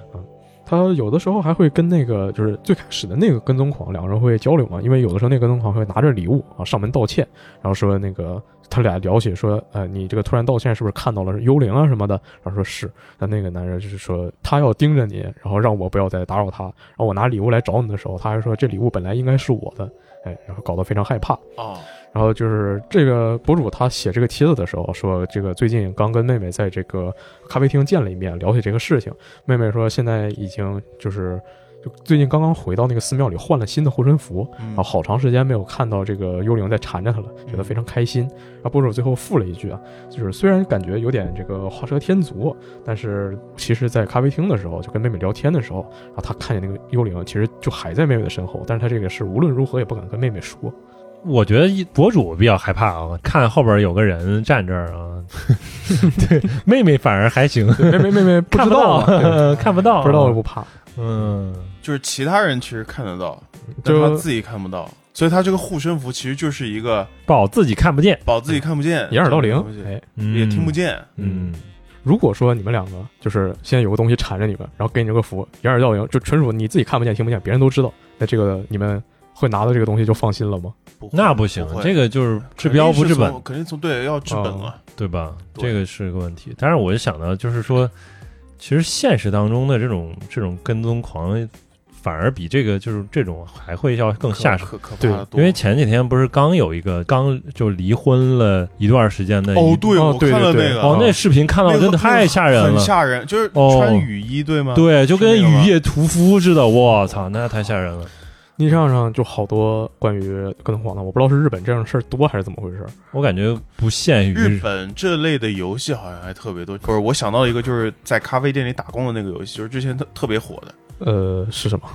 Speaker 1: 他有的时候还会跟那个就是最开始的那个跟踪狂两个人会交流嘛，因为有的时候那个跟踪狂会拿着礼物啊上门道歉，然后说那个他俩聊起说，呃，你这个突然道歉是不是看到了幽灵啊什么的？然后说是，那那个男人就是说他要盯着你，然后让我不要再打扰他，然后我拿礼物来找你的时候，他还说这礼物本来应该是我的。哎，然后搞得非常害怕。
Speaker 2: 啊，
Speaker 1: 然后就是这个博主他写这个帖子的时候说，这个最近刚跟妹妹在这个咖啡厅见了一面，聊起这个事情。妹妹说现在已经就是就最近刚刚回到那个寺庙里换了新的护身符，
Speaker 2: 嗯
Speaker 1: 啊，好长时间没有看到这个幽灵在缠着她了，觉得非常开心。然后博主最后附了一句啊，就是虽然感觉有点这个画蛇添足，但是其实，在咖啡厅的时候，就跟妹妹聊天的时候，然后他看见那个幽灵其实就还在妹妹的身后，但是他这个事无论如何也不敢跟妹妹说。
Speaker 3: 我觉得一博主比较害怕啊，看后边有个人站这儿 啊，对，妹妹反而还行，
Speaker 1: 妹妹妹 妹不哦
Speaker 3: 看
Speaker 1: 知
Speaker 3: 不
Speaker 1: 道
Speaker 3: 到，
Speaker 1: 啊，对
Speaker 3: 看 不到，
Speaker 1: 不知道我不怕，
Speaker 3: 嗯，
Speaker 2: 就是其他人其实看得到，但
Speaker 1: 就
Speaker 2: 他自己看不到，所以他这个护身符其实就是一个
Speaker 3: 宝自己看不见，
Speaker 2: 保自己看不见，
Speaker 1: 嗯掩耳盗铃
Speaker 2: 这种东。西
Speaker 1: 哎，
Speaker 3: 也
Speaker 2: 也听不，见，
Speaker 3: 嗯，
Speaker 1: 如果说你们两个就是现在有个东西缠着你们，然后给你这个符，掩耳盗铃，就纯属你自己看不见、听不见，别人都知道，那这个你们会拿到这个东西就放心了吗？
Speaker 2: 不会
Speaker 3: 那不行，
Speaker 2: 会
Speaker 3: 这个就是治标不治
Speaker 2: 肯定是
Speaker 3: 本，哦
Speaker 2: 从肯定从对要治本啊，
Speaker 3: 对吧？
Speaker 2: 对
Speaker 3: 这个是个问题。但是我就想到，就是说，其实现实当中的这种这种跟踪狂，反而比这个就是这种还会要更
Speaker 2: 可
Speaker 3: 下手。
Speaker 2: 可可怕
Speaker 1: 对
Speaker 2: 的多，
Speaker 3: 因为前几天不是刚有一个刚就离婚了一段时间的一
Speaker 2: 哦，对，
Speaker 1: 哦
Speaker 2: 我
Speaker 1: 对
Speaker 2: 看了
Speaker 1: 对
Speaker 2: 那
Speaker 1: 对
Speaker 2: 个，
Speaker 3: 哦那视频看
Speaker 2: 嗯那
Speaker 3: 到
Speaker 2: 个
Speaker 3: 真的太吓人
Speaker 2: 很
Speaker 3: 了，
Speaker 2: 吓人，就是
Speaker 3: 哦
Speaker 2: 穿雨衣对吗？，
Speaker 3: 对，就跟
Speaker 2: 是那个吗
Speaker 3: 雨夜屠夫似的，我操，那太吓人了。
Speaker 1: 逆向上就好多关于跟踪狂的，我不知道是日本这样的事儿多还是怎么回事儿。
Speaker 3: 我感觉不限
Speaker 2: 日
Speaker 3: 于
Speaker 2: 本这类的游戏好像还特别多，不是？我想到一个，就是在咖啡店里打工的那个游戏，就是之前特特别火的，
Speaker 1: 呃，是什么？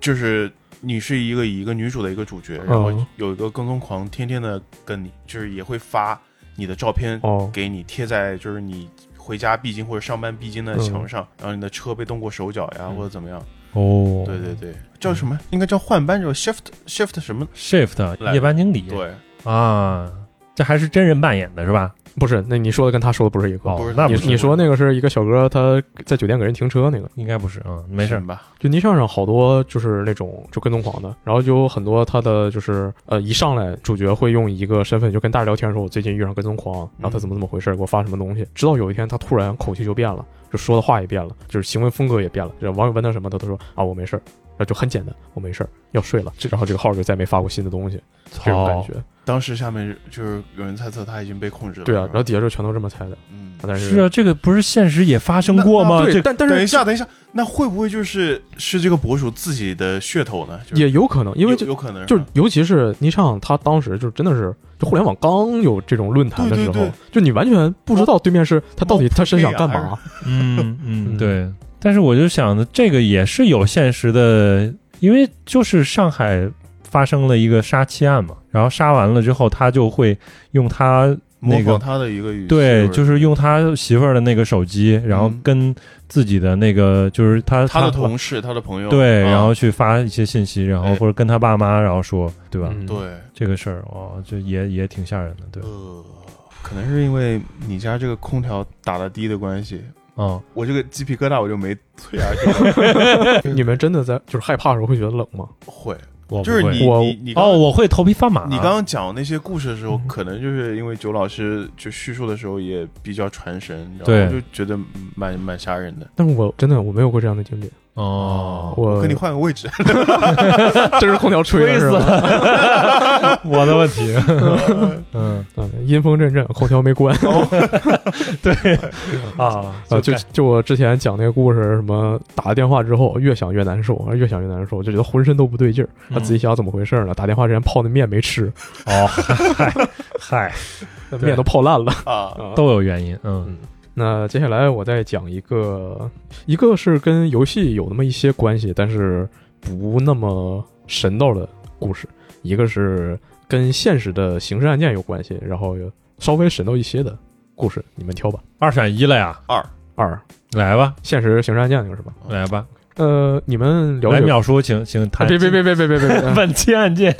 Speaker 2: 就是你是一个以一个女主的一个主角，然后
Speaker 3: 嗯
Speaker 2: 有一个跟踪狂天天的跟你，就是也会发你的照片
Speaker 1: 哦，
Speaker 2: 给你贴在就是你回家必经或者上班必经的墙上，然后你的车被动过手脚呀、
Speaker 1: 嗯
Speaker 2: 或者怎么样。
Speaker 3: 哦，
Speaker 2: 对对对，叫什么？应该叫换班，叫 shift shift 什么？
Speaker 3: shift
Speaker 2: 来
Speaker 3: 夜班经理
Speaker 2: 对，
Speaker 3: 啊，这还是真人扮演的是吧？
Speaker 1: 不是，那你说的跟他说的不是一个。
Speaker 3: 哦
Speaker 2: 不是
Speaker 3: 那
Speaker 1: 你
Speaker 3: 不
Speaker 2: 是
Speaker 1: 你说那个是一个小哥，他在酒店给人停车那个，
Speaker 3: 应该不是啊，嗯没事儿
Speaker 2: 行，吧？
Speaker 1: 就泥像上好多就是那种就跟踪狂的，然后就有很多他的就是呃一上来主角会用一个身份就跟大家聊天说，我最近遇上跟踪狂，然后
Speaker 2: 嗯
Speaker 1: 他怎么怎么回事，给我发什么东西。直到有一天他突然口气就变了，就说的话也变了，就是行为风格也变了。就是网友问他什么的，他都说啊我没事儿，然后就很简单，我没事儿，要睡了。这然后这个号就再没发过新的东西，这种感
Speaker 3: 操
Speaker 2: 哦
Speaker 1: 觉。啊
Speaker 2: 当时下面就是有人猜测他已经被控制了。
Speaker 1: 对啊，
Speaker 2: 是吧
Speaker 1: 然后底下就全都这么猜的，
Speaker 2: 嗯，
Speaker 1: 但
Speaker 3: 是啊，这个不是现实也发生过吗？
Speaker 1: 对，
Speaker 3: 这
Speaker 1: 但但
Speaker 2: 啊等一
Speaker 1: 是
Speaker 2: 下，等一下，那会不会就是是这个博主自己的噱头呢？就是
Speaker 1: 也有可能，因为
Speaker 2: 有
Speaker 1: 就
Speaker 2: 有可能啊
Speaker 1: 就是
Speaker 2: 吧
Speaker 1: 尤其是尼尚，他当时就真的是，就互联网刚有这种论坛的时候，
Speaker 2: 对对对
Speaker 1: 就你完全不知道对面是他到底他是想干嘛。
Speaker 3: 嗯嗯
Speaker 1: 嗯
Speaker 3: 对。但是我就想着，这个也是有现实的，因为就是上海发生了一个杀妻案嘛，然后杀完了之后，他就会用他
Speaker 2: 模
Speaker 3: 那个
Speaker 2: 仿他的一个语气，
Speaker 3: 对，就是是用他媳妇儿的那个手机，然后
Speaker 2: 嗯
Speaker 3: 跟自己的那个就是他
Speaker 2: 他的同事，他的朋友，
Speaker 3: 对，
Speaker 2: 啊
Speaker 3: 然后去发一些信息，然后
Speaker 2: 哎
Speaker 3: 或者跟他爸妈，然后说，对吧？
Speaker 1: 嗯，
Speaker 2: 对，
Speaker 3: 这个事儿哦，这也也挺吓人的，对，
Speaker 2: 呃，可能是因为你家这个空调打的低的关系，
Speaker 3: 嗯，
Speaker 2: 我这个鸡皮疙瘩我就没催下去了。
Speaker 1: 你们真的在就是害怕的时候会觉得冷吗？
Speaker 2: 会，
Speaker 3: 我
Speaker 2: 就是
Speaker 3: 不会
Speaker 2: 你
Speaker 1: 我
Speaker 2: 你你刚
Speaker 3: 哦，。我会头皮发麻。
Speaker 2: 你刚刚讲那些故事的时候
Speaker 1: 嗯，
Speaker 2: 可能就是因为九老师就叙述的时候也比较传神，然
Speaker 3: 对
Speaker 2: 后就觉得蛮蛮吓人的。
Speaker 1: 但是我真的我没有过这样的经历，
Speaker 3: 哦，
Speaker 1: 我
Speaker 2: 跟你换个位置，
Speaker 1: 这是空调吹的是吧？
Speaker 3: 我的问题，嗯，
Speaker 1: 嗯，阴风阵阵，空调没 关。
Speaker 3: 对啊
Speaker 1: 啊，就就我之前讲那个故事，什么打了电话之后越想越难受，越想越难受，就觉得浑身都不对劲儿。他
Speaker 2: 嗯
Speaker 1: 自己想想怎么回事儿呢？打电话之前泡那面没 吃，
Speaker 3: 哦，嗨嗨，
Speaker 1: 那
Speaker 3: 对
Speaker 1: 面都泡烂了。
Speaker 2: 啊，
Speaker 1: 啊
Speaker 3: 都有原因，嗯
Speaker 1: 那接下来我再讲一个，一个是跟游戏有那么一些关系，但是不那么神道的故事；一个是跟现实的刑事案件有关系，然后有稍微神道一些的故事，你们挑吧。
Speaker 3: 二选一了呀，
Speaker 1: 二，
Speaker 3: 来吧
Speaker 1: 现实刑事案件那个是吧？
Speaker 3: 来吧，
Speaker 1: 呃，你们了
Speaker 3: 来
Speaker 1: 解？
Speaker 3: 秒叔，请请
Speaker 1: 啊
Speaker 3: 谈，
Speaker 1: 别别别别别别别！ 别
Speaker 3: 本期案件，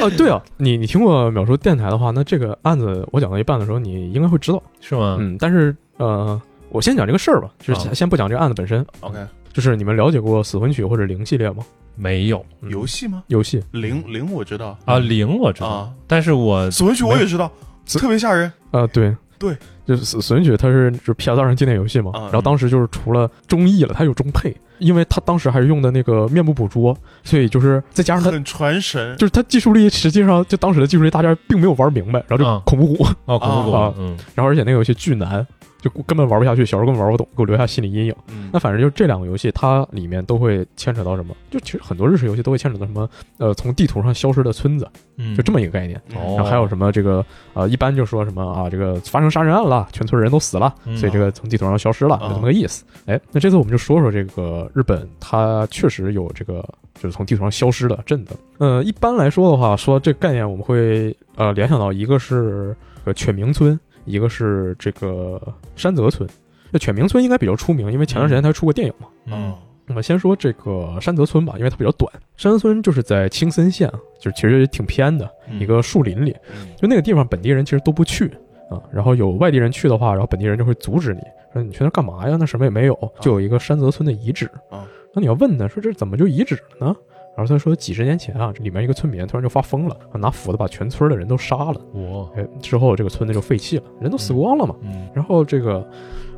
Speaker 1: 哦，对啊，你你听过秒叔电台的话，那这个案子我讲到一半的时候，你应该会知道。
Speaker 3: 是吗？
Speaker 1: 嗯，但是呃，我先讲这个事儿吧，就是
Speaker 3: 啊
Speaker 1: 先先不讲这个案子本身。
Speaker 2: OK，
Speaker 1: 就是你们了解过死魂曲或者零系列吗？
Speaker 3: 没有
Speaker 1: 嗯
Speaker 2: 游戏吗？
Speaker 1: 游戏
Speaker 2: 零零我知道
Speaker 3: 啊，零我知道
Speaker 2: 啊，
Speaker 3: 但是我
Speaker 2: 死魂曲我也知道，
Speaker 1: 死
Speaker 2: 特别吓人
Speaker 1: 啊、呃对
Speaker 2: 对，
Speaker 1: 就是死死魂曲它是就是 PS 二上经典游戏嘛，
Speaker 2: 啊
Speaker 1: 然后当时就是除了中译了，它有中配，因为他当时还是用的那个面部捕捉，所以就是再加上他。
Speaker 2: 很传神。
Speaker 1: 就是他技术力，实际上就当时的技术力，大家并没有玩明白，然后就
Speaker 3: 嗯
Speaker 1: 恐怖谷，
Speaker 3: 哦，恐怖谷，
Speaker 1: 啊
Speaker 3: 嗯，
Speaker 1: 然后而且那个游戏巨难，就根本玩不下去，小时候根本玩不懂，给我留下心理阴影。
Speaker 2: 嗯
Speaker 1: 那反正就是这两个游戏，它里面都会牵扯到什么？就其实很多日式游戏都会牵扯到什么，呃，从地图上消失的村子，
Speaker 3: 嗯
Speaker 1: 就这么一个概念。
Speaker 3: 哦
Speaker 1: 然后还有什么这个呃，一般就说什么啊，这个发生杀人案了，全村人都死了，
Speaker 3: 嗯
Speaker 1: 所以这个从地图上消失了，
Speaker 2: 哦
Speaker 1: 就这么个意思。哎，那这次我们就说说这个日本，它确实有这个就是从地图上消失的镇子。呃，一般来说的话，说这个概念我们会呃联想到一个是呃犬鸣村，一个是这个山泽村。这犬鸣村应该比较出名，因为前段时间它出过电影嘛。
Speaker 3: 嗯，
Speaker 1: 那么先说这个山泽村吧，因为它比较短。山泽村就是在青森县，就是其实挺偏的
Speaker 2: 嗯
Speaker 1: 一个树林里。
Speaker 2: 嗯
Speaker 1: 就那个地方本地人其实都不去啊，然后有外地人去的话，然后本地人就会阻止你，说你去那儿干嘛呀？那什么也没有，就有一个山泽村的遗址
Speaker 2: 啊。
Speaker 1: 那你要问他说这怎么就遗址了呢？然后他说几十年前啊，这里面一个村民突然就发疯了，拿斧子把全村的人都杀了，
Speaker 3: 我，
Speaker 1: 哎，之后这个村子就废弃了，人都死光了嘛。
Speaker 3: 嗯
Speaker 1: 然后这个，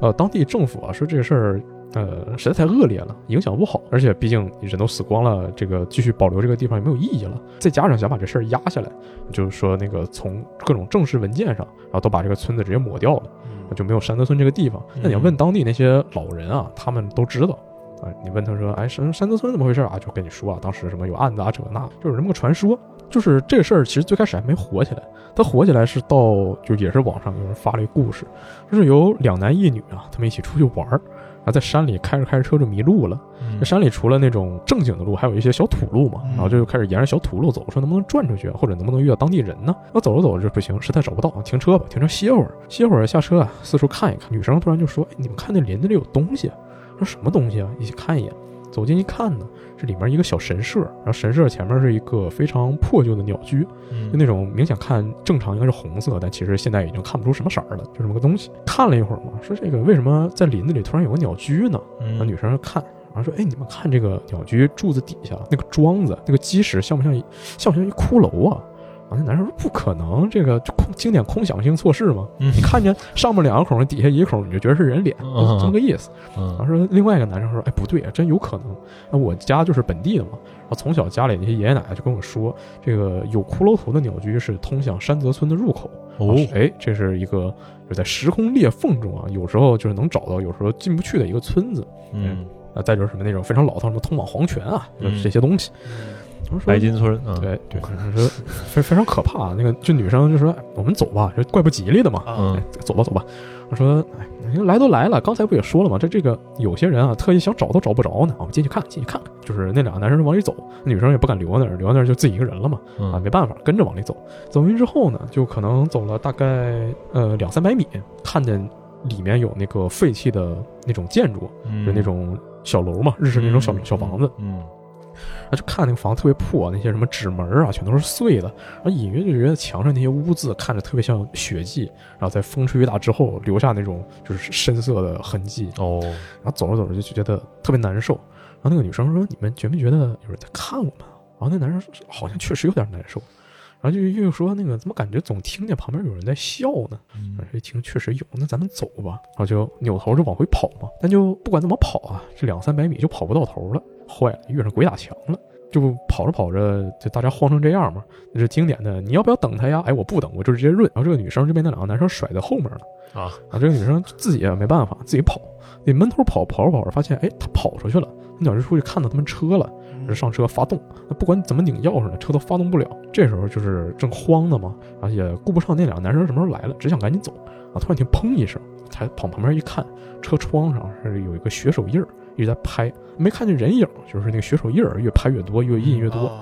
Speaker 1: 呃，当地政府啊说这个事儿，呃，实在太恶劣了，影响不好，而且毕竟人都死光了，这个继续保留这个地方也没有意义了。再加上想把这事儿压下来，就是说那个从各种正式文件上，然后都把这个村子直接抹掉了，嗯
Speaker 2: 嗯
Speaker 1: 就没有山德村这个地方。那你要问当地那些老人啊，他们都知道。啊，你问他说，哎，山山德村怎么回事啊？就跟你说啊，当时什么有案子啊，这个那，就是有这么个传说。就是这个事儿，其实最开始还没火起来，它火起来是到就也是网上有人发了一个故事，就是有两男一女啊，他们一起出去玩儿，然后在山里开着开着车就迷路了。
Speaker 3: 嗯
Speaker 1: 这山里除了那种正经的路，还有一些小土路嘛，
Speaker 3: 嗯
Speaker 1: 然后就开始沿着小土路走，说能不能转出去，或者能不能遇到当地人呢？那走着走着就不行，实在找不到，停车吧，停车歇会儿，歇会儿下车啊，四处看一看。女生突然就说：“哎，你们看那林子里有东西啊？”说什么东西啊？一起看一眼。走近一看呢，是里面一个小神社，然后神社前面是一个非常破旧的鸟居，就
Speaker 3: 嗯
Speaker 1: 那种明显看正常应该是红色，但其实现在已经看不出什么色儿了，就这么个东西。看了一会儿嘛，说这个为什么在林子里突然有个鸟居呢？那
Speaker 3: 嗯
Speaker 1: 女生就看，然后说：“哎，你们看这个鸟居柱子底下那个桩子，那个基石像不像一像不像一骷髅啊？”啊，那男生说：“不可能，这个就空经典空想性错视嘛。
Speaker 3: 嗯
Speaker 1: 你看见上面两个孔，底下一个孔，你就觉得是人脸，
Speaker 3: 嗯
Speaker 1: 就这么个意思。”然后
Speaker 3: 嗯
Speaker 1: 说另外一个男生说：“哎，不对，真有可能。那我家就是本地的嘛，然后从小家里那些爷爷奶奶就跟我说，这个有骷髅头的鸟居是通向山泽村的入口。
Speaker 3: 哦，
Speaker 1: 哎，这是一个就在时空裂缝中啊，有时候就是能找到，有时候进不去的一个村子。
Speaker 3: 嗯，
Speaker 1: 啊，再就是什么那种非常老套，什么通往黄泉啊，就是
Speaker 3: 嗯
Speaker 1: 这些东西。我说
Speaker 3: 白金村，嗯，
Speaker 1: 对对，可能是非非常可怕。啊那个这女生就说：“哎我们走吧，这怪不吉利的嘛。”哎
Speaker 2: 啊
Speaker 3: 嗯，
Speaker 1: 走吧走吧。我说，哎，来都来了，刚才不也说了吗？这这个有些人啊，特意想找都找不着呢。我们进去看，进去看看。就是那两个男生往里走，女生也不敢留那儿，留那儿就自己一个人了嘛。啊，
Speaker 3: 嗯
Speaker 1: 没办法，跟着往里走。走进去之后呢，就可能走了大概呃两三百米，看见里面有那个废弃的那种建筑，啊就那种小楼嘛，日式那种小、小房子。，
Speaker 3: 嗯
Speaker 1: 然后就看那个房子特别破，那些什么纸门啊，全都是碎的。然后隐约就觉得墙上那些污渍看着特别像血迹，然后在风吹雨打之后留下那种就是深色的痕迹。
Speaker 3: 哦，
Speaker 1: 然后走着走着就觉得特别难受。然后那个女生说：“你们觉没觉得有人在看我们啊？”然后那男生说好像确实有点难受，然后就又说：“那个怎么感觉总听见旁边有人在笑呢？”
Speaker 3: 嗯
Speaker 1: 然后一听确实有，那咱们走吧。然后就扭头就往回跑嘛，但就不管怎么跑啊，这两三百米就跑不到头了，坏了，遇上鬼打墙了。就跑着跑着，就大家慌成这样嘛，那是经典的。你要不要等他呀？哎，我不等，我就直接润。然后这个女生就被那两个男生甩在后面了。
Speaker 3: 啊
Speaker 1: 啊！这个女生自己也没办法，自己跑，你闷头跑，跑着跑着发现，哎，她跑出去了。那鸟就出去看到他们车了，就嗯上车发动。那不管怎么拧钥匙呢，车都发动不了。这时候就是正慌呢嘛，而且顾不上那两个男生什么时候来了，只想赶紧走啊！突然听砰一声，才跑旁边一看，车窗上是有一个血手印儿，一直在拍，没看见人影，就是那个血手印儿越拍越多，越印越多。
Speaker 2: 啊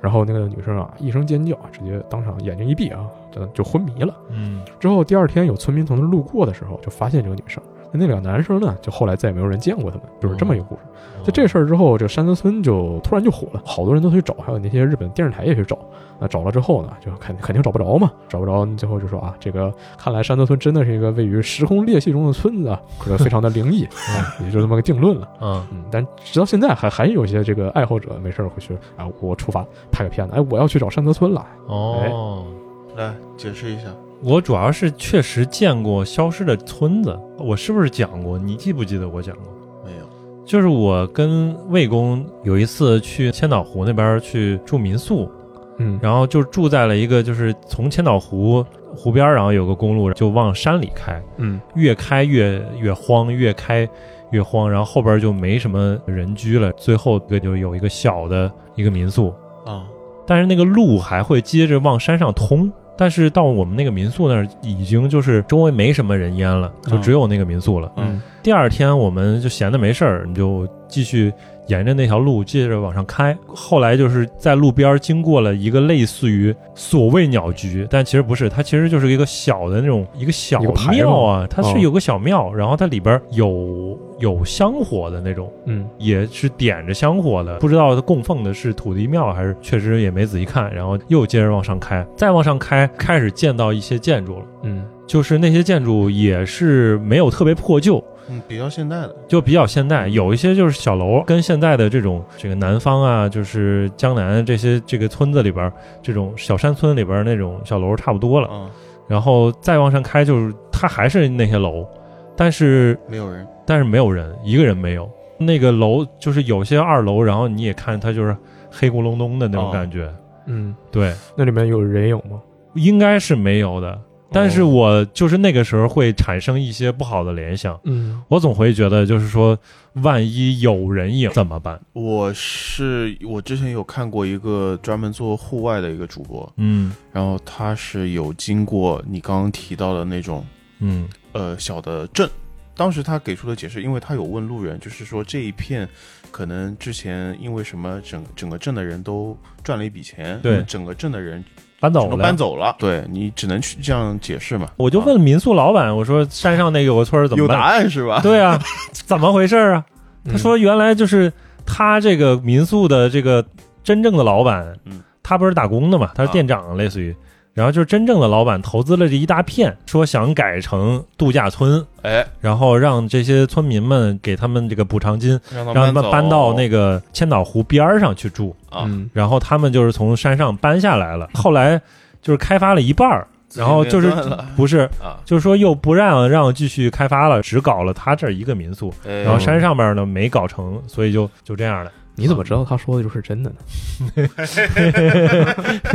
Speaker 1: 然后那个女生啊一声尖叫，直接当场眼睛一闭啊，真的就昏迷了。
Speaker 3: 嗯
Speaker 1: 之后第二天有村民从那儿路过的时候，就发现这个女生。那两个男生呢，就后来再也没有人见过他们，就是这么一个故事。在这事儿之后，这个山泽村就突然就火了，好多人都去找，还有那些日本电视台也去找。那找了之后呢，就肯肯定找不着嘛，找不着，最后就说啊，这个看来山泽村真的是一个位于时空裂隙中的村子，啊，这个非常的灵异，啊也就这么个定论了。
Speaker 3: 嗯
Speaker 1: 嗯，但直到现在还还有一些这个爱好者没事儿会去啊，我出发拍个片子，哎，我要去找山泽村了，
Speaker 3: 哦。
Speaker 1: 哎
Speaker 2: 来解释一下，
Speaker 3: 我主要是确实见过消失的村子，我是不是讲过？你记不记得我讲过？
Speaker 2: 没有
Speaker 3: 就是我跟魏公有一次去千岛湖那边去住民宿，
Speaker 1: 嗯
Speaker 3: 然后就住在了一个就是从千岛湖湖边儿，然后有个公路就往山里开，
Speaker 1: 嗯
Speaker 3: 越开越越荒，越开越荒，然后后边就没什么人居了，最后一个就有一个小的一个民宿，
Speaker 2: 啊，
Speaker 3: 但是那个路还会接着往山上通。但是到我们那个民宿那儿，已经就是周围没什么人烟了，就
Speaker 2: 嗯
Speaker 3: 只有那个民宿了。
Speaker 2: 嗯
Speaker 3: 第二天我们就闲的没事儿，你就继续沿着那条路接着往上开。后来就是在路边经过了一个类似于所谓鸟居，但其实不是，它其实就是一个小的那种一个小
Speaker 1: 一个牌
Speaker 3: 庙啊，它
Speaker 1: 哦
Speaker 3: 是有个小庙，然后它里边有有香火的那种。
Speaker 1: 嗯
Speaker 3: 也是点着香火的，不知道它供奉的是土地庙还是确实也没仔细看，然后又接着往上开，再往上开，开始见到一些建筑了，
Speaker 1: 嗯
Speaker 3: 就是那些建筑也是没有特别破旧，
Speaker 2: 嗯，比较现代的，
Speaker 3: 就比较现代，有一些就是小楼，跟现在的这种这个南方啊，就是江南这些这个村子里边儿这种小山村里边儿那种小楼差不多了。
Speaker 2: 啊，
Speaker 3: 然后再往上开，就是它还是那些楼，但是
Speaker 2: 没有人，
Speaker 3: 但是没有人，一个人没有。那个楼就是有些二楼，然后你也看它就是黑咕隆咚的那种
Speaker 2: 哦
Speaker 3: 感觉，
Speaker 1: 嗯，
Speaker 3: 对，
Speaker 1: 那里面有人影吗？哦
Speaker 3: 应该是没有的。但是我就是那个时候会产生一些不好的联想，
Speaker 1: 嗯
Speaker 3: 我总会觉得就是说，万一有人影怎么办？
Speaker 2: 我是我之前有看过一个专门做户外的一个主播，
Speaker 3: 嗯
Speaker 2: 然后他是有经过你刚刚提到的那种
Speaker 3: 嗯
Speaker 2: 呃小的镇。当时他给出的解释，因为他有问路人，就是说这一片可能之前因为什么整整个镇的人都赚了一笔钱，
Speaker 3: 对
Speaker 2: 那么整个镇的人，
Speaker 3: 搬
Speaker 2: 全
Speaker 3: 走
Speaker 2: 都
Speaker 3: 了。
Speaker 2: 搬走了，对你只能去这样解释嘛。
Speaker 3: 我就
Speaker 2: 啊
Speaker 3: 问民宿老板，我说山上那有个村儿怎么
Speaker 2: 有
Speaker 3: 办？
Speaker 2: 答案是吧？
Speaker 3: 对啊， 怎么回事儿啊？他说原来就是他这个民宿的这个真正的老板，
Speaker 2: 嗯
Speaker 3: 他不是打工的嘛，他是
Speaker 2: 啊
Speaker 3: 店长，类似于。然后就是真正的老板投资了这一大片，说想改成度假村，
Speaker 2: 哎，
Speaker 3: 然后让这些村民们给他们这个补偿金，
Speaker 2: 让
Speaker 3: 让他们搬到那
Speaker 2: 个
Speaker 3: 个千岛湖边儿上去住。
Speaker 2: 啊，
Speaker 1: 嗯
Speaker 3: 然后他们就是从山上搬下来了，后来就是开发了一半儿，然后就是
Speaker 2: 自己面断了
Speaker 3: 不是
Speaker 2: 啊，
Speaker 3: 就是说又不让让继续开发了，只搞了他这儿一个民宿，
Speaker 2: 哎
Speaker 3: 然后山上面呢没搞成，所以就就这样了。
Speaker 1: 你怎么知道他说的就是真的呢？
Speaker 3: 嗯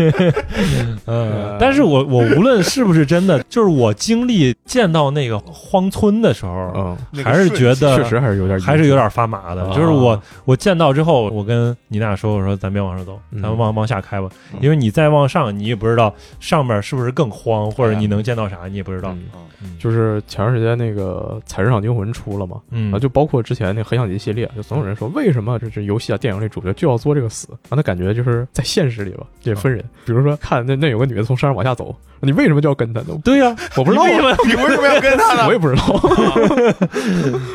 Speaker 1: 呃，
Speaker 3: 但是我我无论是不是真的，就是我经历见到那个荒村的时候，
Speaker 1: 嗯，
Speaker 2: 那个
Speaker 3: 还是
Speaker 2: 瞬
Speaker 3: 觉得
Speaker 1: 确实还是有点，
Speaker 3: 还是有。点发麻的。
Speaker 1: 啊
Speaker 3: 就是我我见到之后，我跟妮娜说，我说咱别往上走，
Speaker 1: 嗯
Speaker 3: 咱们往往下开吧
Speaker 2: 嗯，
Speaker 3: 因为你再往上，你也不知道上面是不是更荒，或者
Speaker 2: 对啊
Speaker 3: 你能见到啥，你也不知道。
Speaker 1: 嗯
Speaker 2: 嗯
Speaker 1: 就是前段时间那个《采石场惊魂》出了嘛，
Speaker 3: 嗯
Speaker 1: 啊，就包括之前那黑象棋系列，就总有人说为什么这这游戏啊、电影里主角就要做这个死，让他感觉就是在现实里吧，这也分人。
Speaker 3: 嗯
Speaker 1: 比如说看那那有个女的从山上往下走，你为什么就要跟她呢？
Speaker 3: 对呀，
Speaker 1: 我不知道啊，
Speaker 2: 你
Speaker 3: 你为什么
Speaker 2: 为什么要跟他呢？
Speaker 1: 我也不知道，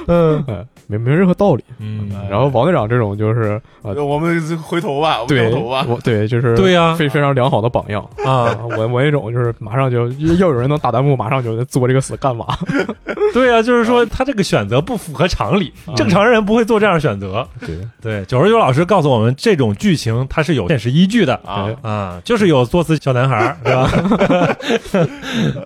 Speaker 3: 嗯
Speaker 1: 哎，没没任何道理。
Speaker 3: 嗯，
Speaker 1: 然后王队长这种就是啊，
Speaker 2: 我们回头吧，我们
Speaker 1: 对，
Speaker 2: 掉头吧。啊
Speaker 1: 我对就是
Speaker 3: 对呀
Speaker 1: 非非常良好的榜样。
Speaker 3: 啊，
Speaker 1: 啊，我 我那种就是马上就要有人能打弹幕，马上就做这个死干嘛？
Speaker 3: 对啊，就是说他这个选择不符合常理，
Speaker 1: 啊
Speaker 3: 正常人不会做这样的选择。
Speaker 1: 对，
Speaker 3: 对，九十九老师告诉我们，这种剧情它是有现实依据的
Speaker 2: 啊
Speaker 1: 对
Speaker 3: 啊，就是有作死小男孩 儿，对吧？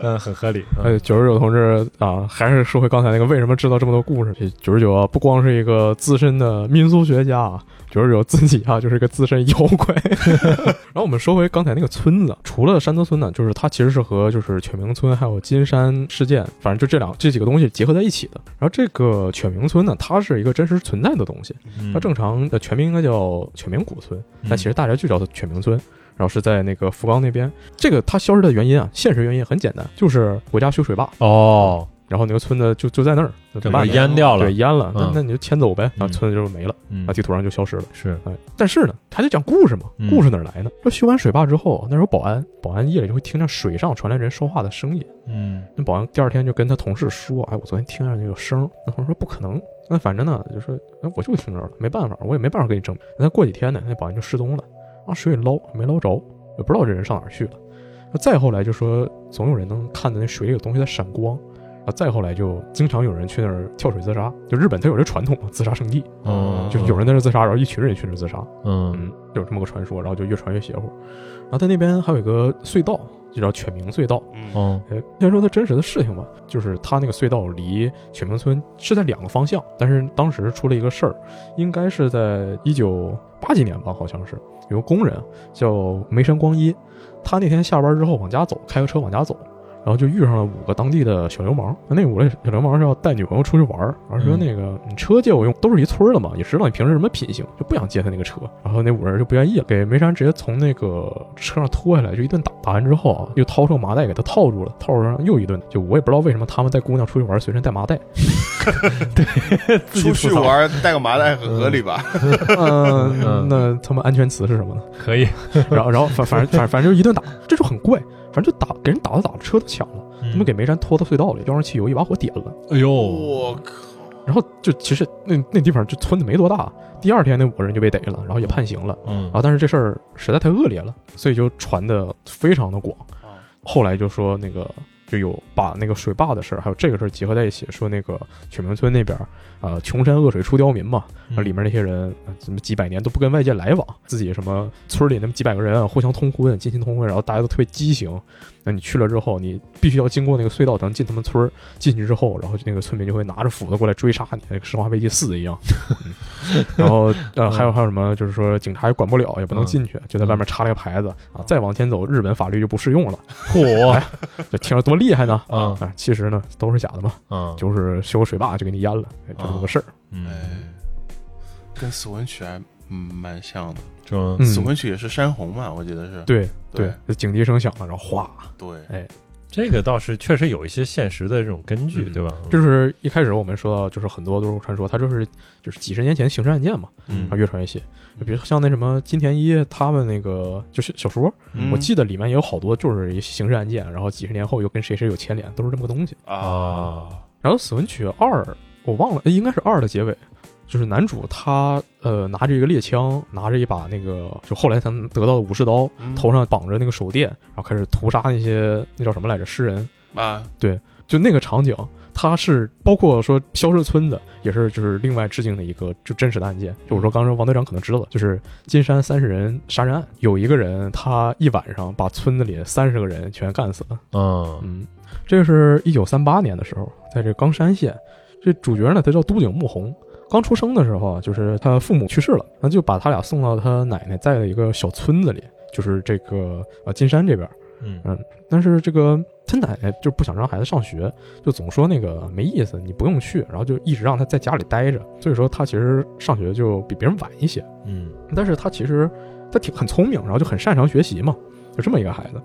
Speaker 3: 嗯，很合理。嗯
Speaker 1: 呃，九十九同志啊，还是说回刚才那个为什么知道这么多故事？九十九啊，不光是一个资深的民俗学家啊，九十九自己啊就是一个资深妖怪。然后我们说回刚才那个村子，除了山泽村呢，就是它其实是和就是犬鸣村还有金山事件，反正就这两这几个东西结合在一起的。然后这个犬鸣村呢，它是一个真实存在的东西，
Speaker 3: 嗯
Speaker 1: 它正常的全名应该叫犬鸣古村，但其实大家就叫它犬鸣村。然后是在那个福冈那边，这个它消失的原因啊，现实原因很简单，就是国家修水坝，
Speaker 3: 哦，
Speaker 1: 然后那个村子就就在那儿，那怎
Speaker 3: 整
Speaker 1: 么
Speaker 3: 个
Speaker 1: 办呢？
Speaker 3: 淹掉了
Speaker 1: 对，。淹了，那
Speaker 3: 嗯
Speaker 1: 那你就迁走呗，然后
Speaker 3: 嗯
Speaker 1: 村子就没了，
Speaker 3: 嗯
Speaker 1: 啊，地图上就消失了。
Speaker 3: 是
Speaker 1: 哎，但是呢，他就讲故事嘛，
Speaker 3: 嗯
Speaker 1: 故事哪儿来呢？说修完水坝之后，那时候保安，保安夜里就会听见水上传来人说话的声音。
Speaker 3: 嗯
Speaker 1: 那保安第二天就跟他同事说：“哎，我昨天听见那个声儿。”那同事说：“不可能。”那反正呢，就说：“哎，我就听着了，没办法，我也没办法跟你证明。”那过几天呢，那保安就失踪了，让水里捞没捞着，也不知道这人上哪儿去了。那再后来就说，总有人能看到那水里有东西在闪光。啊，再后来就经常有人去那儿跳水自杀，就日本它有这传统嘛，自杀圣地，
Speaker 3: 哦
Speaker 1: 就有人在这自杀，然后一群人一群人自杀，
Speaker 3: 嗯
Speaker 1: 嗯，有这么个传说，然后就越传越邪乎。然后在那边还有一个隧道，就叫犬鸣隧道。
Speaker 2: 嗯
Speaker 3: 嗯
Speaker 1: 呃，先说它真实的事情吧，就是它那个隧道离犬鸣村是在两个方向，但是当时出了一个事儿，应该是在一九八几年吧，好像是有个工人叫梅山光一，他那天下班之后往家走，开个车往家走。然后就遇上了五个当地的小流氓，那五个小流氓是要带女朋友出去玩儿，然后说
Speaker 3: 嗯
Speaker 1: 那个你车借我用，都是一村儿的嘛，也知道你平时什么品行，就不想借他那个车。然后那五人就不愿意，给梅山直接从那个车上拖下来，就一顿打。打完之后啊，又掏出个麻袋给他套住了，套住上又一顿。就我也不知道为什么他们带姑娘出去玩随身带麻袋，
Speaker 2: 出去玩带个麻袋很合理吧？
Speaker 1: 嗯，那他们安全词是什么呢？
Speaker 3: 可以，
Speaker 1: 然后然后反反反反正就一顿打，这就很怪，反正就打给人打着打着车都抢了，
Speaker 3: 他
Speaker 1: 他们给梅山拖到隧道里，浇上汽油一把火点了。
Speaker 3: 嗯哎呦，
Speaker 2: 我靠！
Speaker 1: 然后就其实那那地方就村子没多大，第二天那五个人就被逮了，然后也判刑了。
Speaker 3: 嗯
Speaker 1: 然后但是这事儿实在太恶劣了，所以就传的非常的广。后来就说那个就有把那个水坝的事儿，还有这个事儿结合在一起，说那个曲明村那边儿，呃，穷山恶水出刁民嘛，
Speaker 3: 嗯
Speaker 1: 里面那些人呃怎么几百年都不跟外界来往，自己什么村里那么几百个人啊互相通婚，近亲通婚，然后大家都特别畸形。那你去了之后，你必须要经过那个隧道才能进他们村儿。进去之后，然后那个村民就会拿着斧子过来追杀你，那个《生化危机四》一样。嗯然后呃，还有还有什么，就是说警察也管不了，也不能
Speaker 3: 嗯
Speaker 1: 进去，就在外面插了个牌子啊。再往前走，日本法律就不适用了。
Speaker 3: 嚯
Speaker 1: 这听着多厉害呢！
Speaker 3: 啊
Speaker 1: 啊，其实呢都是假的嘛，
Speaker 3: 啊，
Speaker 1: 就是修个水坝就给你淹了，哎就这么个事儿。
Speaker 2: 哎
Speaker 3: 嗯，，
Speaker 2: 跟死魂曲还嗯蛮像的。
Speaker 3: 就
Speaker 1: 嗯
Speaker 2: 死魂曲也是山洪嘛，我记得是。
Speaker 1: 对
Speaker 2: 对
Speaker 1: 对，就警笛声响了，然后哗，
Speaker 2: 对，
Speaker 3: 这个倒是确实有一些现实的这种根据，
Speaker 1: 嗯
Speaker 3: 对吧？
Speaker 1: 就是一开始我们说到，就是很多都是传说，它就是就是几十年前的刑事案件嘛，
Speaker 3: 嗯
Speaker 1: 然后越传越细。就比如像那什么金田一他们那个就是小说，
Speaker 2: 嗯
Speaker 1: 我记得里面也有好多就是一刑事案件，然后几十年后又跟谁谁有牵连，都是这么个东西。
Speaker 2: 啊，
Speaker 3: 啊，
Speaker 1: 然后《死魂曲二》，我忘了，哎应该是二的结尾，就是男主他呃拿着一个猎枪，拿着一把那个就后来他们得到的武士刀，
Speaker 2: 嗯
Speaker 1: 头上绑着那个手电，然后开始屠杀那些那叫什么来着诗人，
Speaker 2: 啊，
Speaker 1: 就那个场景，它是包括说消失的村子，也是就是另外致敬的一个就真实的案件。就我说刚才王队长可能知道了，就是金山三十人杀人案，有一个人他一晚上把村子里三十个人全干死了。
Speaker 3: 嗯
Speaker 1: 嗯，这是一九三八年的时候，在这冈山县，这主角呢他叫都井木宏。刚出生的时候啊，就是他父母去世了，那就把他俩送到他奶奶在的一个小村子里，就是这个呃金山这边。
Speaker 3: 嗯
Speaker 1: 但是这个他奶奶就不想让孩子上学，就总说那个没意思，你不用去，然后就一直让他在家里待着。所以说他其实上学就比别人晚一些，
Speaker 3: 嗯
Speaker 1: 但是他其实他挺很聪明，然后就很擅长学习嘛，就这么一个孩子。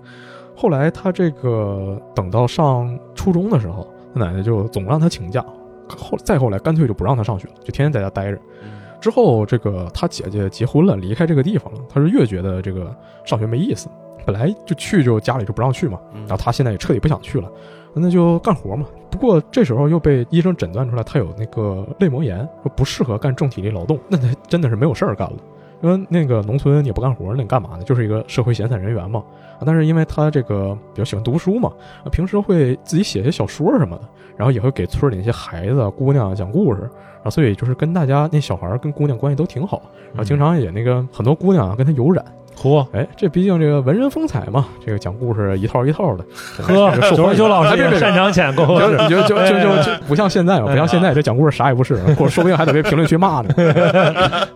Speaker 1: 后来他这个等到上初中的时候，他奶奶就总让他请假，后再后来干脆就不让他上学了，就天天在家待着。
Speaker 2: 嗯
Speaker 1: 之后，这个他姐姐结婚了，离开这个地方了，他是越觉得这个上学没意思，本来就去就家里就不让去嘛，
Speaker 2: 嗯
Speaker 1: 然后他现在也彻底不想去了，那就干活嘛。不过这时候又被医生诊断出来他有那个泪膜炎，说不适合干重体力劳动，那他真的是没有事儿干了。因为那个农村也不干活，那你干嘛呢？就是一个社会闲散人员嘛。啊但是因为他这个比较喜欢读书嘛，啊平时会自己写些小说什么的，然后也会给村里那些孩子啊、姑娘啊讲故事，然后所以就是跟大家那小孩儿跟姑娘关系都挺好，然啊后经
Speaker 3: 嗯
Speaker 1: 常也那个很多姑娘啊跟他有染。
Speaker 3: 嚯
Speaker 1: 哎，这毕竟这个文人风采嘛，这个讲故事一套一套的，
Speaker 3: 呵，
Speaker 1: 受
Speaker 3: 九十九老师
Speaker 1: 别别
Speaker 3: 也
Speaker 1: 别
Speaker 3: 擅长浅过
Speaker 1: 就
Speaker 3: 后
Speaker 1: 就就就就就不像现在，啊不像现在这讲故事啥也不是，或者说不定还得被评论区骂呢。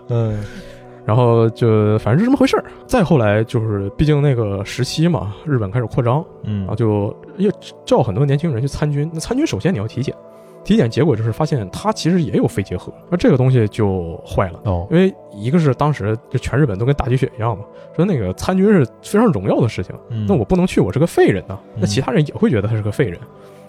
Speaker 3: 嗯
Speaker 1: 然后就反正是这么回事儿。再后来就是，毕竟那个时期嘛，日本开始扩张，
Speaker 3: 嗯
Speaker 1: 然后就也叫很多年轻人去参军。那参军首先你要体检，体检结果就是发现他其实也有肺结核，那这个东西就坏了。
Speaker 3: 哦
Speaker 1: 因为一个是当时就全日本都跟打鸡血一样嘛，说那个参军是非常荣耀的事情，
Speaker 3: 嗯
Speaker 1: 那我不能去，我是个废人呐、那
Speaker 3: 嗯
Speaker 1: 其他人也会觉得他是个废人。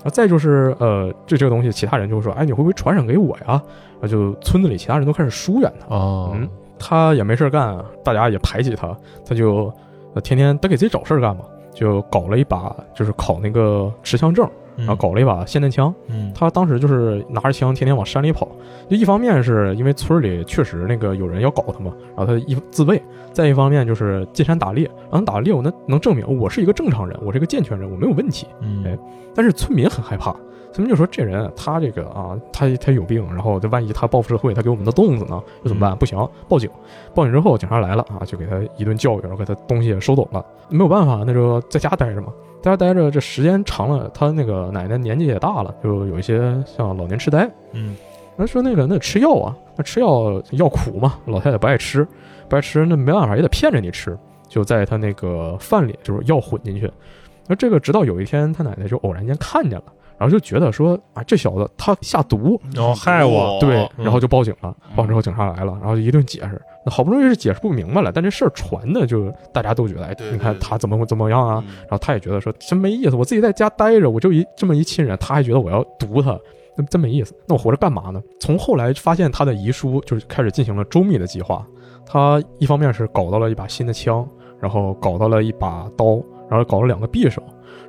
Speaker 1: 啊，再就是呃，这这个东西，其他人就会说，哎，你会不会传染给我呀？啊，就村子里其他人都开始疏远他，
Speaker 3: 哦
Speaker 1: 嗯他也没事儿干，大家也排挤他，他就呃天天他给自己找事儿干嘛，就搞了一把就是考那个持枪证，
Speaker 3: 然
Speaker 1: 然嗯啊后搞了一把霰弹枪。
Speaker 3: 嗯
Speaker 1: 他当时就是拿着枪天天往山里跑，就一方面是因为村里确实那个有人要搞他嘛，然后他一自卫；再一方面就是进山打猎，然后打猎我能能证明我是一个正常人，我是一个健全人，我没有问题。
Speaker 3: 嗯
Speaker 1: 哎但是村民很害怕，村民就说这人他这个啊，他他有病，然后这万一他报复社会，他给我们的粽子呢，这怎么办？不行，报警！报警之后，警察来了啊，就给他一顿教育，然后给他东西也收走了。没有办法，那就在家待着嘛。在这待着这时间长了，他那个奶奶年纪也大了，就有一些像老年痴呆。
Speaker 3: 嗯
Speaker 1: 那说那个那吃药啊，那吃药药苦嘛，老太太不爱吃，不爱吃那没办法也得骗着你吃，就在她那个饭里就是药混进去。那这个直到有一天，她奶奶就偶然间看见了，然后就觉得说啊这小子他下毒，
Speaker 3: 然后害
Speaker 2: 哦
Speaker 3: 我
Speaker 1: 对，啊
Speaker 3: 嗯
Speaker 1: 然后就报警了。报警之后警察来了，然后一顿解释，那好不容易是解释不明白了，但这事儿传的就大家都觉得哎
Speaker 2: 对，
Speaker 1: 你看
Speaker 2: 对
Speaker 1: 他怎么会怎么样啊，
Speaker 2: 嗯
Speaker 1: 然后他也觉得说真没意思，我自己在家待着，我就一这么一亲人，他还觉得我要毒他，那真没意思。那我活着干嘛呢？从后来发现他的遗书，就是开始进行了周密的计划。他一方面是搞到了一把新的枪，然后搞到了一把刀，然后搞了两个匕首。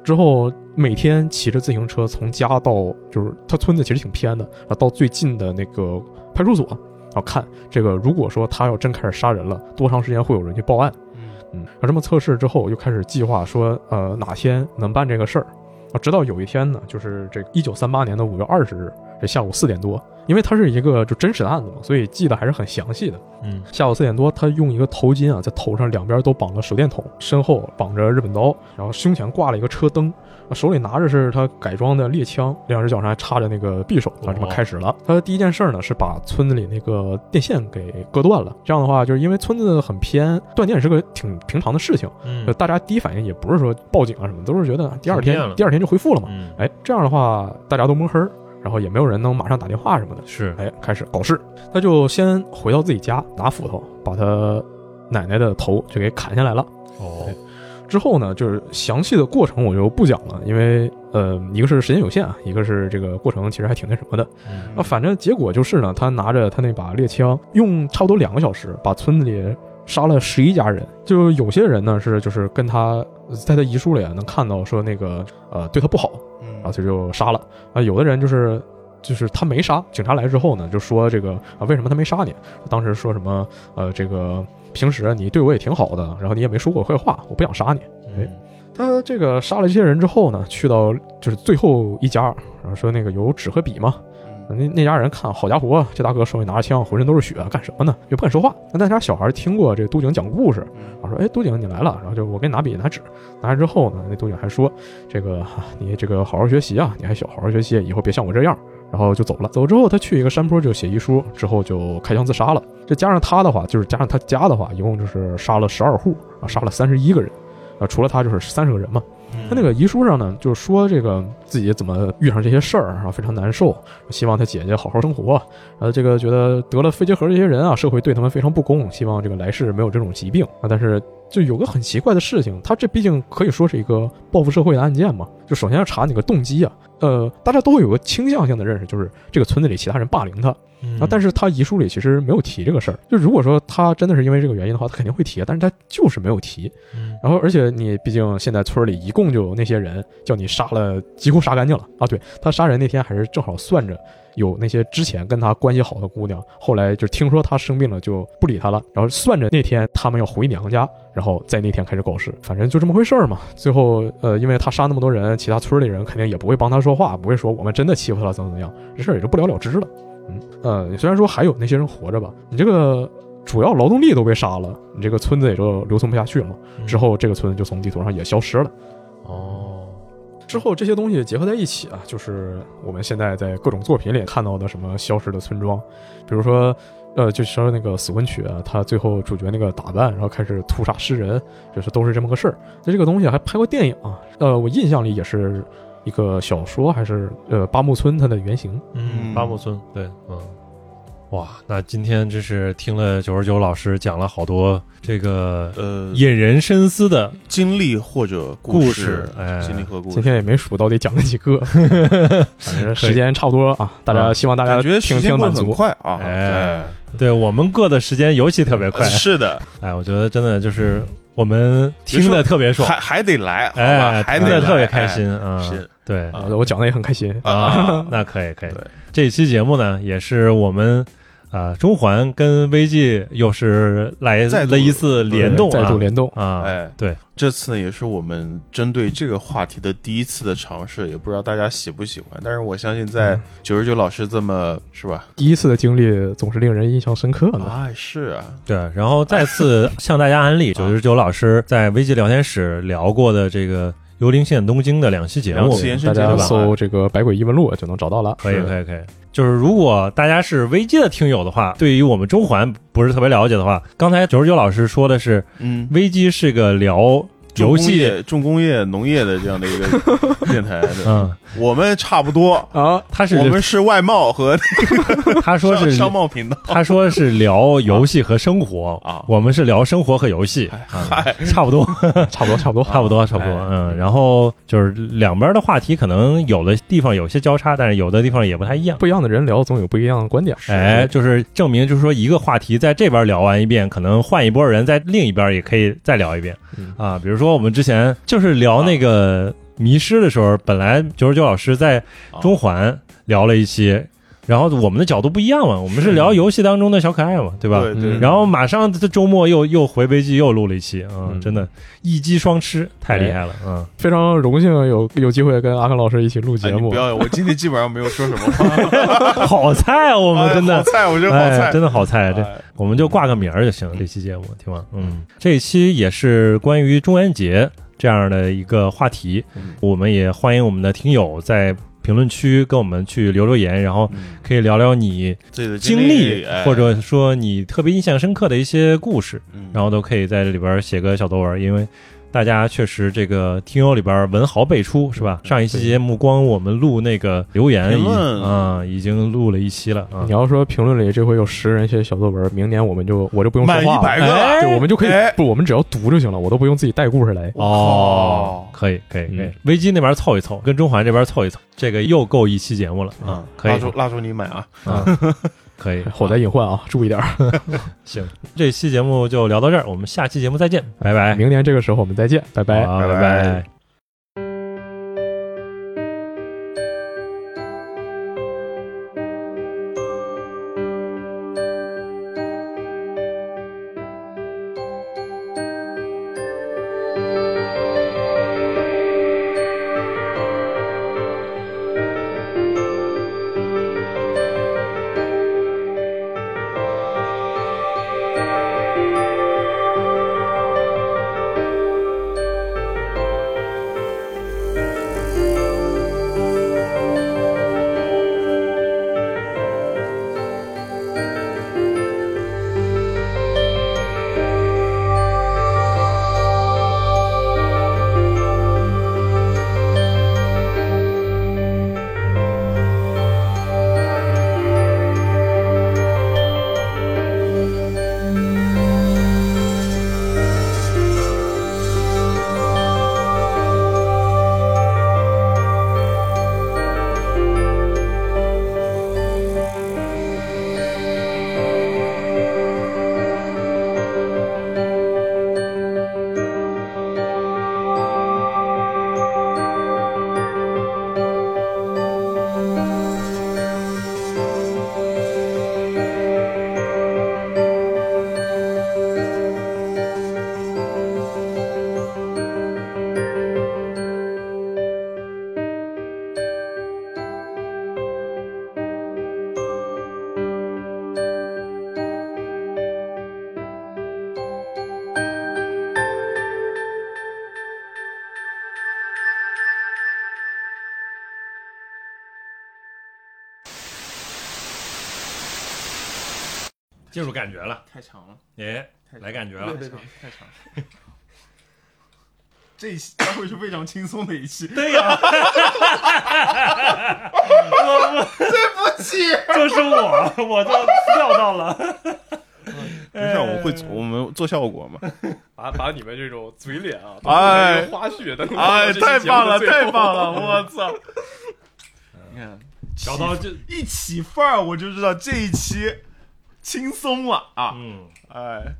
Speaker 1: 之后每天骑着自行车从家到就是他村子其实挺偏的，然后到最近的那个派出所，然后看这个如果说他要真开始杀人了，多长时间会有人去报案？
Speaker 2: 嗯
Speaker 1: 嗯，那这么测试之后，我就开始计划说，呃，哪天能办这个事儿。啊，直到有一天呢，就是这一九三八年的五月二十日，这下午四点多，因为它是一个就真实的案子嘛，所以记得还是很详细的。
Speaker 3: 嗯
Speaker 1: 下午四点多，他用一个头巾啊，在头上两边都绑了手电筒，身后绑着日本刀，然后胸前挂了一个车灯，啊手里拿着是他改装的猎枪，两只脚上还插着那个匕首，啊，这么
Speaker 3: 哦
Speaker 1: 开始了。他第一件事儿呢是把村子里那个电线给割断了，这样的话就是因为村子很偏，断电是个挺平常的事情，
Speaker 3: 嗯
Speaker 1: 就大家第一反应也不是说报警啊什么，都是觉得第二
Speaker 3: 停电
Speaker 1: 天
Speaker 3: 了
Speaker 1: 第二天就恢复了嘛。
Speaker 3: 嗯，
Speaker 1: 哎，这样的话大家都摸黑儿，然后也没有人能马上打电话什么的。
Speaker 3: 是
Speaker 1: 哎，开始搞事。他就先回到自己家，拿斧头把他奶奶的头就给砍下来了。
Speaker 3: 哦，
Speaker 1: 之后呢，就是详细的过程我就不讲了，因为呃，一个是时间有限啊，一个是这个过程其实还挺那什么的。
Speaker 3: 嗯
Speaker 1: 啊，反正结果就是呢，他拿着他那把猎枪，用差不多两个小时把村子里杀了十一家人。就有些人呢是就是跟他在他遗书里啊能看到说那个呃对他不好，
Speaker 2: 嗯
Speaker 1: 然后他就杀了啊。有的人就是就是他没杀，警察来之后呢，就说这个啊为什么他没杀你？当时说什么呃这个平时你对我也挺好的，然后你也没说过我坏话，我不想杀你。哎他这个杀了这些人之后呢，去到就是最后一家，然后说那个有纸和笔嘛，
Speaker 2: 嗯
Speaker 1: 那那家人看，好家伙，这大哥手里拿着枪，浑身都是血，干什么呢？又不敢说话。那那家小孩听过这都警讲故事，
Speaker 2: 嗯
Speaker 1: 我说：“哎，都警，你来了。”然后就我给你拿笔拿纸，拿了之后呢，那都警还说：“这个啊你这个好好学习啊，你还小，好好学习，以后别像我这样。”然后就走了。走之后，他去一个山坡就写遗书，之后就开枪自杀了。这加上他的话，就是加上他家的话，一共就是杀了十二户啊，杀了三十一个人啊，除了他就是三十个人嘛。
Speaker 3: 嗯
Speaker 1: 他那个遗书上呢，就是说这个自己怎么遇上这些事儿啊，非常难受，希望他姐姐好好生活。呃，这个觉得得了肺结核这些人啊，社会对他们非常不公，希望这个来世没有这种疾病啊。但是就有个很奇怪的事情，他这毕竟可以说是一个报复社会的案件嘛，就首先要查你个动机啊。呃，大家都会有个倾向性的认识，就是这个村子里其他人霸凌他，啊，但
Speaker 3: 是
Speaker 1: 是他遗书里其实没有提这个事儿。就如果说他真的是因为这个原因的话，他肯定会提，但是他就是没有提。
Speaker 3: 嗯
Speaker 1: 然后，而且你毕竟现在村里一共就那些人，叫你杀了，几乎杀干净了啊。对他杀人那天还是正好算着有那些之前跟他关系好的姑娘，后来就听说他生病了就不理他了，然后算着那天他们要回娘家，然后在那天开始搞事，反正就这么回事儿嘛。最后，呃，因为他杀那么多人，其他村里人肯定也不会帮他说话，不会说我们真的欺负他了怎么怎么样，这事儿也就不了了之了。嗯，呃，虽然说还有那些人活着吧，你这个主要劳动力都被杀了，你这个村子也就留存不下去了嘛。
Speaker 3: 嗯
Speaker 2: 嗯
Speaker 1: 之后这个村就从地图上也消失了。
Speaker 3: 哦，
Speaker 1: 之后这些东西结合在一起啊，就是我们现在在各种作品里看到的什么消失的村庄，比如说。呃，就是说那个《死魂曲》啊，它最后主角那个打扮，然后开始屠杀诗人，就是都是这么个事儿。那这个东西还拍过电影啊，呃，我印象里也是一个小说，还是呃八木村它的原型。
Speaker 3: 嗯，
Speaker 2: 嗯
Speaker 3: 巴木村对，嗯。哇，那今天真是听了九十九老师讲了好多这个
Speaker 2: 呃，
Speaker 3: 引人深思的
Speaker 2: 经历或者
Speaker 3: 故
Speaker 2: 事
Speaker 3: 事，，哎，
Speaker 2: 经历和故
Speaker 1: 今
Speaker 2: 事。
Speaker 1: 天也没数到底讲了几 个，反正时间差不多啊，大家
Speaker 3: 嗯
Speaker 1: 希望大家
Speaker 2: 感觉
Speaker 1: 听
Speaker 2: 时
Speaker 1: 听
Speaker 2: 间过
Speaker 1: 满
Speaker 2: 得很
Speaker 1: 足。
Speaker 2: 快啊！
Speaker 3: 哎，对我们过的时间尤其特别快
Speaker 2: 对，，是的，
Speaker 3: 哎，我觉得真的就是我们听的特别爽，
Speaker 2: 还还得来，好吧
Speaker 3: 哎，
Speaker 2: 还
Speaker 3: 听
Speaker 2: 得
Speaker 3: 得
Speaker 2: 来
Speaker 3: 特别开心，啊，
Speaker 2: 哎是
Speaker 3: 对
Speaker 1: 啊，我讲的也很开心。
Speaker 3: 啊，那可以可以
Speaker 2: 对。
Speaker 3: 这期节目呢，也是我们啊中环跟微 G 又是来
Speaker 2: 再度
Speaker 3: 了一次联动
Speaker 1: 再度
Speaker 3: 啊
Speaker 1: 联动，
Speaker 3: 啊，
Speaker 2: 哎，
Speaker 3: 对，
Speaker 2: 这次呢也是我们针对这个话题的第一次的尝试，也不知道大家喜不喜欢。但是我相信，
Speaker 3: 嗯
Speaker 2: 在九十九老师这么是吧？
Speaker 1: 第一次的经历总是令人印象深刻
Speaker 3: 嗯
Speaker 1: 的。
Speaker 2: 啊，是啊，
Speaker 3: 对， 然后再次向大家安利九十九老师在微信聊天室聊过的这个幽灵线东京》的两期节
Speaker 2: 两
Speaker 3: 目，
Speaker 2: 期延伸
Speaker 1: 大
Speaker 2: 节
Speaker 1: 家
Speaker 2: 目
Speaker 1: 搜这个《百鬼异闻录》就能找到了。
Speaker 3: 可以
Speaker 2: 是
Speaker 3: 可以可以。就是如果大家是危机的听友的话，对于我们中环不是特别了解的话，刚才九十九老师说的是
Speaker 2: 嗯，
Speaker 3: 危机是个聊
Speaker 2: 重
Speaker 3: 游
Speaker 2: 工
Speaker 3: 戏，
Speaker 2: 业、重工业、农业的这样的一个 电台，对
Speaker 3: 嗯，
Speaker 2: 我们差不多。
Speaker 1: 啊，
Speaker 3: 他是
Speaker 2: 我们是外贸和
Speaker 3: 他 说
Speaker 2: 商
Speaker 3: 是
Speaker 2: 商贸频道，
Speaker 3: 他说是聊游戏和生活
Speaker 2: 啊
Speaker 3: 我们是聊生活和游戏，啊差不多，
Speaker 1: 差不多，差不多。
Speaker 3: 差不多，差不多，
Speaker 2: 哎
Speaker 3: 嗯。然后就是两边的话题，可能有的地方有些交叉，但是有的地方也不太一样。
Speaker 1: 不一样的人聊，总有不一样的观点。
Speaker 3: 哎，就是证明，就是说一个话题在这边聊完一遍，可能换一波人在另一边也可以再聊一遍
Speaker 1: 嗯
Speaker 3: 啊。比如说我们之前就是聊那个迷失的时候，本来九十九老师在中环聊了一期，然后我们的角度不一样嘛，我们是聊游戏当中的小可爱嘛，对吧？
Speaker 2: 对对，
Speaker 1: 嗯
Speaker 3: 然后马上这周末又又回北极又录了一期，嗯，
Speaker 1: 嗯
Speaker 3: 真的，一鸡双吃，太厉害了，嗯，
Speaker 1: 非常荣幸有有机会跟阿康老师一起录
Speaker 2: 哎
Speaker 1: 节
Speaker 2: 你
Speaker 1: 目。
Speaker 2: 不要，我今天基本上没有说什么话，
Speaker 3: 好菜 啊，我
Speaker 2: 我
Speaker 3: 们真的，
Speaker 2: 菜，我觉得哎 好
Speaker 3: 哎，
Speaker 2: 菜，
Speaker 3: 真的好菜，这
Speaker 2: 哎
Speaker 3: 我们就挂个名儿就行了，这期节目挺棒，嗯，这一期也是关于中元节这样的一个话题，
Speaker 2: 嗯
Speaker 3: 我们也欢迎我们的听友在评论区跟我们去留留言，然后
Speaker 2: 嗯
Speaker 3: 可以聊聊你
Speaker 2: 自己的
Speaker 3: 经历，
Speaker 2: 哎
Speaker 3: 或者说你特别印象深刻的一些故事，
Speaker 2: 嗯
Speaker 3: 然后都可以在这里边写个小作文，因为大家确实这个听友里边文豪辈出是吧？上一期节目光我们录那个留言
Speaker 2: 嗯评
Speaker 3: 已
Speaker 2: 论
Speaker 3: 啊、已经录了一期了啊
Speaker 1: 你。要说评论里这回有十人写小作文，明年我们就我就不用说
Speaker 2: 满一
Speaker 1: 话
Speaker 2: 百
Speaker 1: 了，
Speaker 2: 个
Speaker 3: 哎
Speaker 2: 了，
Speaker 1: 对，我们就可以
Speaker 2: 哎
Speaker 1: 不，我们只要读就行了，我都不用自己带故事来。
Speaker 3: 哦，可以可以可以
Speaker 1: 嗯，
Speaker 3: 危机那边凑一凑，跟中环这边凑一凑，这个又够一期节目了啊，可
Speaker 2: 嗯蜡
Speaker 3: 以
Speaker 2: 烛蜡烛你买啊，
Speaker 3: 啊， 可
Speaker 2: 哎
Speaker 3: 以，
Speaker 1: 火灾隐患啊，注意点儿。
Speaker 3: 行，这期节目就聊到这儿，我们下期节目再见，拜拜，
Speaker 1: 明年这个时候我们再见，拜拜。
Speaker 3: 好
Speaker 2: 拜
Speaker 3: 拜
Speaker 2: 拜
Speaker 3: 拜。进入感觉了，
Speaker 2: 太强了，
Speaker 3: 哎，来感觉了，
Speaker 2: 太强了。 这一期将会是非常轻松的一期。
Speaker 3: 对呀、
Speaker 2: 不起，
Speaker 3: 就是我，我就料到 了。
Speaker 2: 等一下我会我哎们做效果 嘛？
Speaker 1: 把把你们这种嘴脸啊，
Speaker 2: 当成一个
Speaker 1: 花絮的，
Speaker 2: 哎，太棒了，太棒了，我 操！你看，
Speaker 3: 小刀就
Speaker 2: 一起范儿，我就知道这一期轻松了啊！
Speaker 3: 嗯。
Speaker 2: 哎。